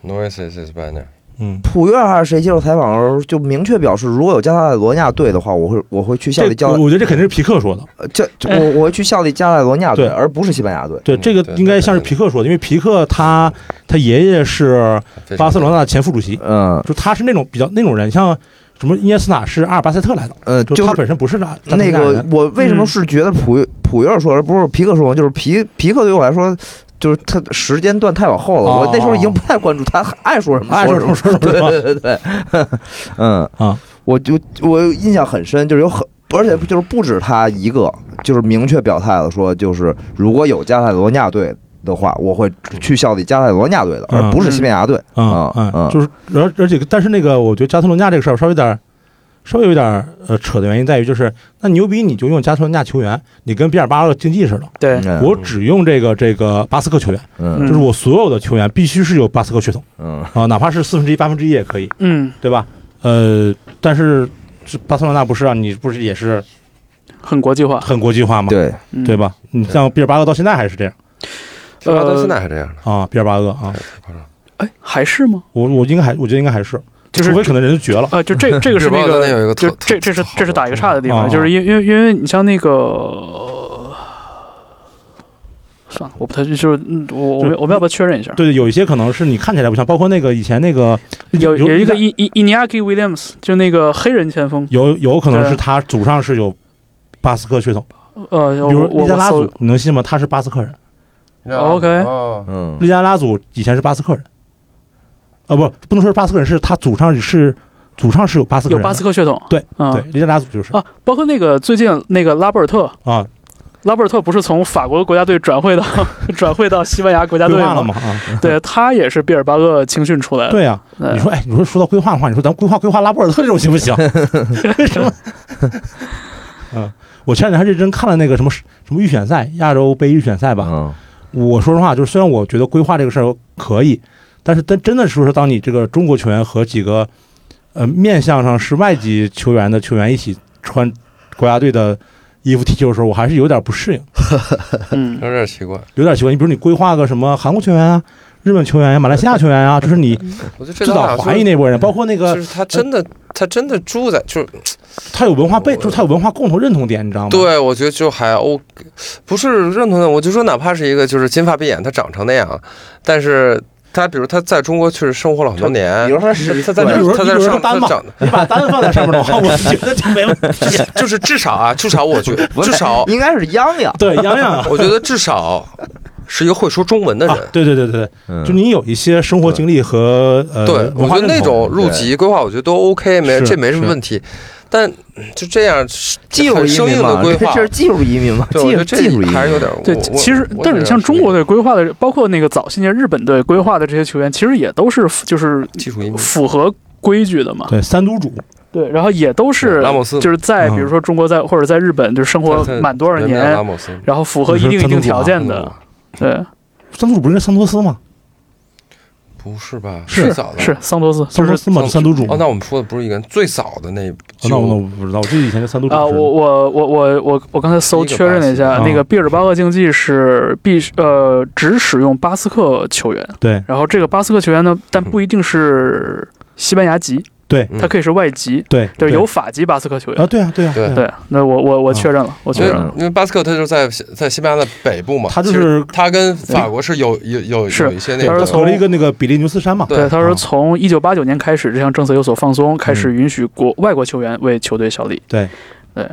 S3: 挪威是是西班牙，
S2: 嗯，
S1: 普月还是谁接受采访的时候就明确表示，如果有加泰罗尼亚队的话，我会我会去效
S2: 这
S1: 力加
S2: 我我觉得这肯定是皮克说的，
S1: 呃这这我我会去效力加泰罗尼亚队，
S2: 对
S1: 而不是西班牙队。
S2: 对，
S3: 嗯
S2: 这个
S3: 对
S2: 应该像是皮克说的，因为皮克他他爷爷是
S3: 非常
S2: 巴塞罗那的前副主席，
S1: 嗯
S2: 就他是那种比较那种人，像什么伊涅斯塔是阿尔巴塞特来的，
S1: 呃，
S2: 就
S1: 就
S2: 他
S1: 是
S2: 本身不是那
S1: 那个，我为什么
S4: 嗯
S1: 是觉得普普约尔说，而不是皮克说，就是皮皮克对我来说。就是他时间段太往后了，
S2: 哦
S1: 我那时候已经不太关注他爱说什么
S2: 爱
S1: 说
S2: 说
S1: 什
S2: 什
S1: 么
S2: 么。说什么
S1: 对
S2: 是吧
S1: 对对对，嗯
S2: 啊，
S1: 我就我印象很深，就是有很，而且就是不止他一个，就是明确表态了，说就是如果有加泰罗尼亚队的话，我会去效力加泰罗尼亚队的，
S2: 嗯
S1: 而不是西班牙队。
S2: 啊
S1: 嗯嗯
S2: 嗯，就是而而且但是那个，我觉得加泰罗尼亚这个事儿稍微有点儿稍微有点儿呃扯的原因在于，就是那牛逼你就用加泰罗尼亚球员，你跟比尔巴鄂竞技似的，
S4: 对，
S1: 嗯
S2: 我只用这个这个巴斯克球员，
S1: 嗯
S2: 就是我所有的球员必须是有巴斯克血统
S1: 嗯
S2: 啊，哪怕是四分之一、八分之一也可以，
S4: 嗯，
S2: 对吧？呃，但是这巴塞罗那不是啊，你不是也是
S4: 很国际化，
S2: 很国际化吗？
S1: 对，
S4: 嗯
S2: 对？吧？你像比尔巴鄂到现在还是这样
S3: 西
S2: 呃
S3: 班牙到现在还这样呢，
S2: 啊，比尔巴鄂啊，
S4: 哎，还是吗？
S2: 我我应该还我觉得应该还是，
S4: 就是
S2: 除非可能人就绝了，
S4: 呃，就这这个是
S3: 日报
S4: 那
S3: 当年有一个
S4: 就
S3: 特
S4: 这这
S3: 特
S4: 是
S3: 好的
S4: 这是打一个岔的地
S2: 嗯
S4: 方，就是因为因为因为你像那个。算了，我不太就是，嗯我我们我们要不要确认一下？
S2: 对，有一些可能是你看起来不像，包括那个以前那个
S4: 有有一个
S2: 有
S4: 伊伊伊尼亚基 Williams，就那个黑人前锋，
S2: 有有可能是他祖上是有巴斯克血统，
S4: 呃，
S2: 比
S4: 我
S2: 如
S4: 我
S2: 利加
S4: 我嗯
S2: 拉
S4: 搜
S2: 祖，你能信吗？他是巴斯克人，
S4: OK
S3: 哦
S1: 嗯
S2: 利加拉祖以前是巴斯克人，呃，不，不能说是巴斯克人，是他祖上是祖上是有巴斯克
S4: 有
S2: 人的，
S4: 巴斯克血统，
S2: 对
S4: 啊
S2: 对，利加拉祖就是
S4: 啊，包括那个最近那个拉波尔特，
S2: 啊，
S4: 拉波尔特不是从法国国家队转会到 转会到西班牙国家
S2: 规
S4: 队
S2: 划了
S4: 吗？
S2: 嘛啊，
S4: 对，他也是毕尔巴鄂青训出来的。嗯
S2: 对呀，
S4: 对
S2: 你说哎， 你说说到规划的话，你说咱们规划规划拉波尔特这种行不行？为什么？嗯，我前两天还认真看了那个什么什么预选赛，亚洲杯预选赛吧。
S1: 嗯，
S2: 我说实话，就是虽然我觉得规划这个事儿可以，但是真真的是说，当你这个中国球员和几个呃面向上是外籍球员的球员一起穿国家队的呃衣服踢球的时候，我还是有点不适应，
S4: 嗯
S3: 有点奇怪。
S2: 有点奇怪。你比如你规划个什么韩国球员啊、日本球员呀、马来西亚球员啊，就是你
S3: 我觉得这
S2: 至少华裔那波人，包括那个
S3: 个，嗯就是他真的，他真的住在就是
S2: 他有文化背，就是他有文化共同认同点，你知道吗？，
S3: 对，我觉得就还 O，不是认同的。我就说，哪怕是一个就是金发碧眼，他长成那样，但是他比如他在中国确实生活了很多年
S1: 比，如说是
S3: 他在
S2: 你比如
S3: 那
S2: 说
S3: 他
S2: 你
S3: 在
S2: 比如说
S3: 上
S2: 丹
S3: 他
S2: 嘛
S3: 长得
S2: 你把单放在上面的话，我觉得就没问题。
S3: 就是就是至少啊，至少我觉得
S1: 不是
S3: 至少
S1: 应该是洋洋，
S2: 对，洋洋啊，
S3: 我觉得至少是一个会说中文的
S2: 啊
S3: 人。
S2: 对对对对对。
S1: 嗯
S2: 就你有一些生活经历和呃，
S3: 对，
S2: 文
S3: 我觉
S2: 化
S3: 得
S2: 认
S3: 那
S2: 同
S3: 种入籍规划，我觉得都 OK，没
S2: 是
S3: 这没什么
S2: 是
S3: 问题。但就 这样
S1: 技术
S3: 很
S1: 移
S3: 生
S1: 民
S3: 硬的
S1: 嘛，
S3: 规
S1: 这
S3: 划，
S1: 这是技术移民嘛，
S3: 对，我
S1: 技术
S3: 觉得
S1: 技术移
S3: 这
S1: 民
S3: 还是有点儿
S4: 对，
S3: 我我
S4: 其实
S3: 我
S4: 但
S3: 有
S4: 是你
S3: 点
S4: 像中国
S3: 儿
S4: 队规划的，包括那个早些年日本队规划的这些球员，其实也都是符就是
S3: 技术移民，
S4: 符合规矩的嘛。
S2: 对三都主，
S4: 对，然后也都是
S3: 拉莫斯
S4: 就是在
S2: 嗯
S4: 比如说中国在或者在日本就是生活满多少
S3: 人家拉
S4: 年，
S3: 莫斯嗯
S4: 然后符合一定一定条件
S2: 嗯
S4: 的，对，
S2: 三都主不是跟桑托斯吗？
S3: 不是吧？
S2: 是
S3: 最早的
S4: 是桑托斯，
S2: 桑
S4: 就
S2: 托
S4: 是
S2: 斯嘛，
S3: 桑
S2: 三都主。
S3: 哦，那我们说的不是一个人，最早的那
S2: 哦那我那
S3: 就
S2: 我不知道，我记得以前就三都主
S4: 啊，
S2: 是。
S4: 我我我我我我刚才搜
S3: 第一个
S4: 确认了一
S2: 巴
S4: 下
S2: 西，
S4: 那
S2: 啊
S4: 个毕尔巴鄂竞技是必须呃只使用巴斯克球员，
S2: 对
S4: 然后这个巴斯克球员呢，但
S2: 嗯
S4: 不一定是西班牙籍，
S2: 对
S3: 嗯
S4: 他可以是外籍，
S2: 对
S4: 对，有法籍巴斯克球员
S2: 啊，。对啊对啊
S3: 对
S2: 啊，
S4: 对，那我我我确认了，我
S3: 因
S4: 确
S3: 为
S4: 认了。
S3: 因为巴斯克他就是在在西班牙的北部嘛，
S2: 他就
S3: 其实
S2: 是
S3: 他跟法国是有有有
S4: 是
S3: 有一些那
S4: 他
S3: 个
S4: 是
S2: 隔了一个那个比利牛斯山嘛。啊
S3: 对
S4: 他说从一九八九年开始，这项政策有所放松，开始允许国外国球员为球队效力。
S2: 嗯对
S4: 对，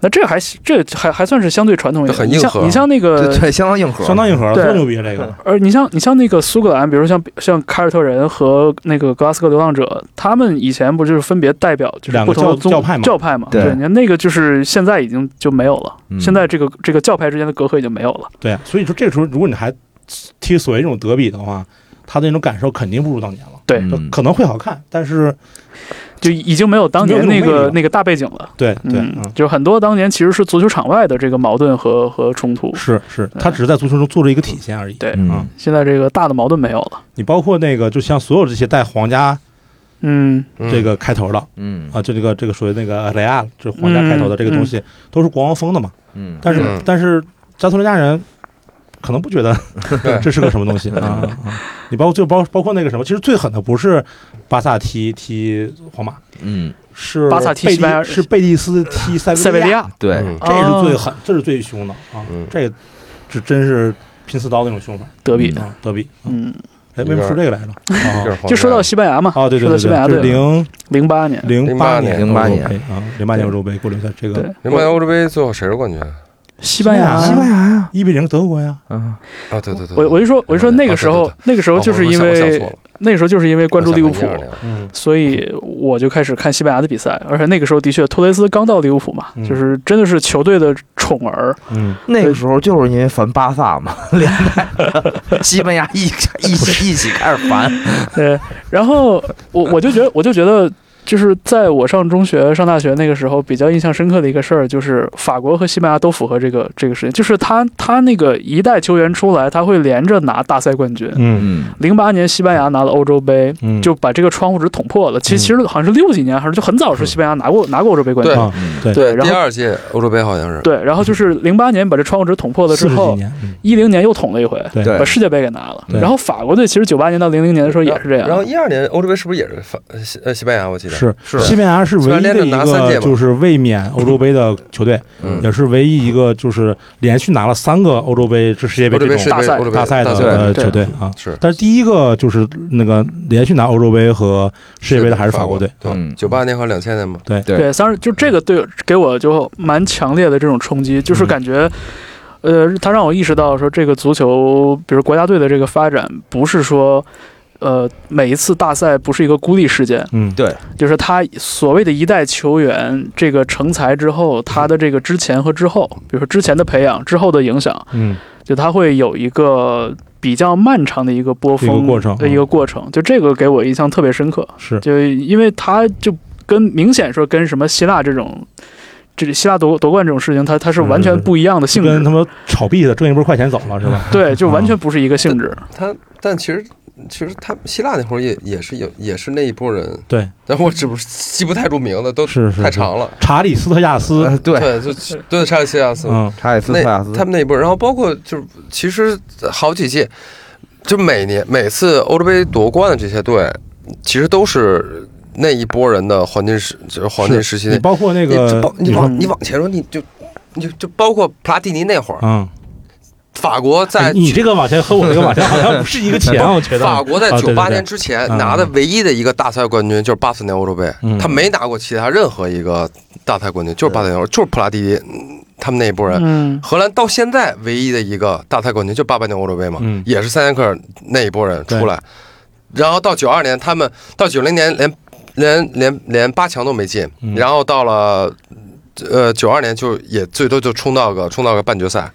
S4: 那这还这还还算是相对传统一
S3: 这
S4: 点。
S3: 很
S4: 你
S3: 硬核啊
S4: 像你像那个
S1: 对对相当硬核，
S2: 呃相当硬核了，
S4: 对
S2: 多牛逼啊这个！
S4: 而你像你像那个苏格兰，比如说像像凯尔特人和那个格拉斯哥流浪者，他们以前不就是分别代表就是
S2: 两
S4: 不
S2: 个
S4: 同的
S2: 教
S4: 宗
S2: 教派嘛
S4: 教派嘛？
S1: 对
S4: 你看那个就是现在已经就没有了，
S1: 嗯
S4: 现在这个这个教派之间的隔阂已经没有了。
S2: 对啊，所以说这个时候如果你还踢所谓这种德比的话，他的那种感受肯定不如当年了。
S4: 对，
S1: 嗯
S2: 就可能会好看，但是
S4: 就已经没有当年
S2: 没有
S4: 那
S2: 那种魅力
S4: 个
S2: 了
S4: 那个大背景了。
S2: 对对，
S4: 嗯
S2: 嗯，，
S4: 就很多当年其实是足球场外的这个矛盾和和冲突，
S2: 是是，他只是在足球中做了一个体现而已。
S4: 对
S1: 嗯
S2: 啊，
S4: 现在这个大的矛盾没有了。
S2: 你包括那个，就像所有这些带皇家
S4: 嗯，
S3: 嗯
S2: 这个开头的，
S1: 嗯
S2: 啊，就这个这个属于那个雷亚，就是皇家开
S4: 嗯
S2: 头的这个东西，都是国王风的嘛。
S1: 嗯，
S2: 但是、
S3: 嗯
S2: 但是加托利加人可能不觉得
S3: 对
S2: 这是个什么东西啊。啊你包括就包包括那个什么，其实最狠的不是巴萨踢踢皇马，
S1: 嗯，
S2: 是
S4: 巴萨踢
S2: 贝
S4: 西班牙
S2: 蒂是贝蒂斯踢塞
S4: 塞维
S2: 维
S4: 利
S2: 利亚，
S4: 亚，
S1: 对，
S3: 嗯
S2: 这是最
S4: 哦
S2: 狠，这是最凶的啊
S3: 嗯，
S2: 这这真是拼刺刀那种凶法
S4: 德比，
S2: 啊，德比。啊
S4: 嗯，
S2: 哎，为什么说这个来着？
S3: 有点
S2: 啊
S3: 儿荒
S4: 就说
S3: 诞
S4: 到西班牙嘛，
S2: 哦，对对
S4: 说到
S2: 对
S4: 西班牙
S2: 对，
S4: 队
S2: 是零
S4: 零八年，
S2: 零
S3: 08
S2: 年欧
S3: 年
S2: 洲
S1: 08
S2: 杯啊，零八年欧洲杯过决赛，这个
S4: 对
S3: 零八年欧洲杯最后谁是冠军
S4: 西班牙，
S2: 西班
S1: 牙呀，
S2: 一比零德国呀，
S1: 嗯，
S3: 啊？对对对，
S4: 我我就说我就说那个
S3: 哦
S4: 时候
S3: 对对对
S4: 那个时候
S3: 哦
S4: 就是
S3: 我
S4: 因
S3: 想我想
S4: 为
S3: 错了
S4: 那个时候就是因为关注利物
S3: 我
S4: 浦
S3: 想，成12年了
S2: 嗯，
S4: 所以我就开始看西班牙的比赛，而且那个时候的确托雷斯刚到利物浦嘛，
S2: 嗯
S4: 就是真的是球队的宠 儿，
S2: 嗯，
S1: 那个时候就是因为烦巴萨嘛， 连带西班牙一一起一起开始烦，
S4: 对，然后我我就觉得，我就觉得，就是在我上中学、上大学那个时候，比较印象深刻的一个事儿，就是法国和西班牙都符合这个这个事情，就是他他那个一代球员出来，他会连着拿大赛冠军。
S2: 嗯
S1: 嗯，
S4: 零八年西班牙拿了欧洲杯，
S2: 嗯，
S4: 就把这个窗户纸捅破了。其
S3: 嗯
S4: 实其实好像是六几年，还是就很早的时候，西班牙拿过拿过欧洲杯冠军。
S2: 啊，
S1: 嗯
S2: 对，
S3: 对
S4: 然后
S3: 第二届欧洲杯好像是
S4: 对，然后就是零八年把这窗户纸捅破了之
S2: 四十几
S4: 后，
S2: 年，嗯
S4: 一零年又捅了一回，
S2: 对
S1: 对
S4: 把世界杯给拿了。
S2: 对
S4: 然后法国队其实九八年到零零年的时候也是这样。
S3: 然后一二年欧洲杯是不是也是法呃西呃西班牙？我记得
S2: 是
S1: 是
S2: 西班牙是唯一的一
S3: 西班牙连着拿三届
S2: 个
S3: 嘛
S2: 就是卫冕欧洲杯的球队，
S3: 嗯
S2: 也是唯一一个就是连续拿了三个欧洲杯、这世界杯
S3: 欧洲
S2: 这
S3: 杯
S2: 种
S3: 世界
S4: 大
S3: 杯
S4: 赛
S3: 欧洲杯
S2: 大赛的呃
S4: 对
S2: 球队啊。
S3: 是
S2: 但是第一个就是那个连续拿欧洲杯和世界杯的还是法国队，
S3: 对
S1: 嗯，
S3: 九八年和两千年嘛，
S2: 对
S1: 对
S4: 对，当然就这个对给我就蛮强烈的这种冲击，就是
S2: 嗯
S4: 感觉，
S3: 嗯
S4: 呃，他让我意识到说，这个足球，比如国家队的这个发展，不是说。呃，每一次大赛不是一个孤立事件，
S2: 嗯，
S1: 对，
S4: 就是他所谓的一代球员这个成才之后，他的这个之前和之后，比如说之前的培养，之后的影响，
S2: 嗯，
S4: 就他会有一个比较漫长的一个波峰
S2: 一个过程嗯
S4: 的一个过程，就这个给我印象特别深刻。
S2: 是
S4: 就因为他就跟明显说跟什么希腊这种这里希腊夺夺冠这种事情，它它是完全不一样的性质
S2: 嗯跟，他们嗯炒币的挣一波快钱走了是吧？
S4: 对，就完全不是一个性质。
S3: 他但其实其实他希腊那会儿也也是有也是那一波人，
S2: 对，
S3: 但我只不记不太住名字，都
S2: 是是
S3: 太
S2: 是
S3: 长了。
S2: 查理斯特亚斯，
S3: 哎
S1: 呃对，
S3: 对，就对查理西亚斯，
S2: 嗯，
S1: 查理斯特
S3: 那
S1: 亚斯
S3: 他们那一波，然后包括就是其实好几届，就每年每次欧洲杯夺冠的这些队，其实都是那一波人的黄金时，就是黄金时期
S2: 你
S3: 那。
S2: 包括那
S3: 你
S2: 个
S3: 就包你
S2: 你说
S3: 往你往前说，你就你就就包括普拉蒂尼那会儿，
S2: 嗯，
S3: 法国在
S2: 哎你这个往前和我这个往前 好像不是一个钱，我觉得
S3: 法国在
S2: 啊对
S3: 九
S2: 对
S3: 八
S2: 对
S3: 年之前
S2: 嗯
S3: 拿的唯一的一个大赛冠军就是八四年欧洲杯
S2: 嗯，
S3: 他没拿过其他任何一个大赛冠军，就是八四年欧洲，就是普拉蒂尼嗯他们那一波人。
S4: 嗯，
S3: 荷兰到现在唯一的一个大赛冠军就八八年欧洲杯嘛，
S2: 嗯
S3: 也是塞内克尔那一波人出来，然后到九二年他们到九零年连连连连八强都没进，
S2: 嗯
S3: 然后到了呃九二年就也最多就冲到个冲到个半决赛，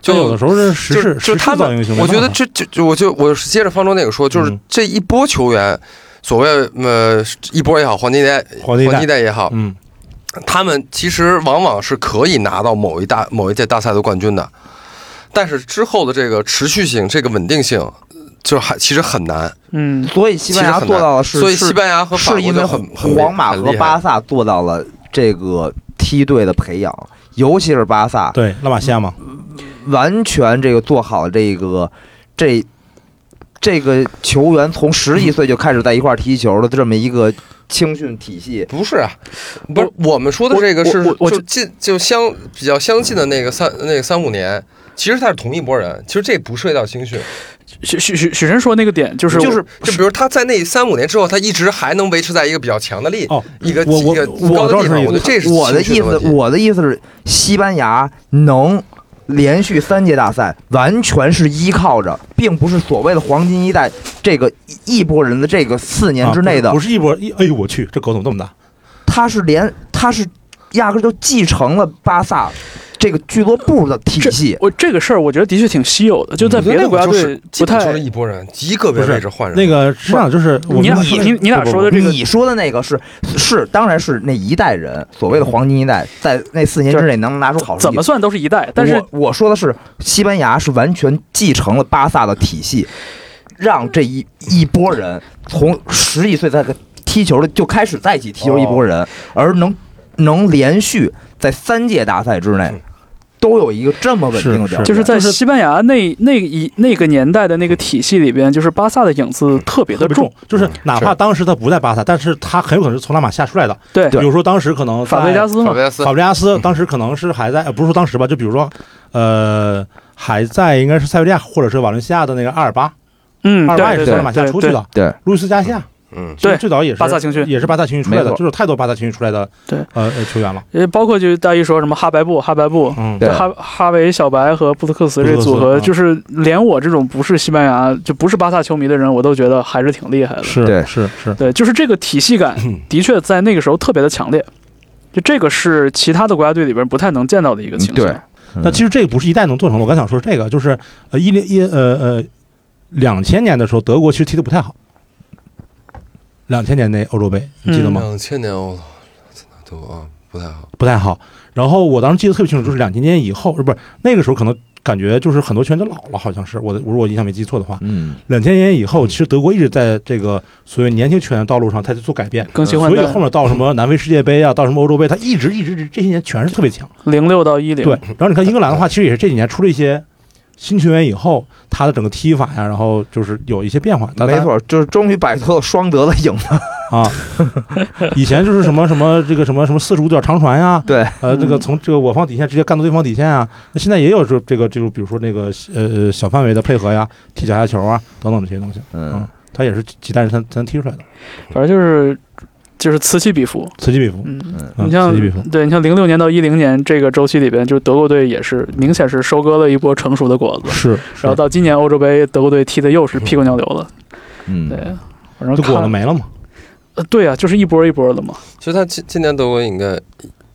S3: 就
S2: 就有的时候是时
S3: 就
S2: 事，
S3: 就
S2: 时
S3: 他
S2: 事造
S3: 们
S2: 英雄。，
S3: 我觉得这就就我就我是接着方舟那个说，就是
S2: 嗯
S3: 这一波球员，所谓呃一波也好，黄金代
S2: 黄金一代
S3: 黄金代也好，
S2: 嗯，
S3: 他们其实往往是可以拿到某一大某一届大赛的冠军的，但是之后的这个持续性、这个稳定性，就是还其实很难。
S4: 嗯，
S1: 所以西班
S3: 其
S1: 牙
S3: 实很难
S1: 做到了是，
S3: 所以
S1: 是
S3: 西班牙和法
S1: 是
S3: 国
S1: 因为
S3: 就很很
S1: 皇马和巴
S3: 萨
S1: 萨做到了这个梯队的培养，尤其是巴萨，
S2: 对，拉玛西亚嘛，
S1: 完全这个做好这个这这个球员从十几岁就开始在一块儿踢球的这么一个青训体系。
S3: 不是啊，不是我们说的这个是
S4: 我我我
S3: 就近就相比较相近的那个三那个三五年，其实他是同一波人，其实这不涉及到青训，
S4: 许许许许晨说那个点就是
S3: 就是就比如他在那三五年之后，他一直还能维持在一个比较强的力
S2: 哦，
S3: 一个
S2: 我
S3: 一
S2: 我
S3: 个
S2: 我
S3: 高的
S2: 倒
S3: 地
S2: 是
S3: 方，
S2: 有
S3: 我觉得这是
S1: 我的意
S3: 青训
S1: 思
S3: 问，题
S1: 我的意思是，西班牙能连续三届大赛，完全是依靠着，并不是所谓的黄金一代这个一一波人的这个四年之内的
S2: 啊不是一波一，哎呦我去，这狗怎么这么大？
S1: 他是连他是压根儿就继承了巴萨这个俱乐部的体系。
S4: 我这个事儿，我觉得的确挺稀有的，就在别的国家队不
S3: 基本嗯就
S4: 太
S3: 是。一拨人，极个别位置换人。
S2: 那个是这样，就是我
S4: 你俩
S2: 们
S4: 你你你俩
S2: 不不
S4: 说的这个，
S1: 你说的那个是是，当然是那一代人所谓的黄金一代，在那四年之内能拿出
S2: 哦
S1: 好成绩。
S4: 怎么算都是一代，但是
S1: 我我说的是，西班牙是完全继承了巴萨的体系，让这一一波人从十几岁在踢球的就开始在一起踢球一波
S4: 哦
S1: 人，而能能连续在三届大赛之内
S3: 嗯
S1: 都有一个这么稳定的表现，
S4: 就是在西班牙那那一那个年代的那个体系里边，就是巴萨的影子特别
S2: 嗯特
S4: 的
S2: 别
S4: 重
S2: 重。，就是
S3: 嗯
S2: 哪怕当时他不在巴萨，但是他很有可能是从拉玛西亚出来的。
S4: 对，
S2: 比如说当时可能
S4: 法贝加
S2: 斯，
S4: 斯
S3: 法
S4: 嘛
S3: 贝，加斯
S2: 法贝加斯当时可能是还在，呃不是说当时吧，就比如说，呃，还在应该是塞维利亚或者是瓦伦西亚的那个阿尔巴，
S4: 嗯，
S2: 阿尔巴也是
S4: 对
S2: 从
S4: 对对
S2: 拉玛西亚出去的，
S1: 对，
S2: 路易斯加西亚，
S3: 嗯，
S2: 其实
S4: 对
S2: 最早也是
S4: 巴萨青训
S2: 也是巴萨青训出来
S1: 没
S2: 的，
S1: 错
S2: 就是太多巴萨青训出来的
S4: 对
S2: 呃呃球员了，
S4: 对，包括就是大一说什么哈白布、哈白布、
S2: 嗯，
S1: 对
S4: 哈哈维、小白和布斯克茨这组
S2: 布斯克茨
S4: 合，
S2: 啊
S4: 就是连我这种不是西班牙就不是巴萨球迷的人，我都觉得还是挺厉害的。
S2: 是
S1: 对
S2: 是是，
S4: 对，嗯就是这个体系感的确在那个时候特别的强烈，就这个是其他的国家队里边不太能见到的一个情
S2: 嗯
S4: 况。
S1: 对
S2: 那其实这个不是一代能做成的，我刚想说这个就是呃一零一呃呃两千年的时候，德国其实踢得不太好，两千年那欧洲杯你记得吗？
S3: 两千年我操，都啊不太好。
S2: 不太好。然后我当时记得特别清楚，就是两千年以后，呃不是那个时候可能感觉就是很多球员都老了，好像是我的，我如果印象没记错的话，
S1: 嗯，
S2: 两千年以后，其实德国一直在这个所谓年轻球员道路上他在做改变。
S4: 更新
S2: 嗯
S4: 换
S2: 所以
S4: 代，
S2: 后面到什么南非世界杯啊，到什么欧洲杯，他一直一直这些年全是特别强。
S4: 零六到一零，
S2: 对，然后你看英格兰的话，其实也是这几年出了一些新球员以后，他的整个踢法呀，然后就是有一些变化。但
S1: 没错，就是终于摆脱了双德的影子。
S2: 啊，以前就是什么什么这个什么什么四十五脚长传呀，
S1: 对，
S2: 呃，这个
S4: 嗯
S2: 从这个我方底线直接干到对方底线啊。那现在也有这这个这种，比如说那个呃小范围的配合呀，踢脚下球啊等等这些东西，
S1: 嗯，
S2: 他也是几代人才才能踢出来的，
S4: 反正就是就是此起彼伏。
S2: 此起彼伏。
S4: 嗯，
S2: 嗯
S4: 你像
S2: 此起彼伏，
S4: 对你像零六年到一零年这个周期里边，就德国队也是明显是收割了一波成熟的果子，
S2: 是，
S4: 然后到今年欧洲杯，德国队踢的又是屁滚尿流了。
S1: 嗯
S4: 对，反正
S2: 就果了
S4: 看，
S2: 没了嘛。
S4: 呃对啊，就是一波一波的嘛。
S3: 其实他今今年德国应该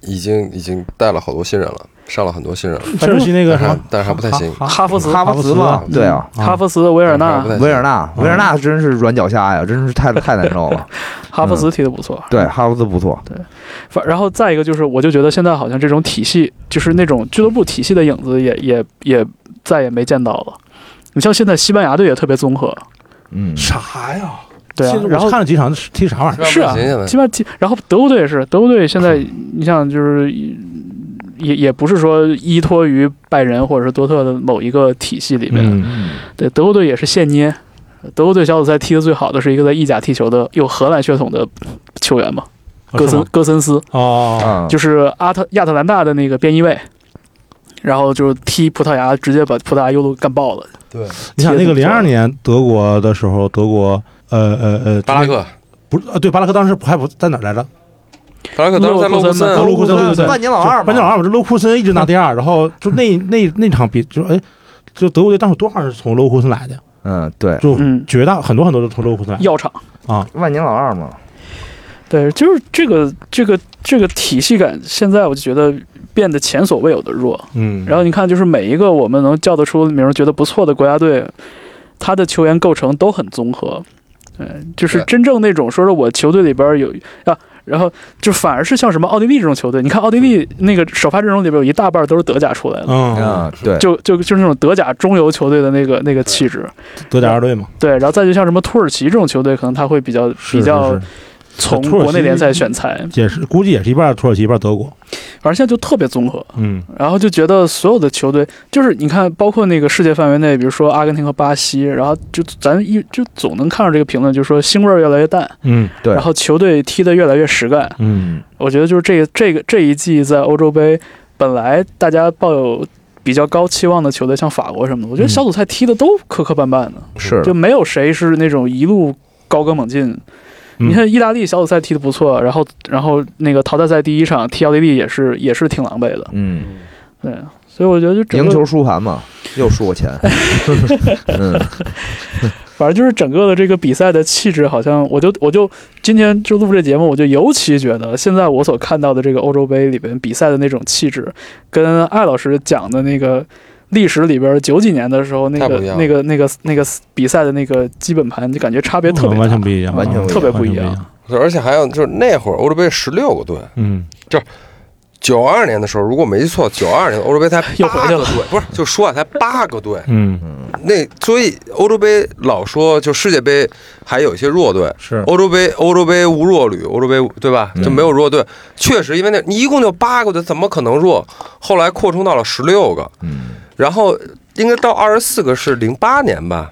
S3: 已经已经带了好多新人了，上了很多新人，
S2: 切尔西那个
S3: 但
S2: 什
S3: 是
S2: 么
S3: 但是还不太行。
S2: 哈嗯
S4: 哈弗茨
S1: 哈弗茨嗯嘛，对啊，
S4: 哈弗茨、维尔纳
S3: 不、太行
S1: 维尔纳，维尔纳真是软脚虾呀，真是太太难受 了。
S4: 哈弗茨踢得不错。
S1: 对，哈弗茨不错，
S4: 反然后再一个就是，我就觉得现在好像这种体系，就是那种俱乐部体系的影子也，也也再也没见到了。你像现在西班牙队也特别综合，
S1: 嗯，
S2: 啥呀？
S4: 对啊
S2: 现在，我
S4: 然后
S2: 看了几场踢啥玩意儿？
S4: 是啊
S3: 西班牙不太行现在
S4: 西班牙，然后德国队也是，德国队现在
S2: 嗯
S4: 你像就是也也不是说依托于拜仁或者是多特的某一个体系里面，
S2: 嗯，
S4: 对，德国队也是现捏。德国队小组赛踢得最好的是一个在意甲踢球的有荷兰血统的球员嘛，
S2: 哦
S4: 戈
S2: 是
S4: 森
S2: 吗
S4: 戈森斯，
S2: 哦，
S1: 啊，
S4: 就是阿特亚特兰大的那个边翼卫，然后就是踢葡萄牙，直接把葡萄牙右路干爆了。
S3: 对
S2: 你想那个
S4: 踢
S2: 零
S4: 得不错
S2: 二年德国的时候，德国呃呃呃，
S3: 巴拉克，
S2: 不是啊，对，巴拉克当时不还不在哪儿来着？
S3: 巴拉克当时在洛布
S4: 洛
S3: 森啊
S4: 库，
S2: 卢库森对对对
S1: 嗯万年老二嘛，
S2: 班加尔，我这勒库森一
S4: 啊
S2: 直拿第二，然后就那 那那场比就哎，就德国队当时多少人是从勒库森来的？
S1: 嗯，对，
S2: 就
S4: 嗯，
S2: 绝大很多很多都是从勒库森来的
S4: 药厂。
S2: 啊。
S1: 万年老二嘛，
S4: 对，就是这个这个这个体系感，现在我就觉得变得前所未有的弱。
S2: 嗯，
S4: 然后你看，就是每一个我们能叫得出名儿、觉得不错的国家队，他的球员构成都很综合。对，就是
S3: 对
S4: 真正那种说是我球队里边儿有啊，然后就反而是像什么奥地利这种球队，你看奥地利那个首发阵容里边有一大半儿都是德甲出来的，
S2: 嗯，
S1: 嗯，对，
S4: 就就就是那种德甲中游球队的那个那个气质。
S2: 德甲二队嘛，
S4: 对，然后再就像什么土耳其这种球队，可能他会比较
S2: 是
S4: 比较
S2: 是是
S4: 从
S2: 土耳其
S4: 国内联赛选材，
S2: 也是估计也是一半土耳其一半德国。
S4: 反正现在就特别综合。
S2: 嗯
S4: 然后就觉得所有的球队，就是你看，包括那个世界范围内，比如说阿根廷和巴西，然后就咱一就总能看到这个评论，就是说腥味儿越来越淡，
S2: 嗯
S1: 对
S4: 然后球队踢得越来越实干。
S2: 嗯，
S4: 我觉得就是这个这个这一季在欧洲杯，本来大家抱有比较高期望的球队，像法国什么的，我觉得
S2: 嗯
S4: 小组赛踢的都磕磕绊绊的，
S1: 是
S4: 就没有谁是那种一路高歌猛进。
S2: 嗯
S4: 你看意大利小组赛踢得不错，然后然后那个淘汰赛第一场踢奥地利也是也是挺狼狈的，
S1: 嗯，
S4: 对，所以我觉得就整
S1: 赢
S4: 个
S1: 球输盘 嘛，又输我钱，嗯，
S4: 反正就是整个的这个比赛的气质，好像我就我就今天就录这节目，我就尤其觉得现在我所看到的这个欧洲杯里边比赛的那种气质，跟艾老师讲的那个历史里边九几年的时候那
S3: 太
S4: 个
S3: 不一样了
S4: 那个那个那个比赛的那个基本盘，就感觉差别特别
S2: 嗯完
S4: 大
S2: 全。不一样，
S1: 完全不一样
S4: 特别不
S2: 完全
S4: 一
S2: 一
S4: 样。
S3: 对而且还有就是那会儿欧洲杯十六个队，
S2: 嗯，
S3: 九二年的时候，如果没记错，九二年的欧洲 杯才
S4: 又回
S3: 八
S4: 去
S3: 个
S4: 了
S3: 队，不是就说啊，才八个队。
S2: 嗯，
S3: 那所以欧洲杯老说就世界杯还有一些弱队，
S2: 是
S3: 欧洲杯欧洲杯无弱旅，欧洲杯对吧？就没有弱队，确实因为那你一共就八个队，怎么可能弱？后来扩充到了十六个，然后应该到二十四个是零八年吧，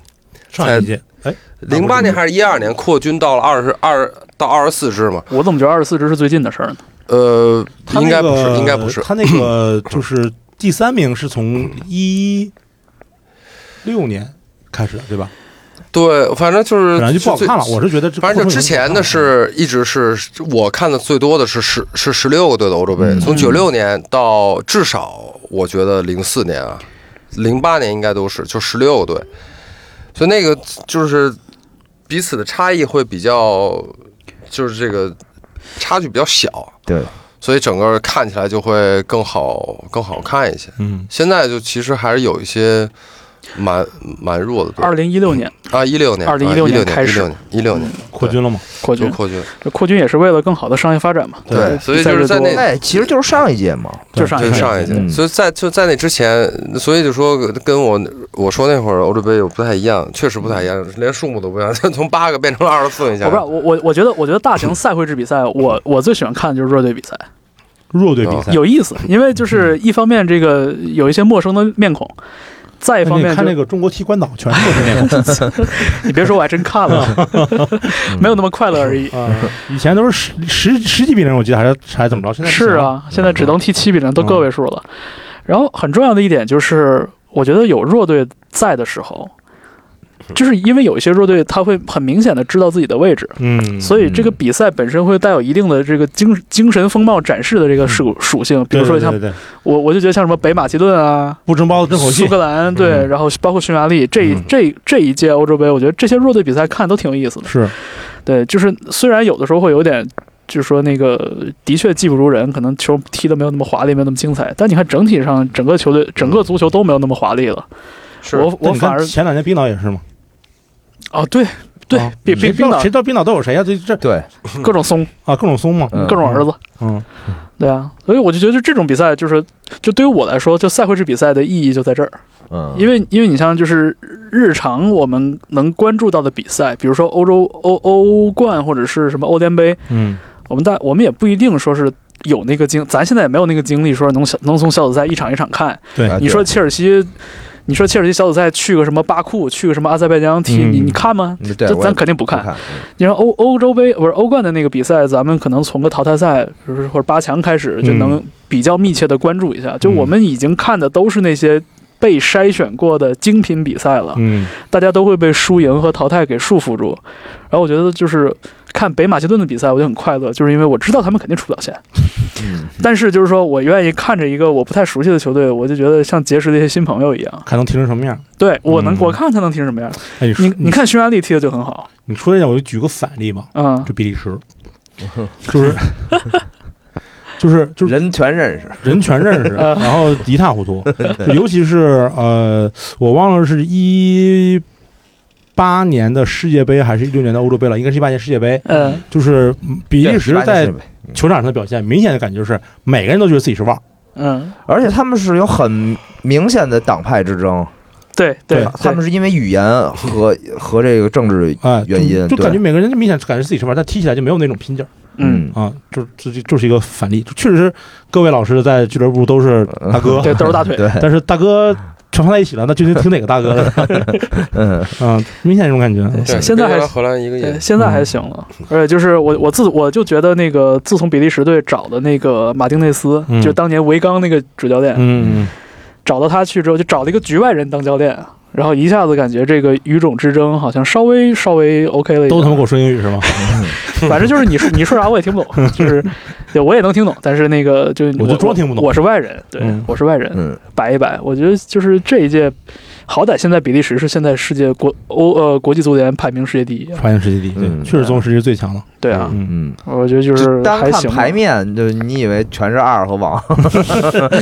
S2: 上一届，哎，
S3: 零八年还是一二年扩军到了二十二到二十四支嘛？
S4: 我怎么觉得二十四支是最近的事儿呢？
S3: 呃，
S2: 他
S3: 应
S2: 那
S3: 该不
S2: 个
S3: 是，应该不是，
S2: 他那个就是 第三名是从一六年开始的，对吧？
S3: 对，反正就是
S2: 本来就不好看了，我是觉得这
S3: 嗯反正就之前的
S2: 过
S3: 是一直是我看的最多的是十是十六个队的欧洲杯，
S1: 嗯
S3: 从九六年到至少我觉得零四年啊，零八年应该都是就十六个队，所以那个就是彼此的差异会比较，就是这个差距比较小，
S1: 对，
S3: 所以整个看起来就会更好更好看一些。
S2: 程很好，嗯，
S3: 现在就其实还是有一些蛮蛮弱的队
S4: 二零一六年
S3: 啊，一六年，
S4: 2016
S3: 一
S4: 年
S3: 六
S4: 开始
S3: 年，一六年
S2: 扩军了嘛，
S4: 扩
S3: 就
S4: 军，
S3: 扩军。
S4: 扩军也是为了更好的商业发展嘛。
S2: 对
S4: 对，
S3: 所以就是在那
S4: 比赛越多
S1: 哎，其实就是上一届嘛，
S4: 就上一
S3: 对，
S4: 届
S3: 上一届，
S1: 嗯
S3: 所以在就在那之前，所以就说跟我我说那会儿欧洲杯有不太一样，确实不太一样，连数目都不一样， 从八个变成了二十四，你
S4: 嗯我不
S3: 想
S4: 知道，我我我觉得我觉得大型赛会制比赛，我我最喜欢看的就是弱队比赛。
S2: 弱队比赛。
S4: 有意思，因为
S2: 嗯
S4: 就是一方面这个有一些陌生的面孔，再一
S2: 哎
S4: 方面
S2: 你看
S4: 就
S2: 那个中国踢关岛，全是这 种
S4: 你别说，我还真看了，
S2: 嗯
S4: 没有那么快乐而已。
S2: 啊，以前都是十十十几比零，我记得还是还怎么着？现在不行
S4: 是
S2: 了，
S4: 啊，现在只能踢七比零，都
S2: 嗯
S4: 个位数了。然后很重要的一点就是，我觉得有弱队在的时候，就是因为有一些弱队他会很明显的知道自己的位置，
S2: 嗯，
S4: 所以这个比赛本身会带有一定的这个精精神风貌展示的这个属属性。比
S2: 对嗯对
S4: 如说
S2: 对
S4: 像
S2: 对对，
S4: 我，我就觉得像什么北马其顿啊，
S2: 不争包子争口
S4: 苏
S2: 气
S4: 格，兰对，
S2: 嗯
S4: 然后包括匈牙利，这一
S2: 嗯
S4: 这这一届欧洲杯，我觉得这些弱队比赛看都挺有意思的。
S2: 是
S4: 对，就是虽然有的时候会有点就是说那个的确技不如人，可能球踢的没有那么华丽，没有那么精彩。但你看整体上整个球队、整个足球都没有那么华丽了。
S3: 是
S4: 我我
S2: 但你看
S4: 反而
S2: 前两年冰岛也是嘛，
S4: 哦，对对
S2: 啊，
S4: 比
S2: 谁
S4: 比
S2: 冰岛
S4: 冰岛
S2: 谁知道冰岛都有谁呀？啊这这
S1: 对，
S4: 各种松，
S2: 啊，各种松嘛，
S1: 嗯
S4: 各种儿子。
S2: 嗯，
S4: 对啊，所以我就觉得这种比赛就是，就对于我来说，就赛会制比赛的意义就在这儿，
S1: 嗯，
S4: 因为因为你像就是日常我们能关注到的比赛，比如说欧洲欧欧冠或者是什么欧联杯，
S2: 嗯，
S4: 我们但我们也不一定说是有那个精，咱现在也没有那个精力说能小能从小组赛一场一场看。
S2: 对
S1: 啊
S4: 你说切尔西，你说切尔西小组赛去个什么巴库，去个什么阿塞拜疆踢，
S2: 嗯
S4: 你你看吗？
S1: 对，
S4: 这
S1: 对我也
S4: 咱肯定不
S1: 不
S4: 看。
S1: 看，
S4: 你像欧欧洲杯不是欧冠的那个比赛，咱们可能从个淘汰赛，比如说或者八强开始，就能比较密切的关注一下。就我们已经看的都是那些被筛选过的精品比赛了，
S2: 嗯，
S4: 大家都会被输赢和淘汰给束缚住。然后我觉得就是看北马其顿的比赛，我就很快乐，就是因为我知道他们肯定出不了线。
S1: 嗯，
S4: 但是就是说我愿意看着一个我不太熟悉的球队，我就觉得像结识了一些新朋友一样。
S2: 看能踢成什么样。
S4: 对我能
S2: 嗯
S4: 我看他能踢成什么样。
S2: 哎，你说
S4: 你你看匈牙利踢的就很好，
S2: 你说这点，我就举个反例吧，
S4: 嗯，
S2: 就比 利时，就是就是就是
S1: 人全认识，
S2: 人全 认识，
S1: 嗯
S4: 啊
S2: 然后一塌糊涂，就尤其是呃，我忘了是一八年的世界杯还是一六年的欧洲杯了，应该是一八年世界杯，
S4: 嗯
S2: 就是比利时
S1: 对18
S2: 在
S1: 世界杯
S2: 球场上的表现，明显的感觉就是每个人都觉得自己是腕儿，
S4: 嗯，
S1: 而且他们是有很明显的党派之争，
S4: 对对
S2: 对，
S1: 他们是因为语言和和这个政治，
S2: 哎，
S1: 原因
S2: 就就
S1: 对
S2: 感觉每个人就明显感觉自己是腕儿，但踢起来就没有那种拼劲儿
S4: 嗯，
S1: 嗯，
S2: 啊，就这就就是一个反例，就确实各位老师在俱乐部都是大哥，
S4: 嗯对，都是大腿。
S1: 对，
S2: 但是大哥。全放在一起了，那究竟听哪个大哥的？
S1: 嗯，
S2: 嗯，明显这种感觉。
S3: 对
S4: 现在还
S3: 跟原来荷兰一个
S4: 对，
S3: 也
S4: 现在还行了，而且就是我我自我就觉得那个自从比利时队找的那个马丁内斯，
S2: 嗯
S4: 就当年维冈那个主教练，
S2: 嗯，
S4: 找到他去之后，就找了一个局外人当教练，然后一下子感觉这个语种之争好像稍微稍微 OK 了一点，
S2: 都他妈给我说英语是吗？
S4: 反正就是你说你说啥我也听 不懂，就是对我也能听懂，但是那个就
S2: 我就装听不懂
S4: 我是外人，对、
S2: 嗯
S4: 我是外人，
S1: 嗯
S4: 摆一摆。我觉得就是这一届，好歹现在比利时是现在世界国欧呃国际足联排名世界第一，
S2: 发现世界第一，对，
S1: 嗯
S2: 确实综合世界最强了。
S4: 对啊，
S2: 嗯，
S1: 嗯，
S4: 我觉得就
S1: 就是单
S4: 还
S1: 看
S4: 行吧。
S1: 牌面，就你以为全是二和王，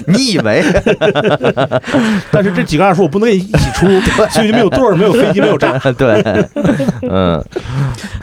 S1: 你以为
S2: 但是这几个二叔我不能一起出，所以就没有盾儿，没有飞机，没有炸。
S1: 对， 嗯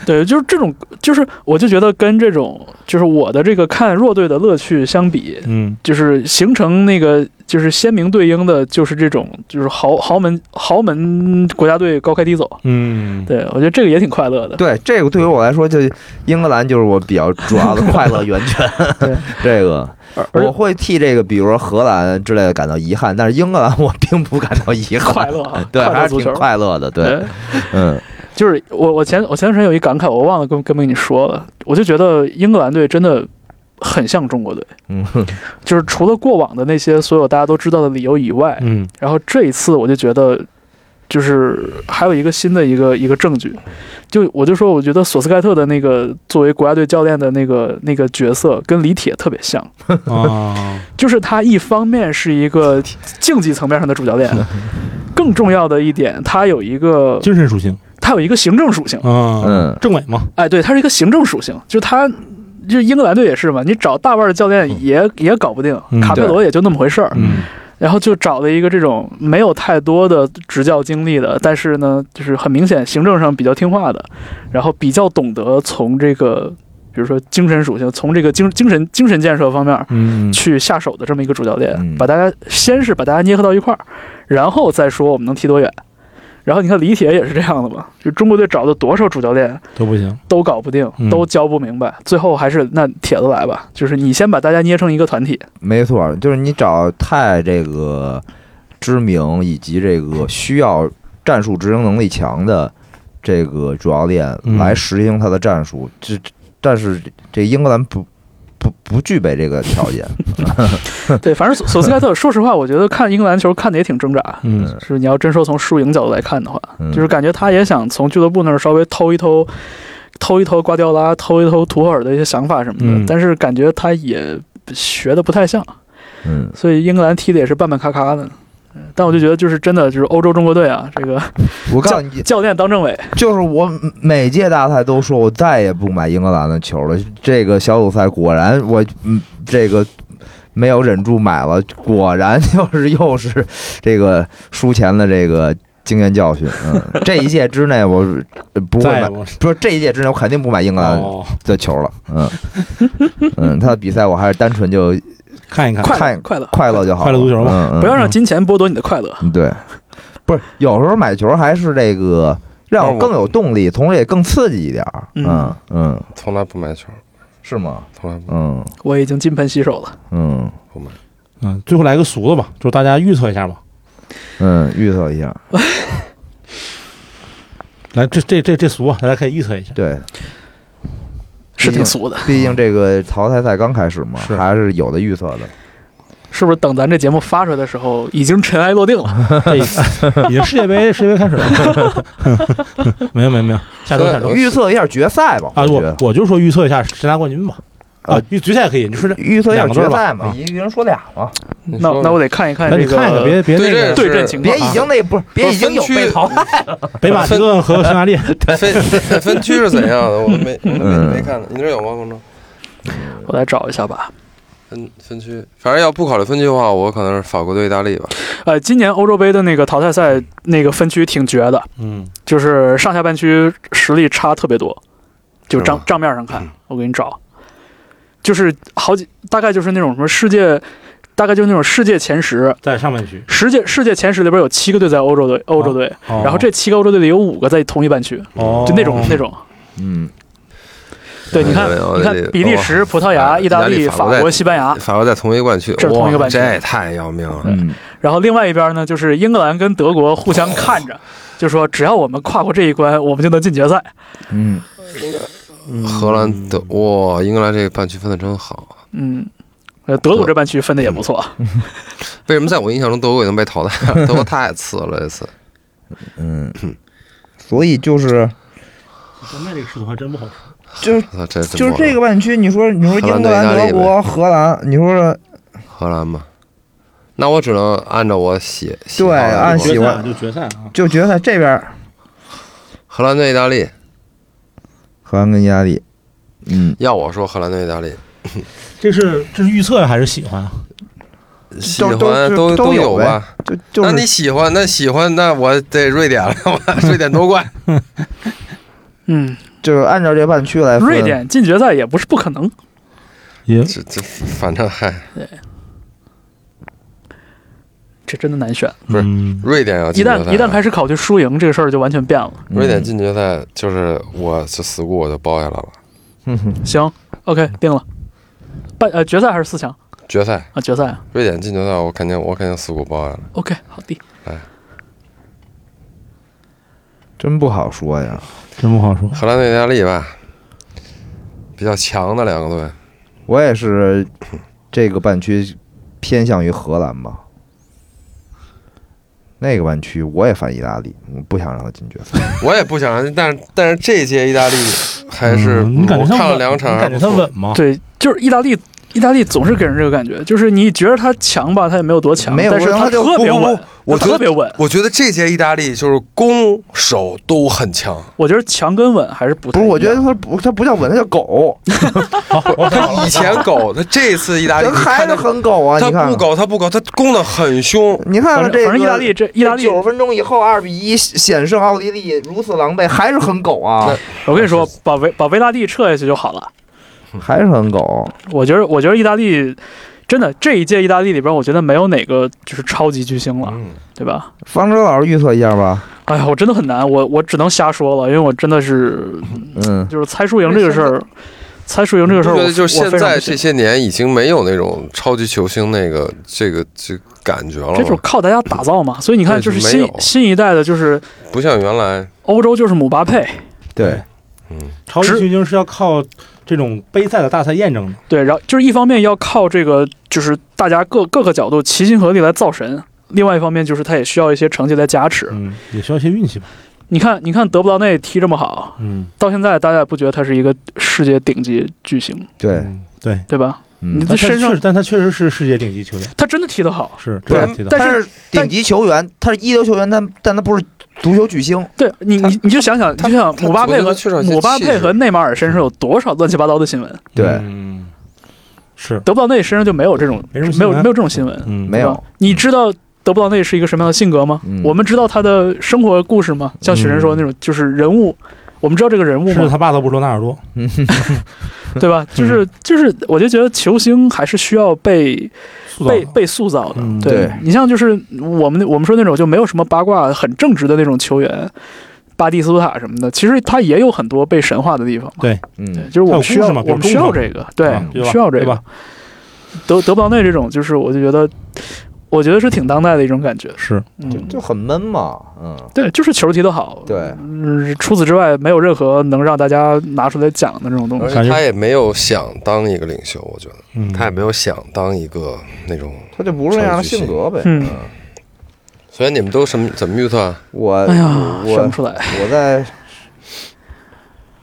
S4: 对，就是这种，就是我就觉得跟这种就是我的这个看弱队的乐趣相比，
S2: 嗯
S4: 就是形成那个就是鲜明对应的就是这种就是豪豪门豪门国家队高开低走。
S2: 嗯，
S4: 对，我觉得这个也挺快乐的。
S1: 对，这个对于我来说，就英格兰就是我比较主要的快乐源泉
S4: 对。
S1: 这个
S4: 而
S1: 我
S4: 而且
S1: 会替这个，比如说荷兰之类的感到遗憾，但是英格兰我并不感到遗
S4: 快
S1: 憾，
S4: 乐啊，
S1: 对，
S4: 快
S1: 还
S4: 乐
S1: 是
S4: 足球
S1: 挺。快乐的，对，，嗯
S4: 就是我我前我前段时间有一感慨，我忘了跟跟没跟你说了，我就觉得英格兰队真的很像中国队，
S1: 嗯，
S4: 就是除了过往的那些所有大家都知道的理由以外，
S2: 嗯
S4: 然后这一次我就觉得，就是还有一个新的一个一个证据，就我就说，我觉得索斯盖特的那个作为国家队教练的那个那个角色跟李铁特别像，
S2: 啊，
S4: 就是他一方面是一个竞技层面上的主 教练，更重要的一点，他有一个
S2: 精神属性
S4: 他有一个行政属性，
S2: 啊，
S1: 嗯
S2: 政委嘛，
S4: 哎，对，他是一个行政属性，就他。就英格兰队也是嘛，你找大腕儿的教练也也搞不定
S2: 嗯，
S4: 卡佩罗也就那么回事儿，
S2: 嗯
S4: 然后就找了一个这种没有太多的执教经历的，但是呢，就是很明显行政上比较听话的，然后比较懂得从这个，比如说精神属性，从这个精精神精神建设方面
S2: 嗯，
S4: 去下手的这么一个主教练，
S1: 嗯
S4: 把大家先是把大家捏合到一块儿，然后再说我们能踢多远。然后你看李铁也是这样的嘛，就中国队找的多少主教练
S2: 都不行。
S4: 都搞不定
S2: 嗯，
S4: 都教不明白，最后还是那铁子来吧，就是你先把大家捏成一个团体，
S1: 没错，就是你找太这个知名以及这个需要战术执行能力强的这个主教练
S2: 嗯
S1: 来实行他的战术，这、但是这英格兰不不不具备这个条件，
S4: 对，反正索索斯 盖特，说实话，我觉得看英格兰球看的也挺挣扎。
S2: 嗯，
S4: 就是你要真说从输赢角度来看的话，
S1: 嗯、
S4: 就是感觉他也想从俱乐部那儿稍微偷一偷，偷一偷瓜迪奥拉，偷一偷图赫尔的一些想法什么的，
S2: 嗯
S4: 但是感觉他也学的不太像，
S1: 嗯
S4: 所以英格兰踢的也是半半咔咔的。嗯但我就觉得就是真的就是欧洲中国队啊，这个
S1: 我告诉你，
S4: 教练当政委，
S1: 就是我每届大赛都说我再也不买英格兰的球了。这个小组赛果然我嗯这个没有忍住买了，果然就是 又是这个输钱的这个经验教训。嗯，这一届之内我不会
S2: 在
S1: 买，
S2: 吗？
S1: 不是这一届之内我肯定不买英格兰
S2: 哦，
S1: 的球了。嗯嗯，他的比赛我还是单纯就
S2: 看一看，
S1: 快
S4: 快乐
S1: 快
S4: 快乐，
S1: 乐就好了，
S2: 快乐足球嘛
S1: 嗯，嗯
S4: 不要让金钱剥夺你的快乐。
S1: 嗯对，不是有时候买球还是这个让我更有动力，同时也更刺激一点儿。嗯
S4: 嗯
S1: 嗯，
S3: 从来不买球，
S1: 是吗？
S3: 从来不
S1: 嗯
S4: 我已经金盆洗手了。
S1: 嗯
S3: 不买。
S2: 嗯，最后来个俗的吧，就是大家预测一下吧。
S1: 嗯，预测一下，
S2: 来，这这这这俗啊，大家可以预测一 下。
S1: 对，
S4: 是挺俗的，
S1: 毕竟这个淘汰赛刚开始嘛，
S2: 是
S1: 还是有的预测的。
S4: 是不是？等咱这节目发出来的时候，已经尘埃落定了。
S2: 这已经世界 杯世界杯开始了， 没有没有没有，下
S3: 呃
S2: 周下周
S1: 预测一下决赛吧，
S2: 啊，
S1: 我觉
S2: 我
S1: 得
S2: 我就说预测一下谁拿冠军吧。啊
S1: 啊，
S2: 预决赛也可以，你说这，
S1: 预测一下决赛
S2: 两个队吧
S1: 嘛，
S2: 啊
S1: 一个人说俩嘛，
S3: 你
S4: 那
S3: 说
S4: 那我得看一看
S2: 那
S4: 这
S2: 你
S4: 个
S2: 看一看，别别那
S3: 对
S2: 个
S3: 阵
S4: 对阵情
S1: 别
S4: 况
S1: 已
S4: 啊。
S1: 经那不是，别已经有被淘汰，
S2: 北马其顿和匈牙利，
S3: 分分区是怎样的？我都 没我都
S1: 嗯
S3: 没没看呢。你这有吗，观众？
S4: 我来找一下吧。
S3: 分分区，反正要不考虑分区的话，我可能是法国对意大利吧。
S4: 呃，今年欧洲杯的那个淘汰赛那个分区挺绝的，
S2: 嗯，
S4: 就是上下半区实力差特别多，就是账
S3: 吗
S4: 账面上看，我给你找，就是好几大概就是那种什么世界，大概就是那种世界前十，
S2: 在上半区，
S4: 世界世界前十里边有七个队在欧洲队，欧洲队，
S2: 然
S4: 然后这七个欧洲队里有五个在同一半区，
S2: 哦
S4: 就那种那种。
S1: 嗯，
S4: 对，你看
S3: 哎呦，
S4: 你
S3: 这
S4: 看，比利时、葡萄牙、
S3: 意
S4: 意
S3: 大
S4: 大
S3: 利
S4: 利、
S3: 法国
S4: 法
S3: 在
S4: 国、西班牙，
S3: 法国在同一个冠区，
S4: 这是同一
S3: 哇
S4: 个冠区
S3: 这也太要命了。
S1: 嗯，
S4: 然后另外一边呢，就是英格兰跟德国互相看着，就说只要我们跨过这一关，我们就能进决赛。
S1: 嗯，
S3: 荷兰的哇，英格兰这个半区分的真好。
S4: 嗯，呃，德国这半区分的也不错。
S3: 为什么在我印象中德国已经被淘 汰了？德国太次了这次。
S1: 嗯， 所以就是
S2: 现在这个势头还真不好说。
S1: 就是
S3: 我操啊这真
S1: 就是
S3: 不
S1: 这个半区，你说你说
S3: 荷兰
S1: 英格
S3: 对意大
S1: 兰、
S3: 利嗯
S1: 德国、荷兰，你说说
S3: 荷兰嘛，那我只能按照我喜喜
S1: 对
S3: 好来
S1: 按
S3: 过
S1: 喜
S2: 决
S1: 欢
S2: 赛啊就决赛啊，
S1: 就决赛这边儿
S3: 荷兰对意大利，
S1: 荷兰跟意大利，嗯，
S3: 要我说荷兰对意大利，
S2: 这是这是预测还是喜欢啊？
S3: 喜欢
S1: 都
S3: 都
S1: 都
S3: 有
S1: 有呗
S3: 吧？
S1: 就就
S3: 那你
S1: 是
S3: 喜欢，那喜欢，那我得瑞典了， 我瑞典夺冠。
S4: 嗯，
S1: 就是按照这半区来分，
S4: 瑞典进决赛也不是不可能。
S2: 也
S3: 这这反正嗨，
S4: 这真的难选，
S3: 不是
S2: 嗯
S3: 瑞典要
S4: 一
S3: 进决
S4: 旦
S3: 赛啊，
S4: 一旦开始考虑输赢这个事儿就完全变了。
S1: 嗯
S3: 瑞典进决赛，就是我就死固我就包下来了。
S1: 哼哼
S4: 行，OK，定了。半呃决赛还是四强
S3: 决赛，
S4: 啊？决赛啊
S3: 瑞典进决赛，我肯定我肯定死固包下来。
S4: ，OK，好的。
S1: 真不好说呀。
S2: 真不好说。
S3: 荷兰对意大利吧，比较强的两个队，
S1: 我也是这个半区偏向于荷兰吧，那个半区我也反意大利，我不想让他进决赛。
S3: 我也不想让，但是但是这届意大利还是、
S2: 嗯你感觉
S3: 我
S2: 他
S3: 看了
S2: 稳
S3: 两场，
S2: 你感觉他稳吗？
S4: 对，就是意大利，意大利总是给人这个感觉，就是你觉得他强吧，他也没有多强，
S1: 没有
S4: 但是
S1: 我觉得
S4: 他
S1: 他就
S4: 特别
S3: 不不
S4: 稳
S3: 不，我
S4: 他
S3: 觉得
S4: 特别稳。
S3: 我觉得这届意大利就是攻守都很 强，
S4: 我觉得强跟稳还是
S1: 不
S4: 不太
S1: 是，
S4: 一样
S1: 我觉得他不，他不叫稳，他叫狗，
S3: 他以前狗，他这次意大利
S1: 这孩子
S3: 哎你看
S1: 很狗啊！
S3: 他
S1: 你
S3: 他
S1: 看
S3: 不，狗，他不狗，他攻的很凶。
S1: 你看
S4: 反
S1: 看
S4: 正
S1: 这
S4: 反
S1: 个
S4: 正意大利这意大利，
S1: 九十分钟以后二比一险胜奥地利，如此狼狈，还是很狗啊，
S4: 我跟你说，把维把维拉蒂撤下去就好了。
S1: 还是很狗。
S4: 我觉得，我觉得意大利真的这一届意大利里边，我觉得没有哪个就是超级巨星了，
S3: 嗯，
S4: 对吧？
S1: 方舟老师预测一下吧，
S4: 哎呀，我真的很难，我我只能瞎说了，因为我真的是
S1: 嗯，
S4: 就是猜输赢这个事儿，猜输赢这个事儿，
S3: 我觉
S4: 我
S3: 得就是
S4: 我
S3: 现
S4: 非常
S3: 在
S4: 不信
S3: 这些年已经没有那种超级球星那个这个这个感觉了
S4: 这就是
S3: 吧，
S4: 靠大家打造嘛。所以你看，
S3: 对
S4: 就是
S3: 哎没
S4: 新
S3: 有
S4: 新一代的，就是
S3: 不像原来。
S4: 欧洲就是姆巴佩，
S1: 对，
S3: 嗯，
S2: 超级巨星是要靠这种杯赛的大赛验证的。
S4: 对，然后就是一方面要靠这个，就是大家各各个角度齐心合力来造神。另外一方面就是他也需要一些成绩来加持。
S2: 嗯，也需要一些运气吧。
S4: 你看，你看德布劳内踢这么好，
S2: 嗯，
S4: 到现在大家也不觉得他是一个世界顶级巨星，
S1: 对，
S2: 嗯对，
S4: 对吧？
S1: 嗯
S4: 你这身
S2: 但
S4: 上
S2: 他确实但他确实是世界顶级球员，
S4: 他真的踢得好。
S2: 是
S1: 对
S2: 这样提到
S4: 但
S1: 他
S4: 是
S1: 是顶级球员，他是一流球员，但但他不是足球巨星。
S4: 对你，你你就想想，你
S3: 他
S4: 就想
S3: 他
S4: 姆巴
S3: 我
S4: 佩
S3: 觉
S4: 和
S3: 得缺少一些
S4: 姆巴
S3: 气
S4: 佩
S3: 质
S4: 和内马尔身上有多少乱七八糟的新闻？
S1: 对，
S2: 嗯是
S4: 德布劳内身上就没有这种
S2: 没什么新闻
S4: 没有没有这种新闻，
S2: 嗯
S1: 没有
S4: 对吧。你知道德布劳内是一个什么样的性格吗？
S1: 嗯
S4: 我们知道他的生活故事吗？像雪人说的那种，就是人物，我们知道这个人物
S2: 甚至
S4: 吗？
S2: 他爸都不说纳尔多，嗯
S4: 对吧？就是就是，我就觉得球星还是需要被
S2: 塑造
S4: 被被塑造的。
S2: 嗯
S4: 对
S1: 对
S4: 你像就是我们我们说那种就没有什么八卦、很正直的那种球员，巴蒂斯图塔什么的，其实他也有很多被神化的地方嘛。
S2: 对
S4: 对，
S1: 嗯，
S4: 就是
S2: 他有故
S4: 我们
S2: 事
S4: 需要
S2: 嘛比如
S4: 我们需
S2: 中
S4: 要
S2: 场啊
S4: 这个，对
S1: 嗯，
S2: 对吧
S4: 需要这
S2: 对
S4: 个
S2: 吧。
S4: 德德布劳内这种，就是我就觉得，我觉得是挺当代的一种感觉。
S2: 是
S4: 嗯，
S1: 就很闷嘛，嗯，
S4: 对，就是球踢得好。
S1: 对
S4: 嗯，除此之外，没有任何能让大家拿出来讲的这种东
S3: 而
S4: 西。
S2: 感
S3: 且
S2: 觉
S3: 他也没有想当一个领袖，我觉得
S2: 嗯
S3: 他也没有想当一个那种。
S1: 他就不是那样的性格呗。
S4: 嗯，
S3: 所以你们都什么怎么预测啊？
S1: 我
S4: 哎呀，
S1: 我
S4: 说不出
S2: 啊
S4: 来。
S1: 我在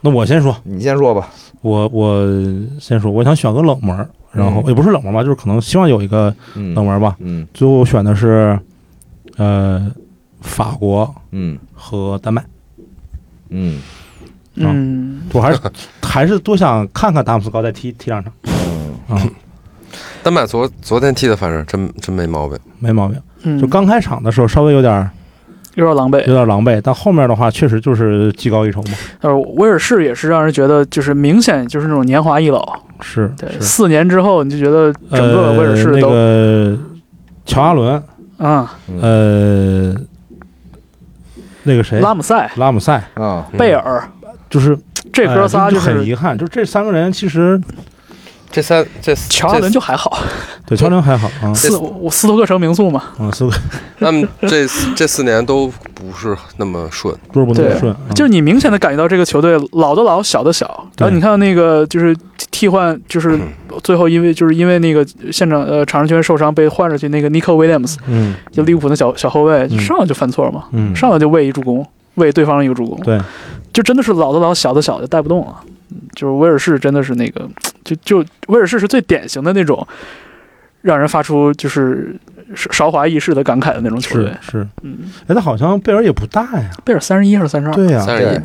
S2: 那我先说，
S1: 你先说吧，
S2: 我我先说，我想选个冷门儿，然后
S1: 嗯
S2: 也不是冷门儿吧，就是可能希望有一个
S1: 嗯
S2: 冷门儿吧。
S1: 嗯
S2: 最后我选的是，呃，法国
S1: 嗯
S2: 和丹麦。
S1: 嗯
S4: 嗯，
S2: 我还是还是多想看看达姆斯高再踢踢两场
S1: 嗯
S2: 啊、
S3: 丹麦昨昨天踢的，反正真真没毛病。
S2: 没毛病。
S4: 嗯
S2: 就刚开场的时候稍微有点儿
S4: 有点狼狈
S2: 有。点狼狈，但后面的话确实就是技高一筹嘛。
S4: 呃，威尔士也是让人觉得就是明显就是那种年华易老。
S2: 是
S4: 对，
S2: 是，
S4: 四年之后你就觉得整个威尔
S2: 呃
S4: 士
S2: 那
S4: 都
S2: 个乔阿伦，
S4: 啊，
S2: 呃，那个谁
S4: 拉姆塞、
S2: 拉姆塞，
S3: 嗯
S1: 啊，
S4: 贝尔
S2: 就是
S4: 这哥
S2: 嗯哎
S4: 仨
S2: 就
S4: 就
S2: 很
S4: 是
S2: 遗憾，就这三个人其实
S3: 这三这
S4: 乔阿伦
S3: 这
S4: 就还好，
S2: 对乔林还好啊
S4: 斯我斯托克城名宿嘛，
S2: 啊，斯科
S3: 他们这这四年都不是那么顺。
S2: 不是不
S4: 对
S2: 能顺，啊
S4: 就是你明显的感觉到这个球队老的老，小的小。
S2: 对
S4: 然后你看到那个就是替换，就是
S3: 嗯
S4: 最后因为就是因为那个现场呃场上球员受伤被换上去那个 Nico Williams，
S2: 嗯
S4: 就利物浦那小小后卫，
S2: 嗯
S4: 上来就犯错嘛，
S2: 嗯
S4: 上来就喂一助攻，喂对方一个助攻，
S2: 对
S4: 就真的是老的老，小的小，就带不动了。嗯就是威尔士真的是那个，就就威尔士是最典型的那种让人发出就是韶韶华易逝的感慨的那种球队
S2: 是。是，
S4: 嗯，
S2: 哎，他好像贝尔也不大呀，
S4: 贝尔三十一还是三十二？
S2: 对呀，
S3: 三十
S1: 对
S3: 一，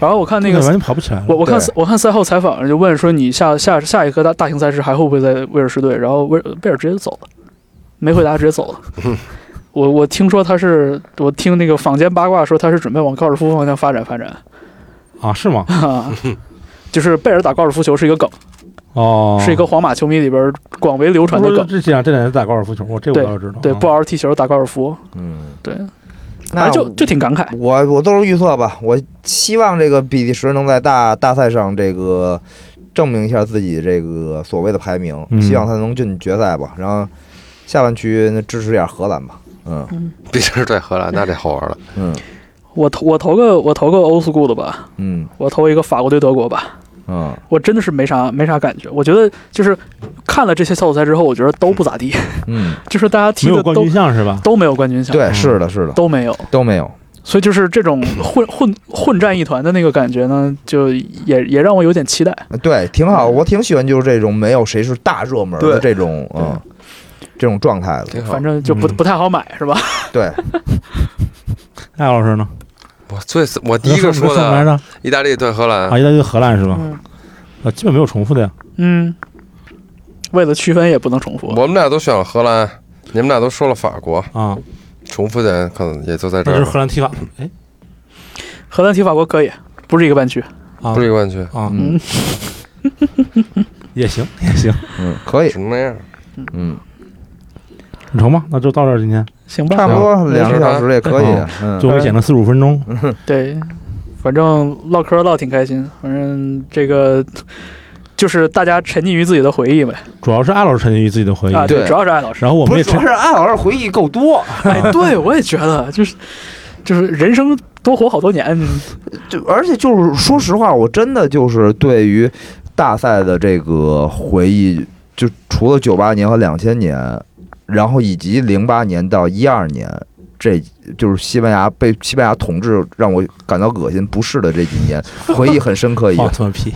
S4: 然后我啊看那个
S2: 完全跑不起来了，
S4: 我我看
S1: 对
S4: 我看赛后采访，就问说你下下下一个大大型赛事还会不会在威尔士队？然后威尔贝尔直接就走了，没回答直接走了。我我听说他是，我听那个坊间八卦说他是准备往高尔夫方向发展发展，
S2: 啊是吗？
S4: 啊、就是贝尔打高尔夫球是一个梗，
S2: 哦，
S4: 是一个皇马球迷里边广为流传的
S2: 不是
S4: 梗。
S2: 这这样这两人打高尔夫球，我这我
S4: 对
S2: 倒是知道，
S4: 对，
S2: 啊
S4: 不好好踢球打高尔夫，
S1: 嗯，
S4: 对，啊
S1: 那
S4: 反正就就挺感慨。
S1: 我我都是预测吧，我希望这个比利时能在大大赛上这个证明一下自己这个所谓的排名，
S2: 嗯
S1: 希望他能进决赛吧。然后下半区那支持点荷兰吧，嗯
S3: 毕竟是对荷兰，那这好玩了。
S1: 嗯
S4: 我投我投个我投个欧 school 的吧，
S1: 嗯
S4: 我投一个法国对德国吧。
S1: 嗯，
S4: 我真的是没啥没啥感觉。我觉得就是看了这些小组赛之后，我觉得都不咋地，
S1: 嗯，
S4: 就是大家踢
S2: 没
S4: 的
S2: 有冠
S4: 都
S2: 军相是吧？
S4: 都没有冠军相，
S1: 对，是的，是的，
S4: 都没有。
S1: 都没有，
S4: 所以就是这种混混混战一团的那个感觉呢，就也也让我有点期待。
S1: 对，挺好，我挺喜欢就是这种没有谁是大热门的
S4: 嗯对
S1: 这种嗯这种状态的，
S3: 挺好
S4: 反正就不
S2: 嗯
S4: 不太好买，是吧？
S1: 对，
S2: 艾老师呢？
S3: 我最我第一
S2: 说
S3: 个说
S2: 什么来
S3: 的啊
S2: 着？
S3: 意大利对荷兰
S2: 啊，，意大利对荷兰是吧？
S4: 嗯
S2: 啊，基本没有重复的呀。
S4: 嗯，为了区分也不能重复。
S3: 我们俩都选了荷兰，你们俩都说了法国，
S2: 啊，
S3: 重复的可能也就在这
S2: 那就是
S3: 儿了，
S2: 荷兰踢法，哎，
S4: 荷兰踢法国可以，不是一个半区。
S2: 兰
S3: 不是一个冠军，
S2: 啊，
S1: 嗯
S2: 也行 也行，
S1: 嗯，可以
S3: 什，么样？
S1: 嗯，
S2: 你成吧？那就到这儿，今天
S4: 行吧，
S1: 差不多
S4: 嗯
S1: 两个小时也可以
S2: 嗯，
S1: 嗯，
S2: 就给剪了四十五分钟，
S4: 对，反正唠嗑唠挺开心，反正这个就是大家沉浸于自己的回忆呗。
S2: 主要是艾老师沉浸于自己的回忆，
S4: 啊，
S1: 对
S4: 主要是艾老师。
S2: 然后我
S1: 不
S2: 们
S1: 是，
S2: 也
S1: 主
S2: 沉
S1: 要是安老师回忆够多，
S4: 哎，对，我也觉得，就是就是人生多活好多年，
S1: 就而且就是说实话，我真的就是对于大赛的这个回忆，就除了九八年和两千年，然后以及零八年到一二年，这就是西班牙被西班牙统治让我感到恶心不适的这几年，回忆很深 刻以
S2: 放他妈屁！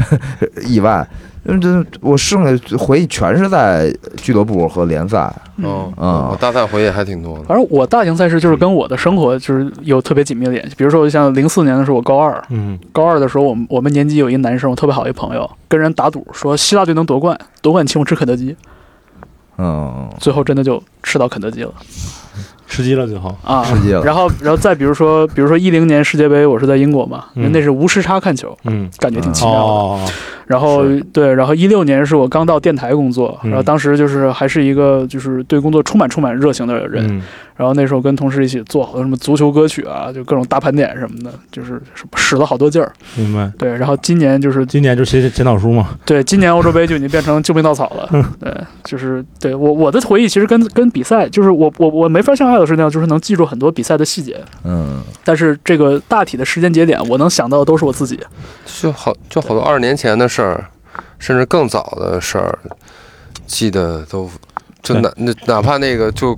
S1: 以外，嗯，这我剩下回忆全是在俱乐部和联赛，
S3: 哦，
S1: 嗯
S3: 我大赛回忆还挺多的。
S4: 反正我大型赛事就是跟我的生活就是有特别紧密的联系，比如说像零四年的时候，我高二，
S2: 嗯，
S4: 高二的时候，我们我们年级有一个男生，我特别好一朋友，跟人打赌说希腊队能夺冠，夺冠请我吃肯德基，
S1: 嗯，
S4: 最后真的就吃到肯德基了
S2: 吃鸡了最后。
S4: 啊！
S1: 吃鸡了
S4: 然后，然后再比如说，比如说一零年世界杯，我是在英国嘛，
S2: 嗯
S4: 那是无时差看球，
S2: 嗯，
S4: 感觉挺奇
S2: 哦
S4: 妙的。
S2: 哦，哦
S4: 然后对，然后一六年是我刚到电台工作，
S2: 嗯
S4: 然后当时就是还是一个就是对工作充满充满热情的人，
S2: 嗯
S4: 然后那时候跟同事一起做好多什么足球歌曲啊，就各种大盘点什么的，就是使了好多劲儿。
S2: 明白。
S4: 对，然后今年就是
S2: 今年就写写检讨书嘛，
S4: 对，今年欧洲杯就已经变成救命稻草了。 对，就是对我我的回忆其实跟跟比赛，就是我我我没法像艾老师那样，就是能记住很多比赛的细节，
S1: 嗯，
S4: 但是这个大体的时间节点，我能想到的都是我自己。
S3: 就好就好多二十年前的事儿，甚至更早的事儿，记得都就
S2: 对
S3: 哪那哪怕那个就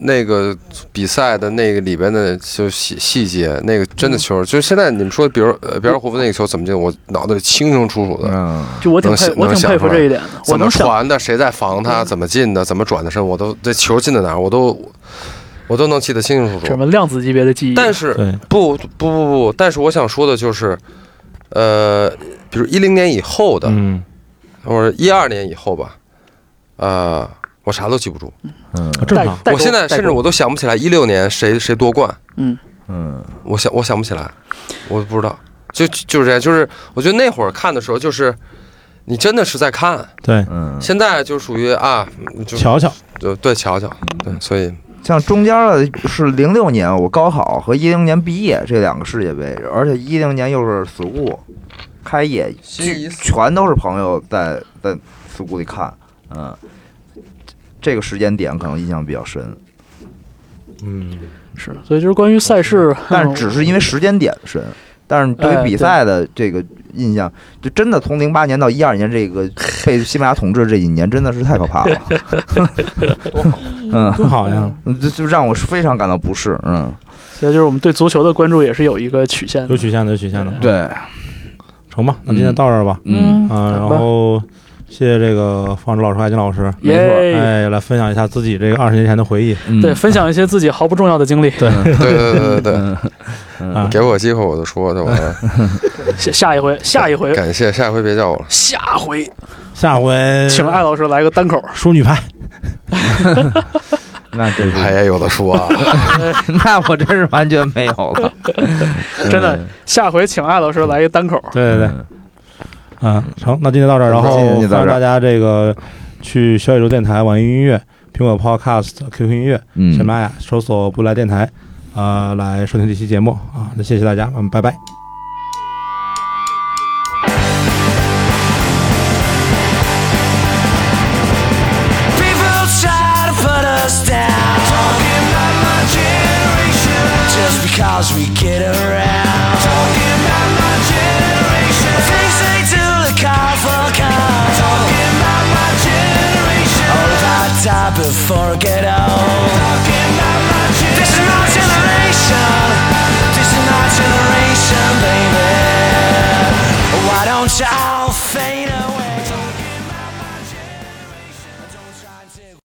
S3: 那个比赛的那个里边的就细细节，那个真的球，就是现在你们说，比如呃比尔霍夫那个球怎么进，我脑袋里清清楚楚的。
S1: 嗯，
S4: 就我挺
S3: 能
S4: 佩
S3: 想
S4: 我
S3: 能
S4: 挺
S3: 想
S4: 佩服
S3: 出来
S4: 这一点的，我
S3: 怎么
S4: 能想
S3: 传的？谁在防
S2: 嗯
S3: 他？怎么进的？怎么转的身？我都这球进在哪儿？我都我都能记得清清楚
S4: 什
S3: 楚。
S4: 么量子级别的记忆。
S3: 但是
S2: 对，
S3: 不不不不，但是我想说的就是，呃，比如一零年以后的，
S2: 嗯，
S3: 或者一二年以后吧，呃，我啥都记不住。
S1: 嗯
S2: 啊正
S4: 带
S2: 常。
S4: 带
S3: 我
S4: 过
S3: 现在
S4: 带
S3: 甚至
S4: 过
S3: 我都想不起来一六年谁谁夺冠，
S4: 嗯，
S1: 嗯，
S3: 我想我想不起来，我不知道。就就是这样，就是我觉得那会儿看的时候，就是你真的是在看，
S2: 对，
S1: 嗯，
S3: 现在就属于啊，就
S2: 瞧瞧，
S3: 就对瞧瞧，对，所以
S1: 像中间的是零六年我高考和一零年毕业这两个世界杯，而且一零年又是 school 开业，
S3: 心仪
S1: 全都是朋友在在 school 里看，嗯，这个时间点可能印象比较深，
S2: 嗯，
S4: 是，所以就是关于赛事，
S3: 嗯
S4: 嗯
S1: 但是只是因为时间点深。但是对于
S4: 哎
S1: 比
S4: 对
S1: 赛的这个印象，就真的从零八年到一二年这个被西班牙统治这几年，真的是太可怕了。嗯，
S2: 多 好呀，
S1: 就就让我非常感到不适。嗯，
S4: 所以就是我们对足球的关注也是有一个曲线的
S2: 有。曲线的，有曲线的，
S1: 对，
S2: 成吧？那今天到这儿吧，
S1: 嗯，
S2: 啊，然
S4: 好吧
S2: 后谢谢这个方志老师、艾金老师，
S1: 没错
S4: 耶，
S2: 哎，来分享一下自己这个二十年前的回忆。
S1: 嗯
S4: 对，分享一些自己毫不重要的经历，
S2: 对，
S3: 对对对对对，
S2: 啊，
S3: 给我机会我就说就完了。
S4: 下下一回，下一回，
S3: 感谢，下回别叫我了。
S4: 下回，
S2: 下回
S4: 请艾老师来个单口。
S2: 淑女派，
S1: 那真
S3: 还
S1: 是，
S3: 也有的说啊，
S1: 那我真是完全没有了，
S3: 嗯
S4: 真的，下回请艾老师来一单口。
S2: 对对对，嗯，成，那今天到这儿，然后
S1: 今
S2: 欢
S1: 天
S2: 迎
S1: 到这儿
S2: 大家这个去小宇宙电台、网易云音乐、苹果 Podcast、QQ 音乐、
S1: 嗯
S2: 喜马拉雅搜索“不来电台”，啊，来收听这期节目啊，那谢谢大家，嗯，拜拜。
S5: People try to put us down. Talking about my generation. Just because we get around. Talking about my generation. Things they do to call for calm. Talking about my generation. All about die before I get old. Talking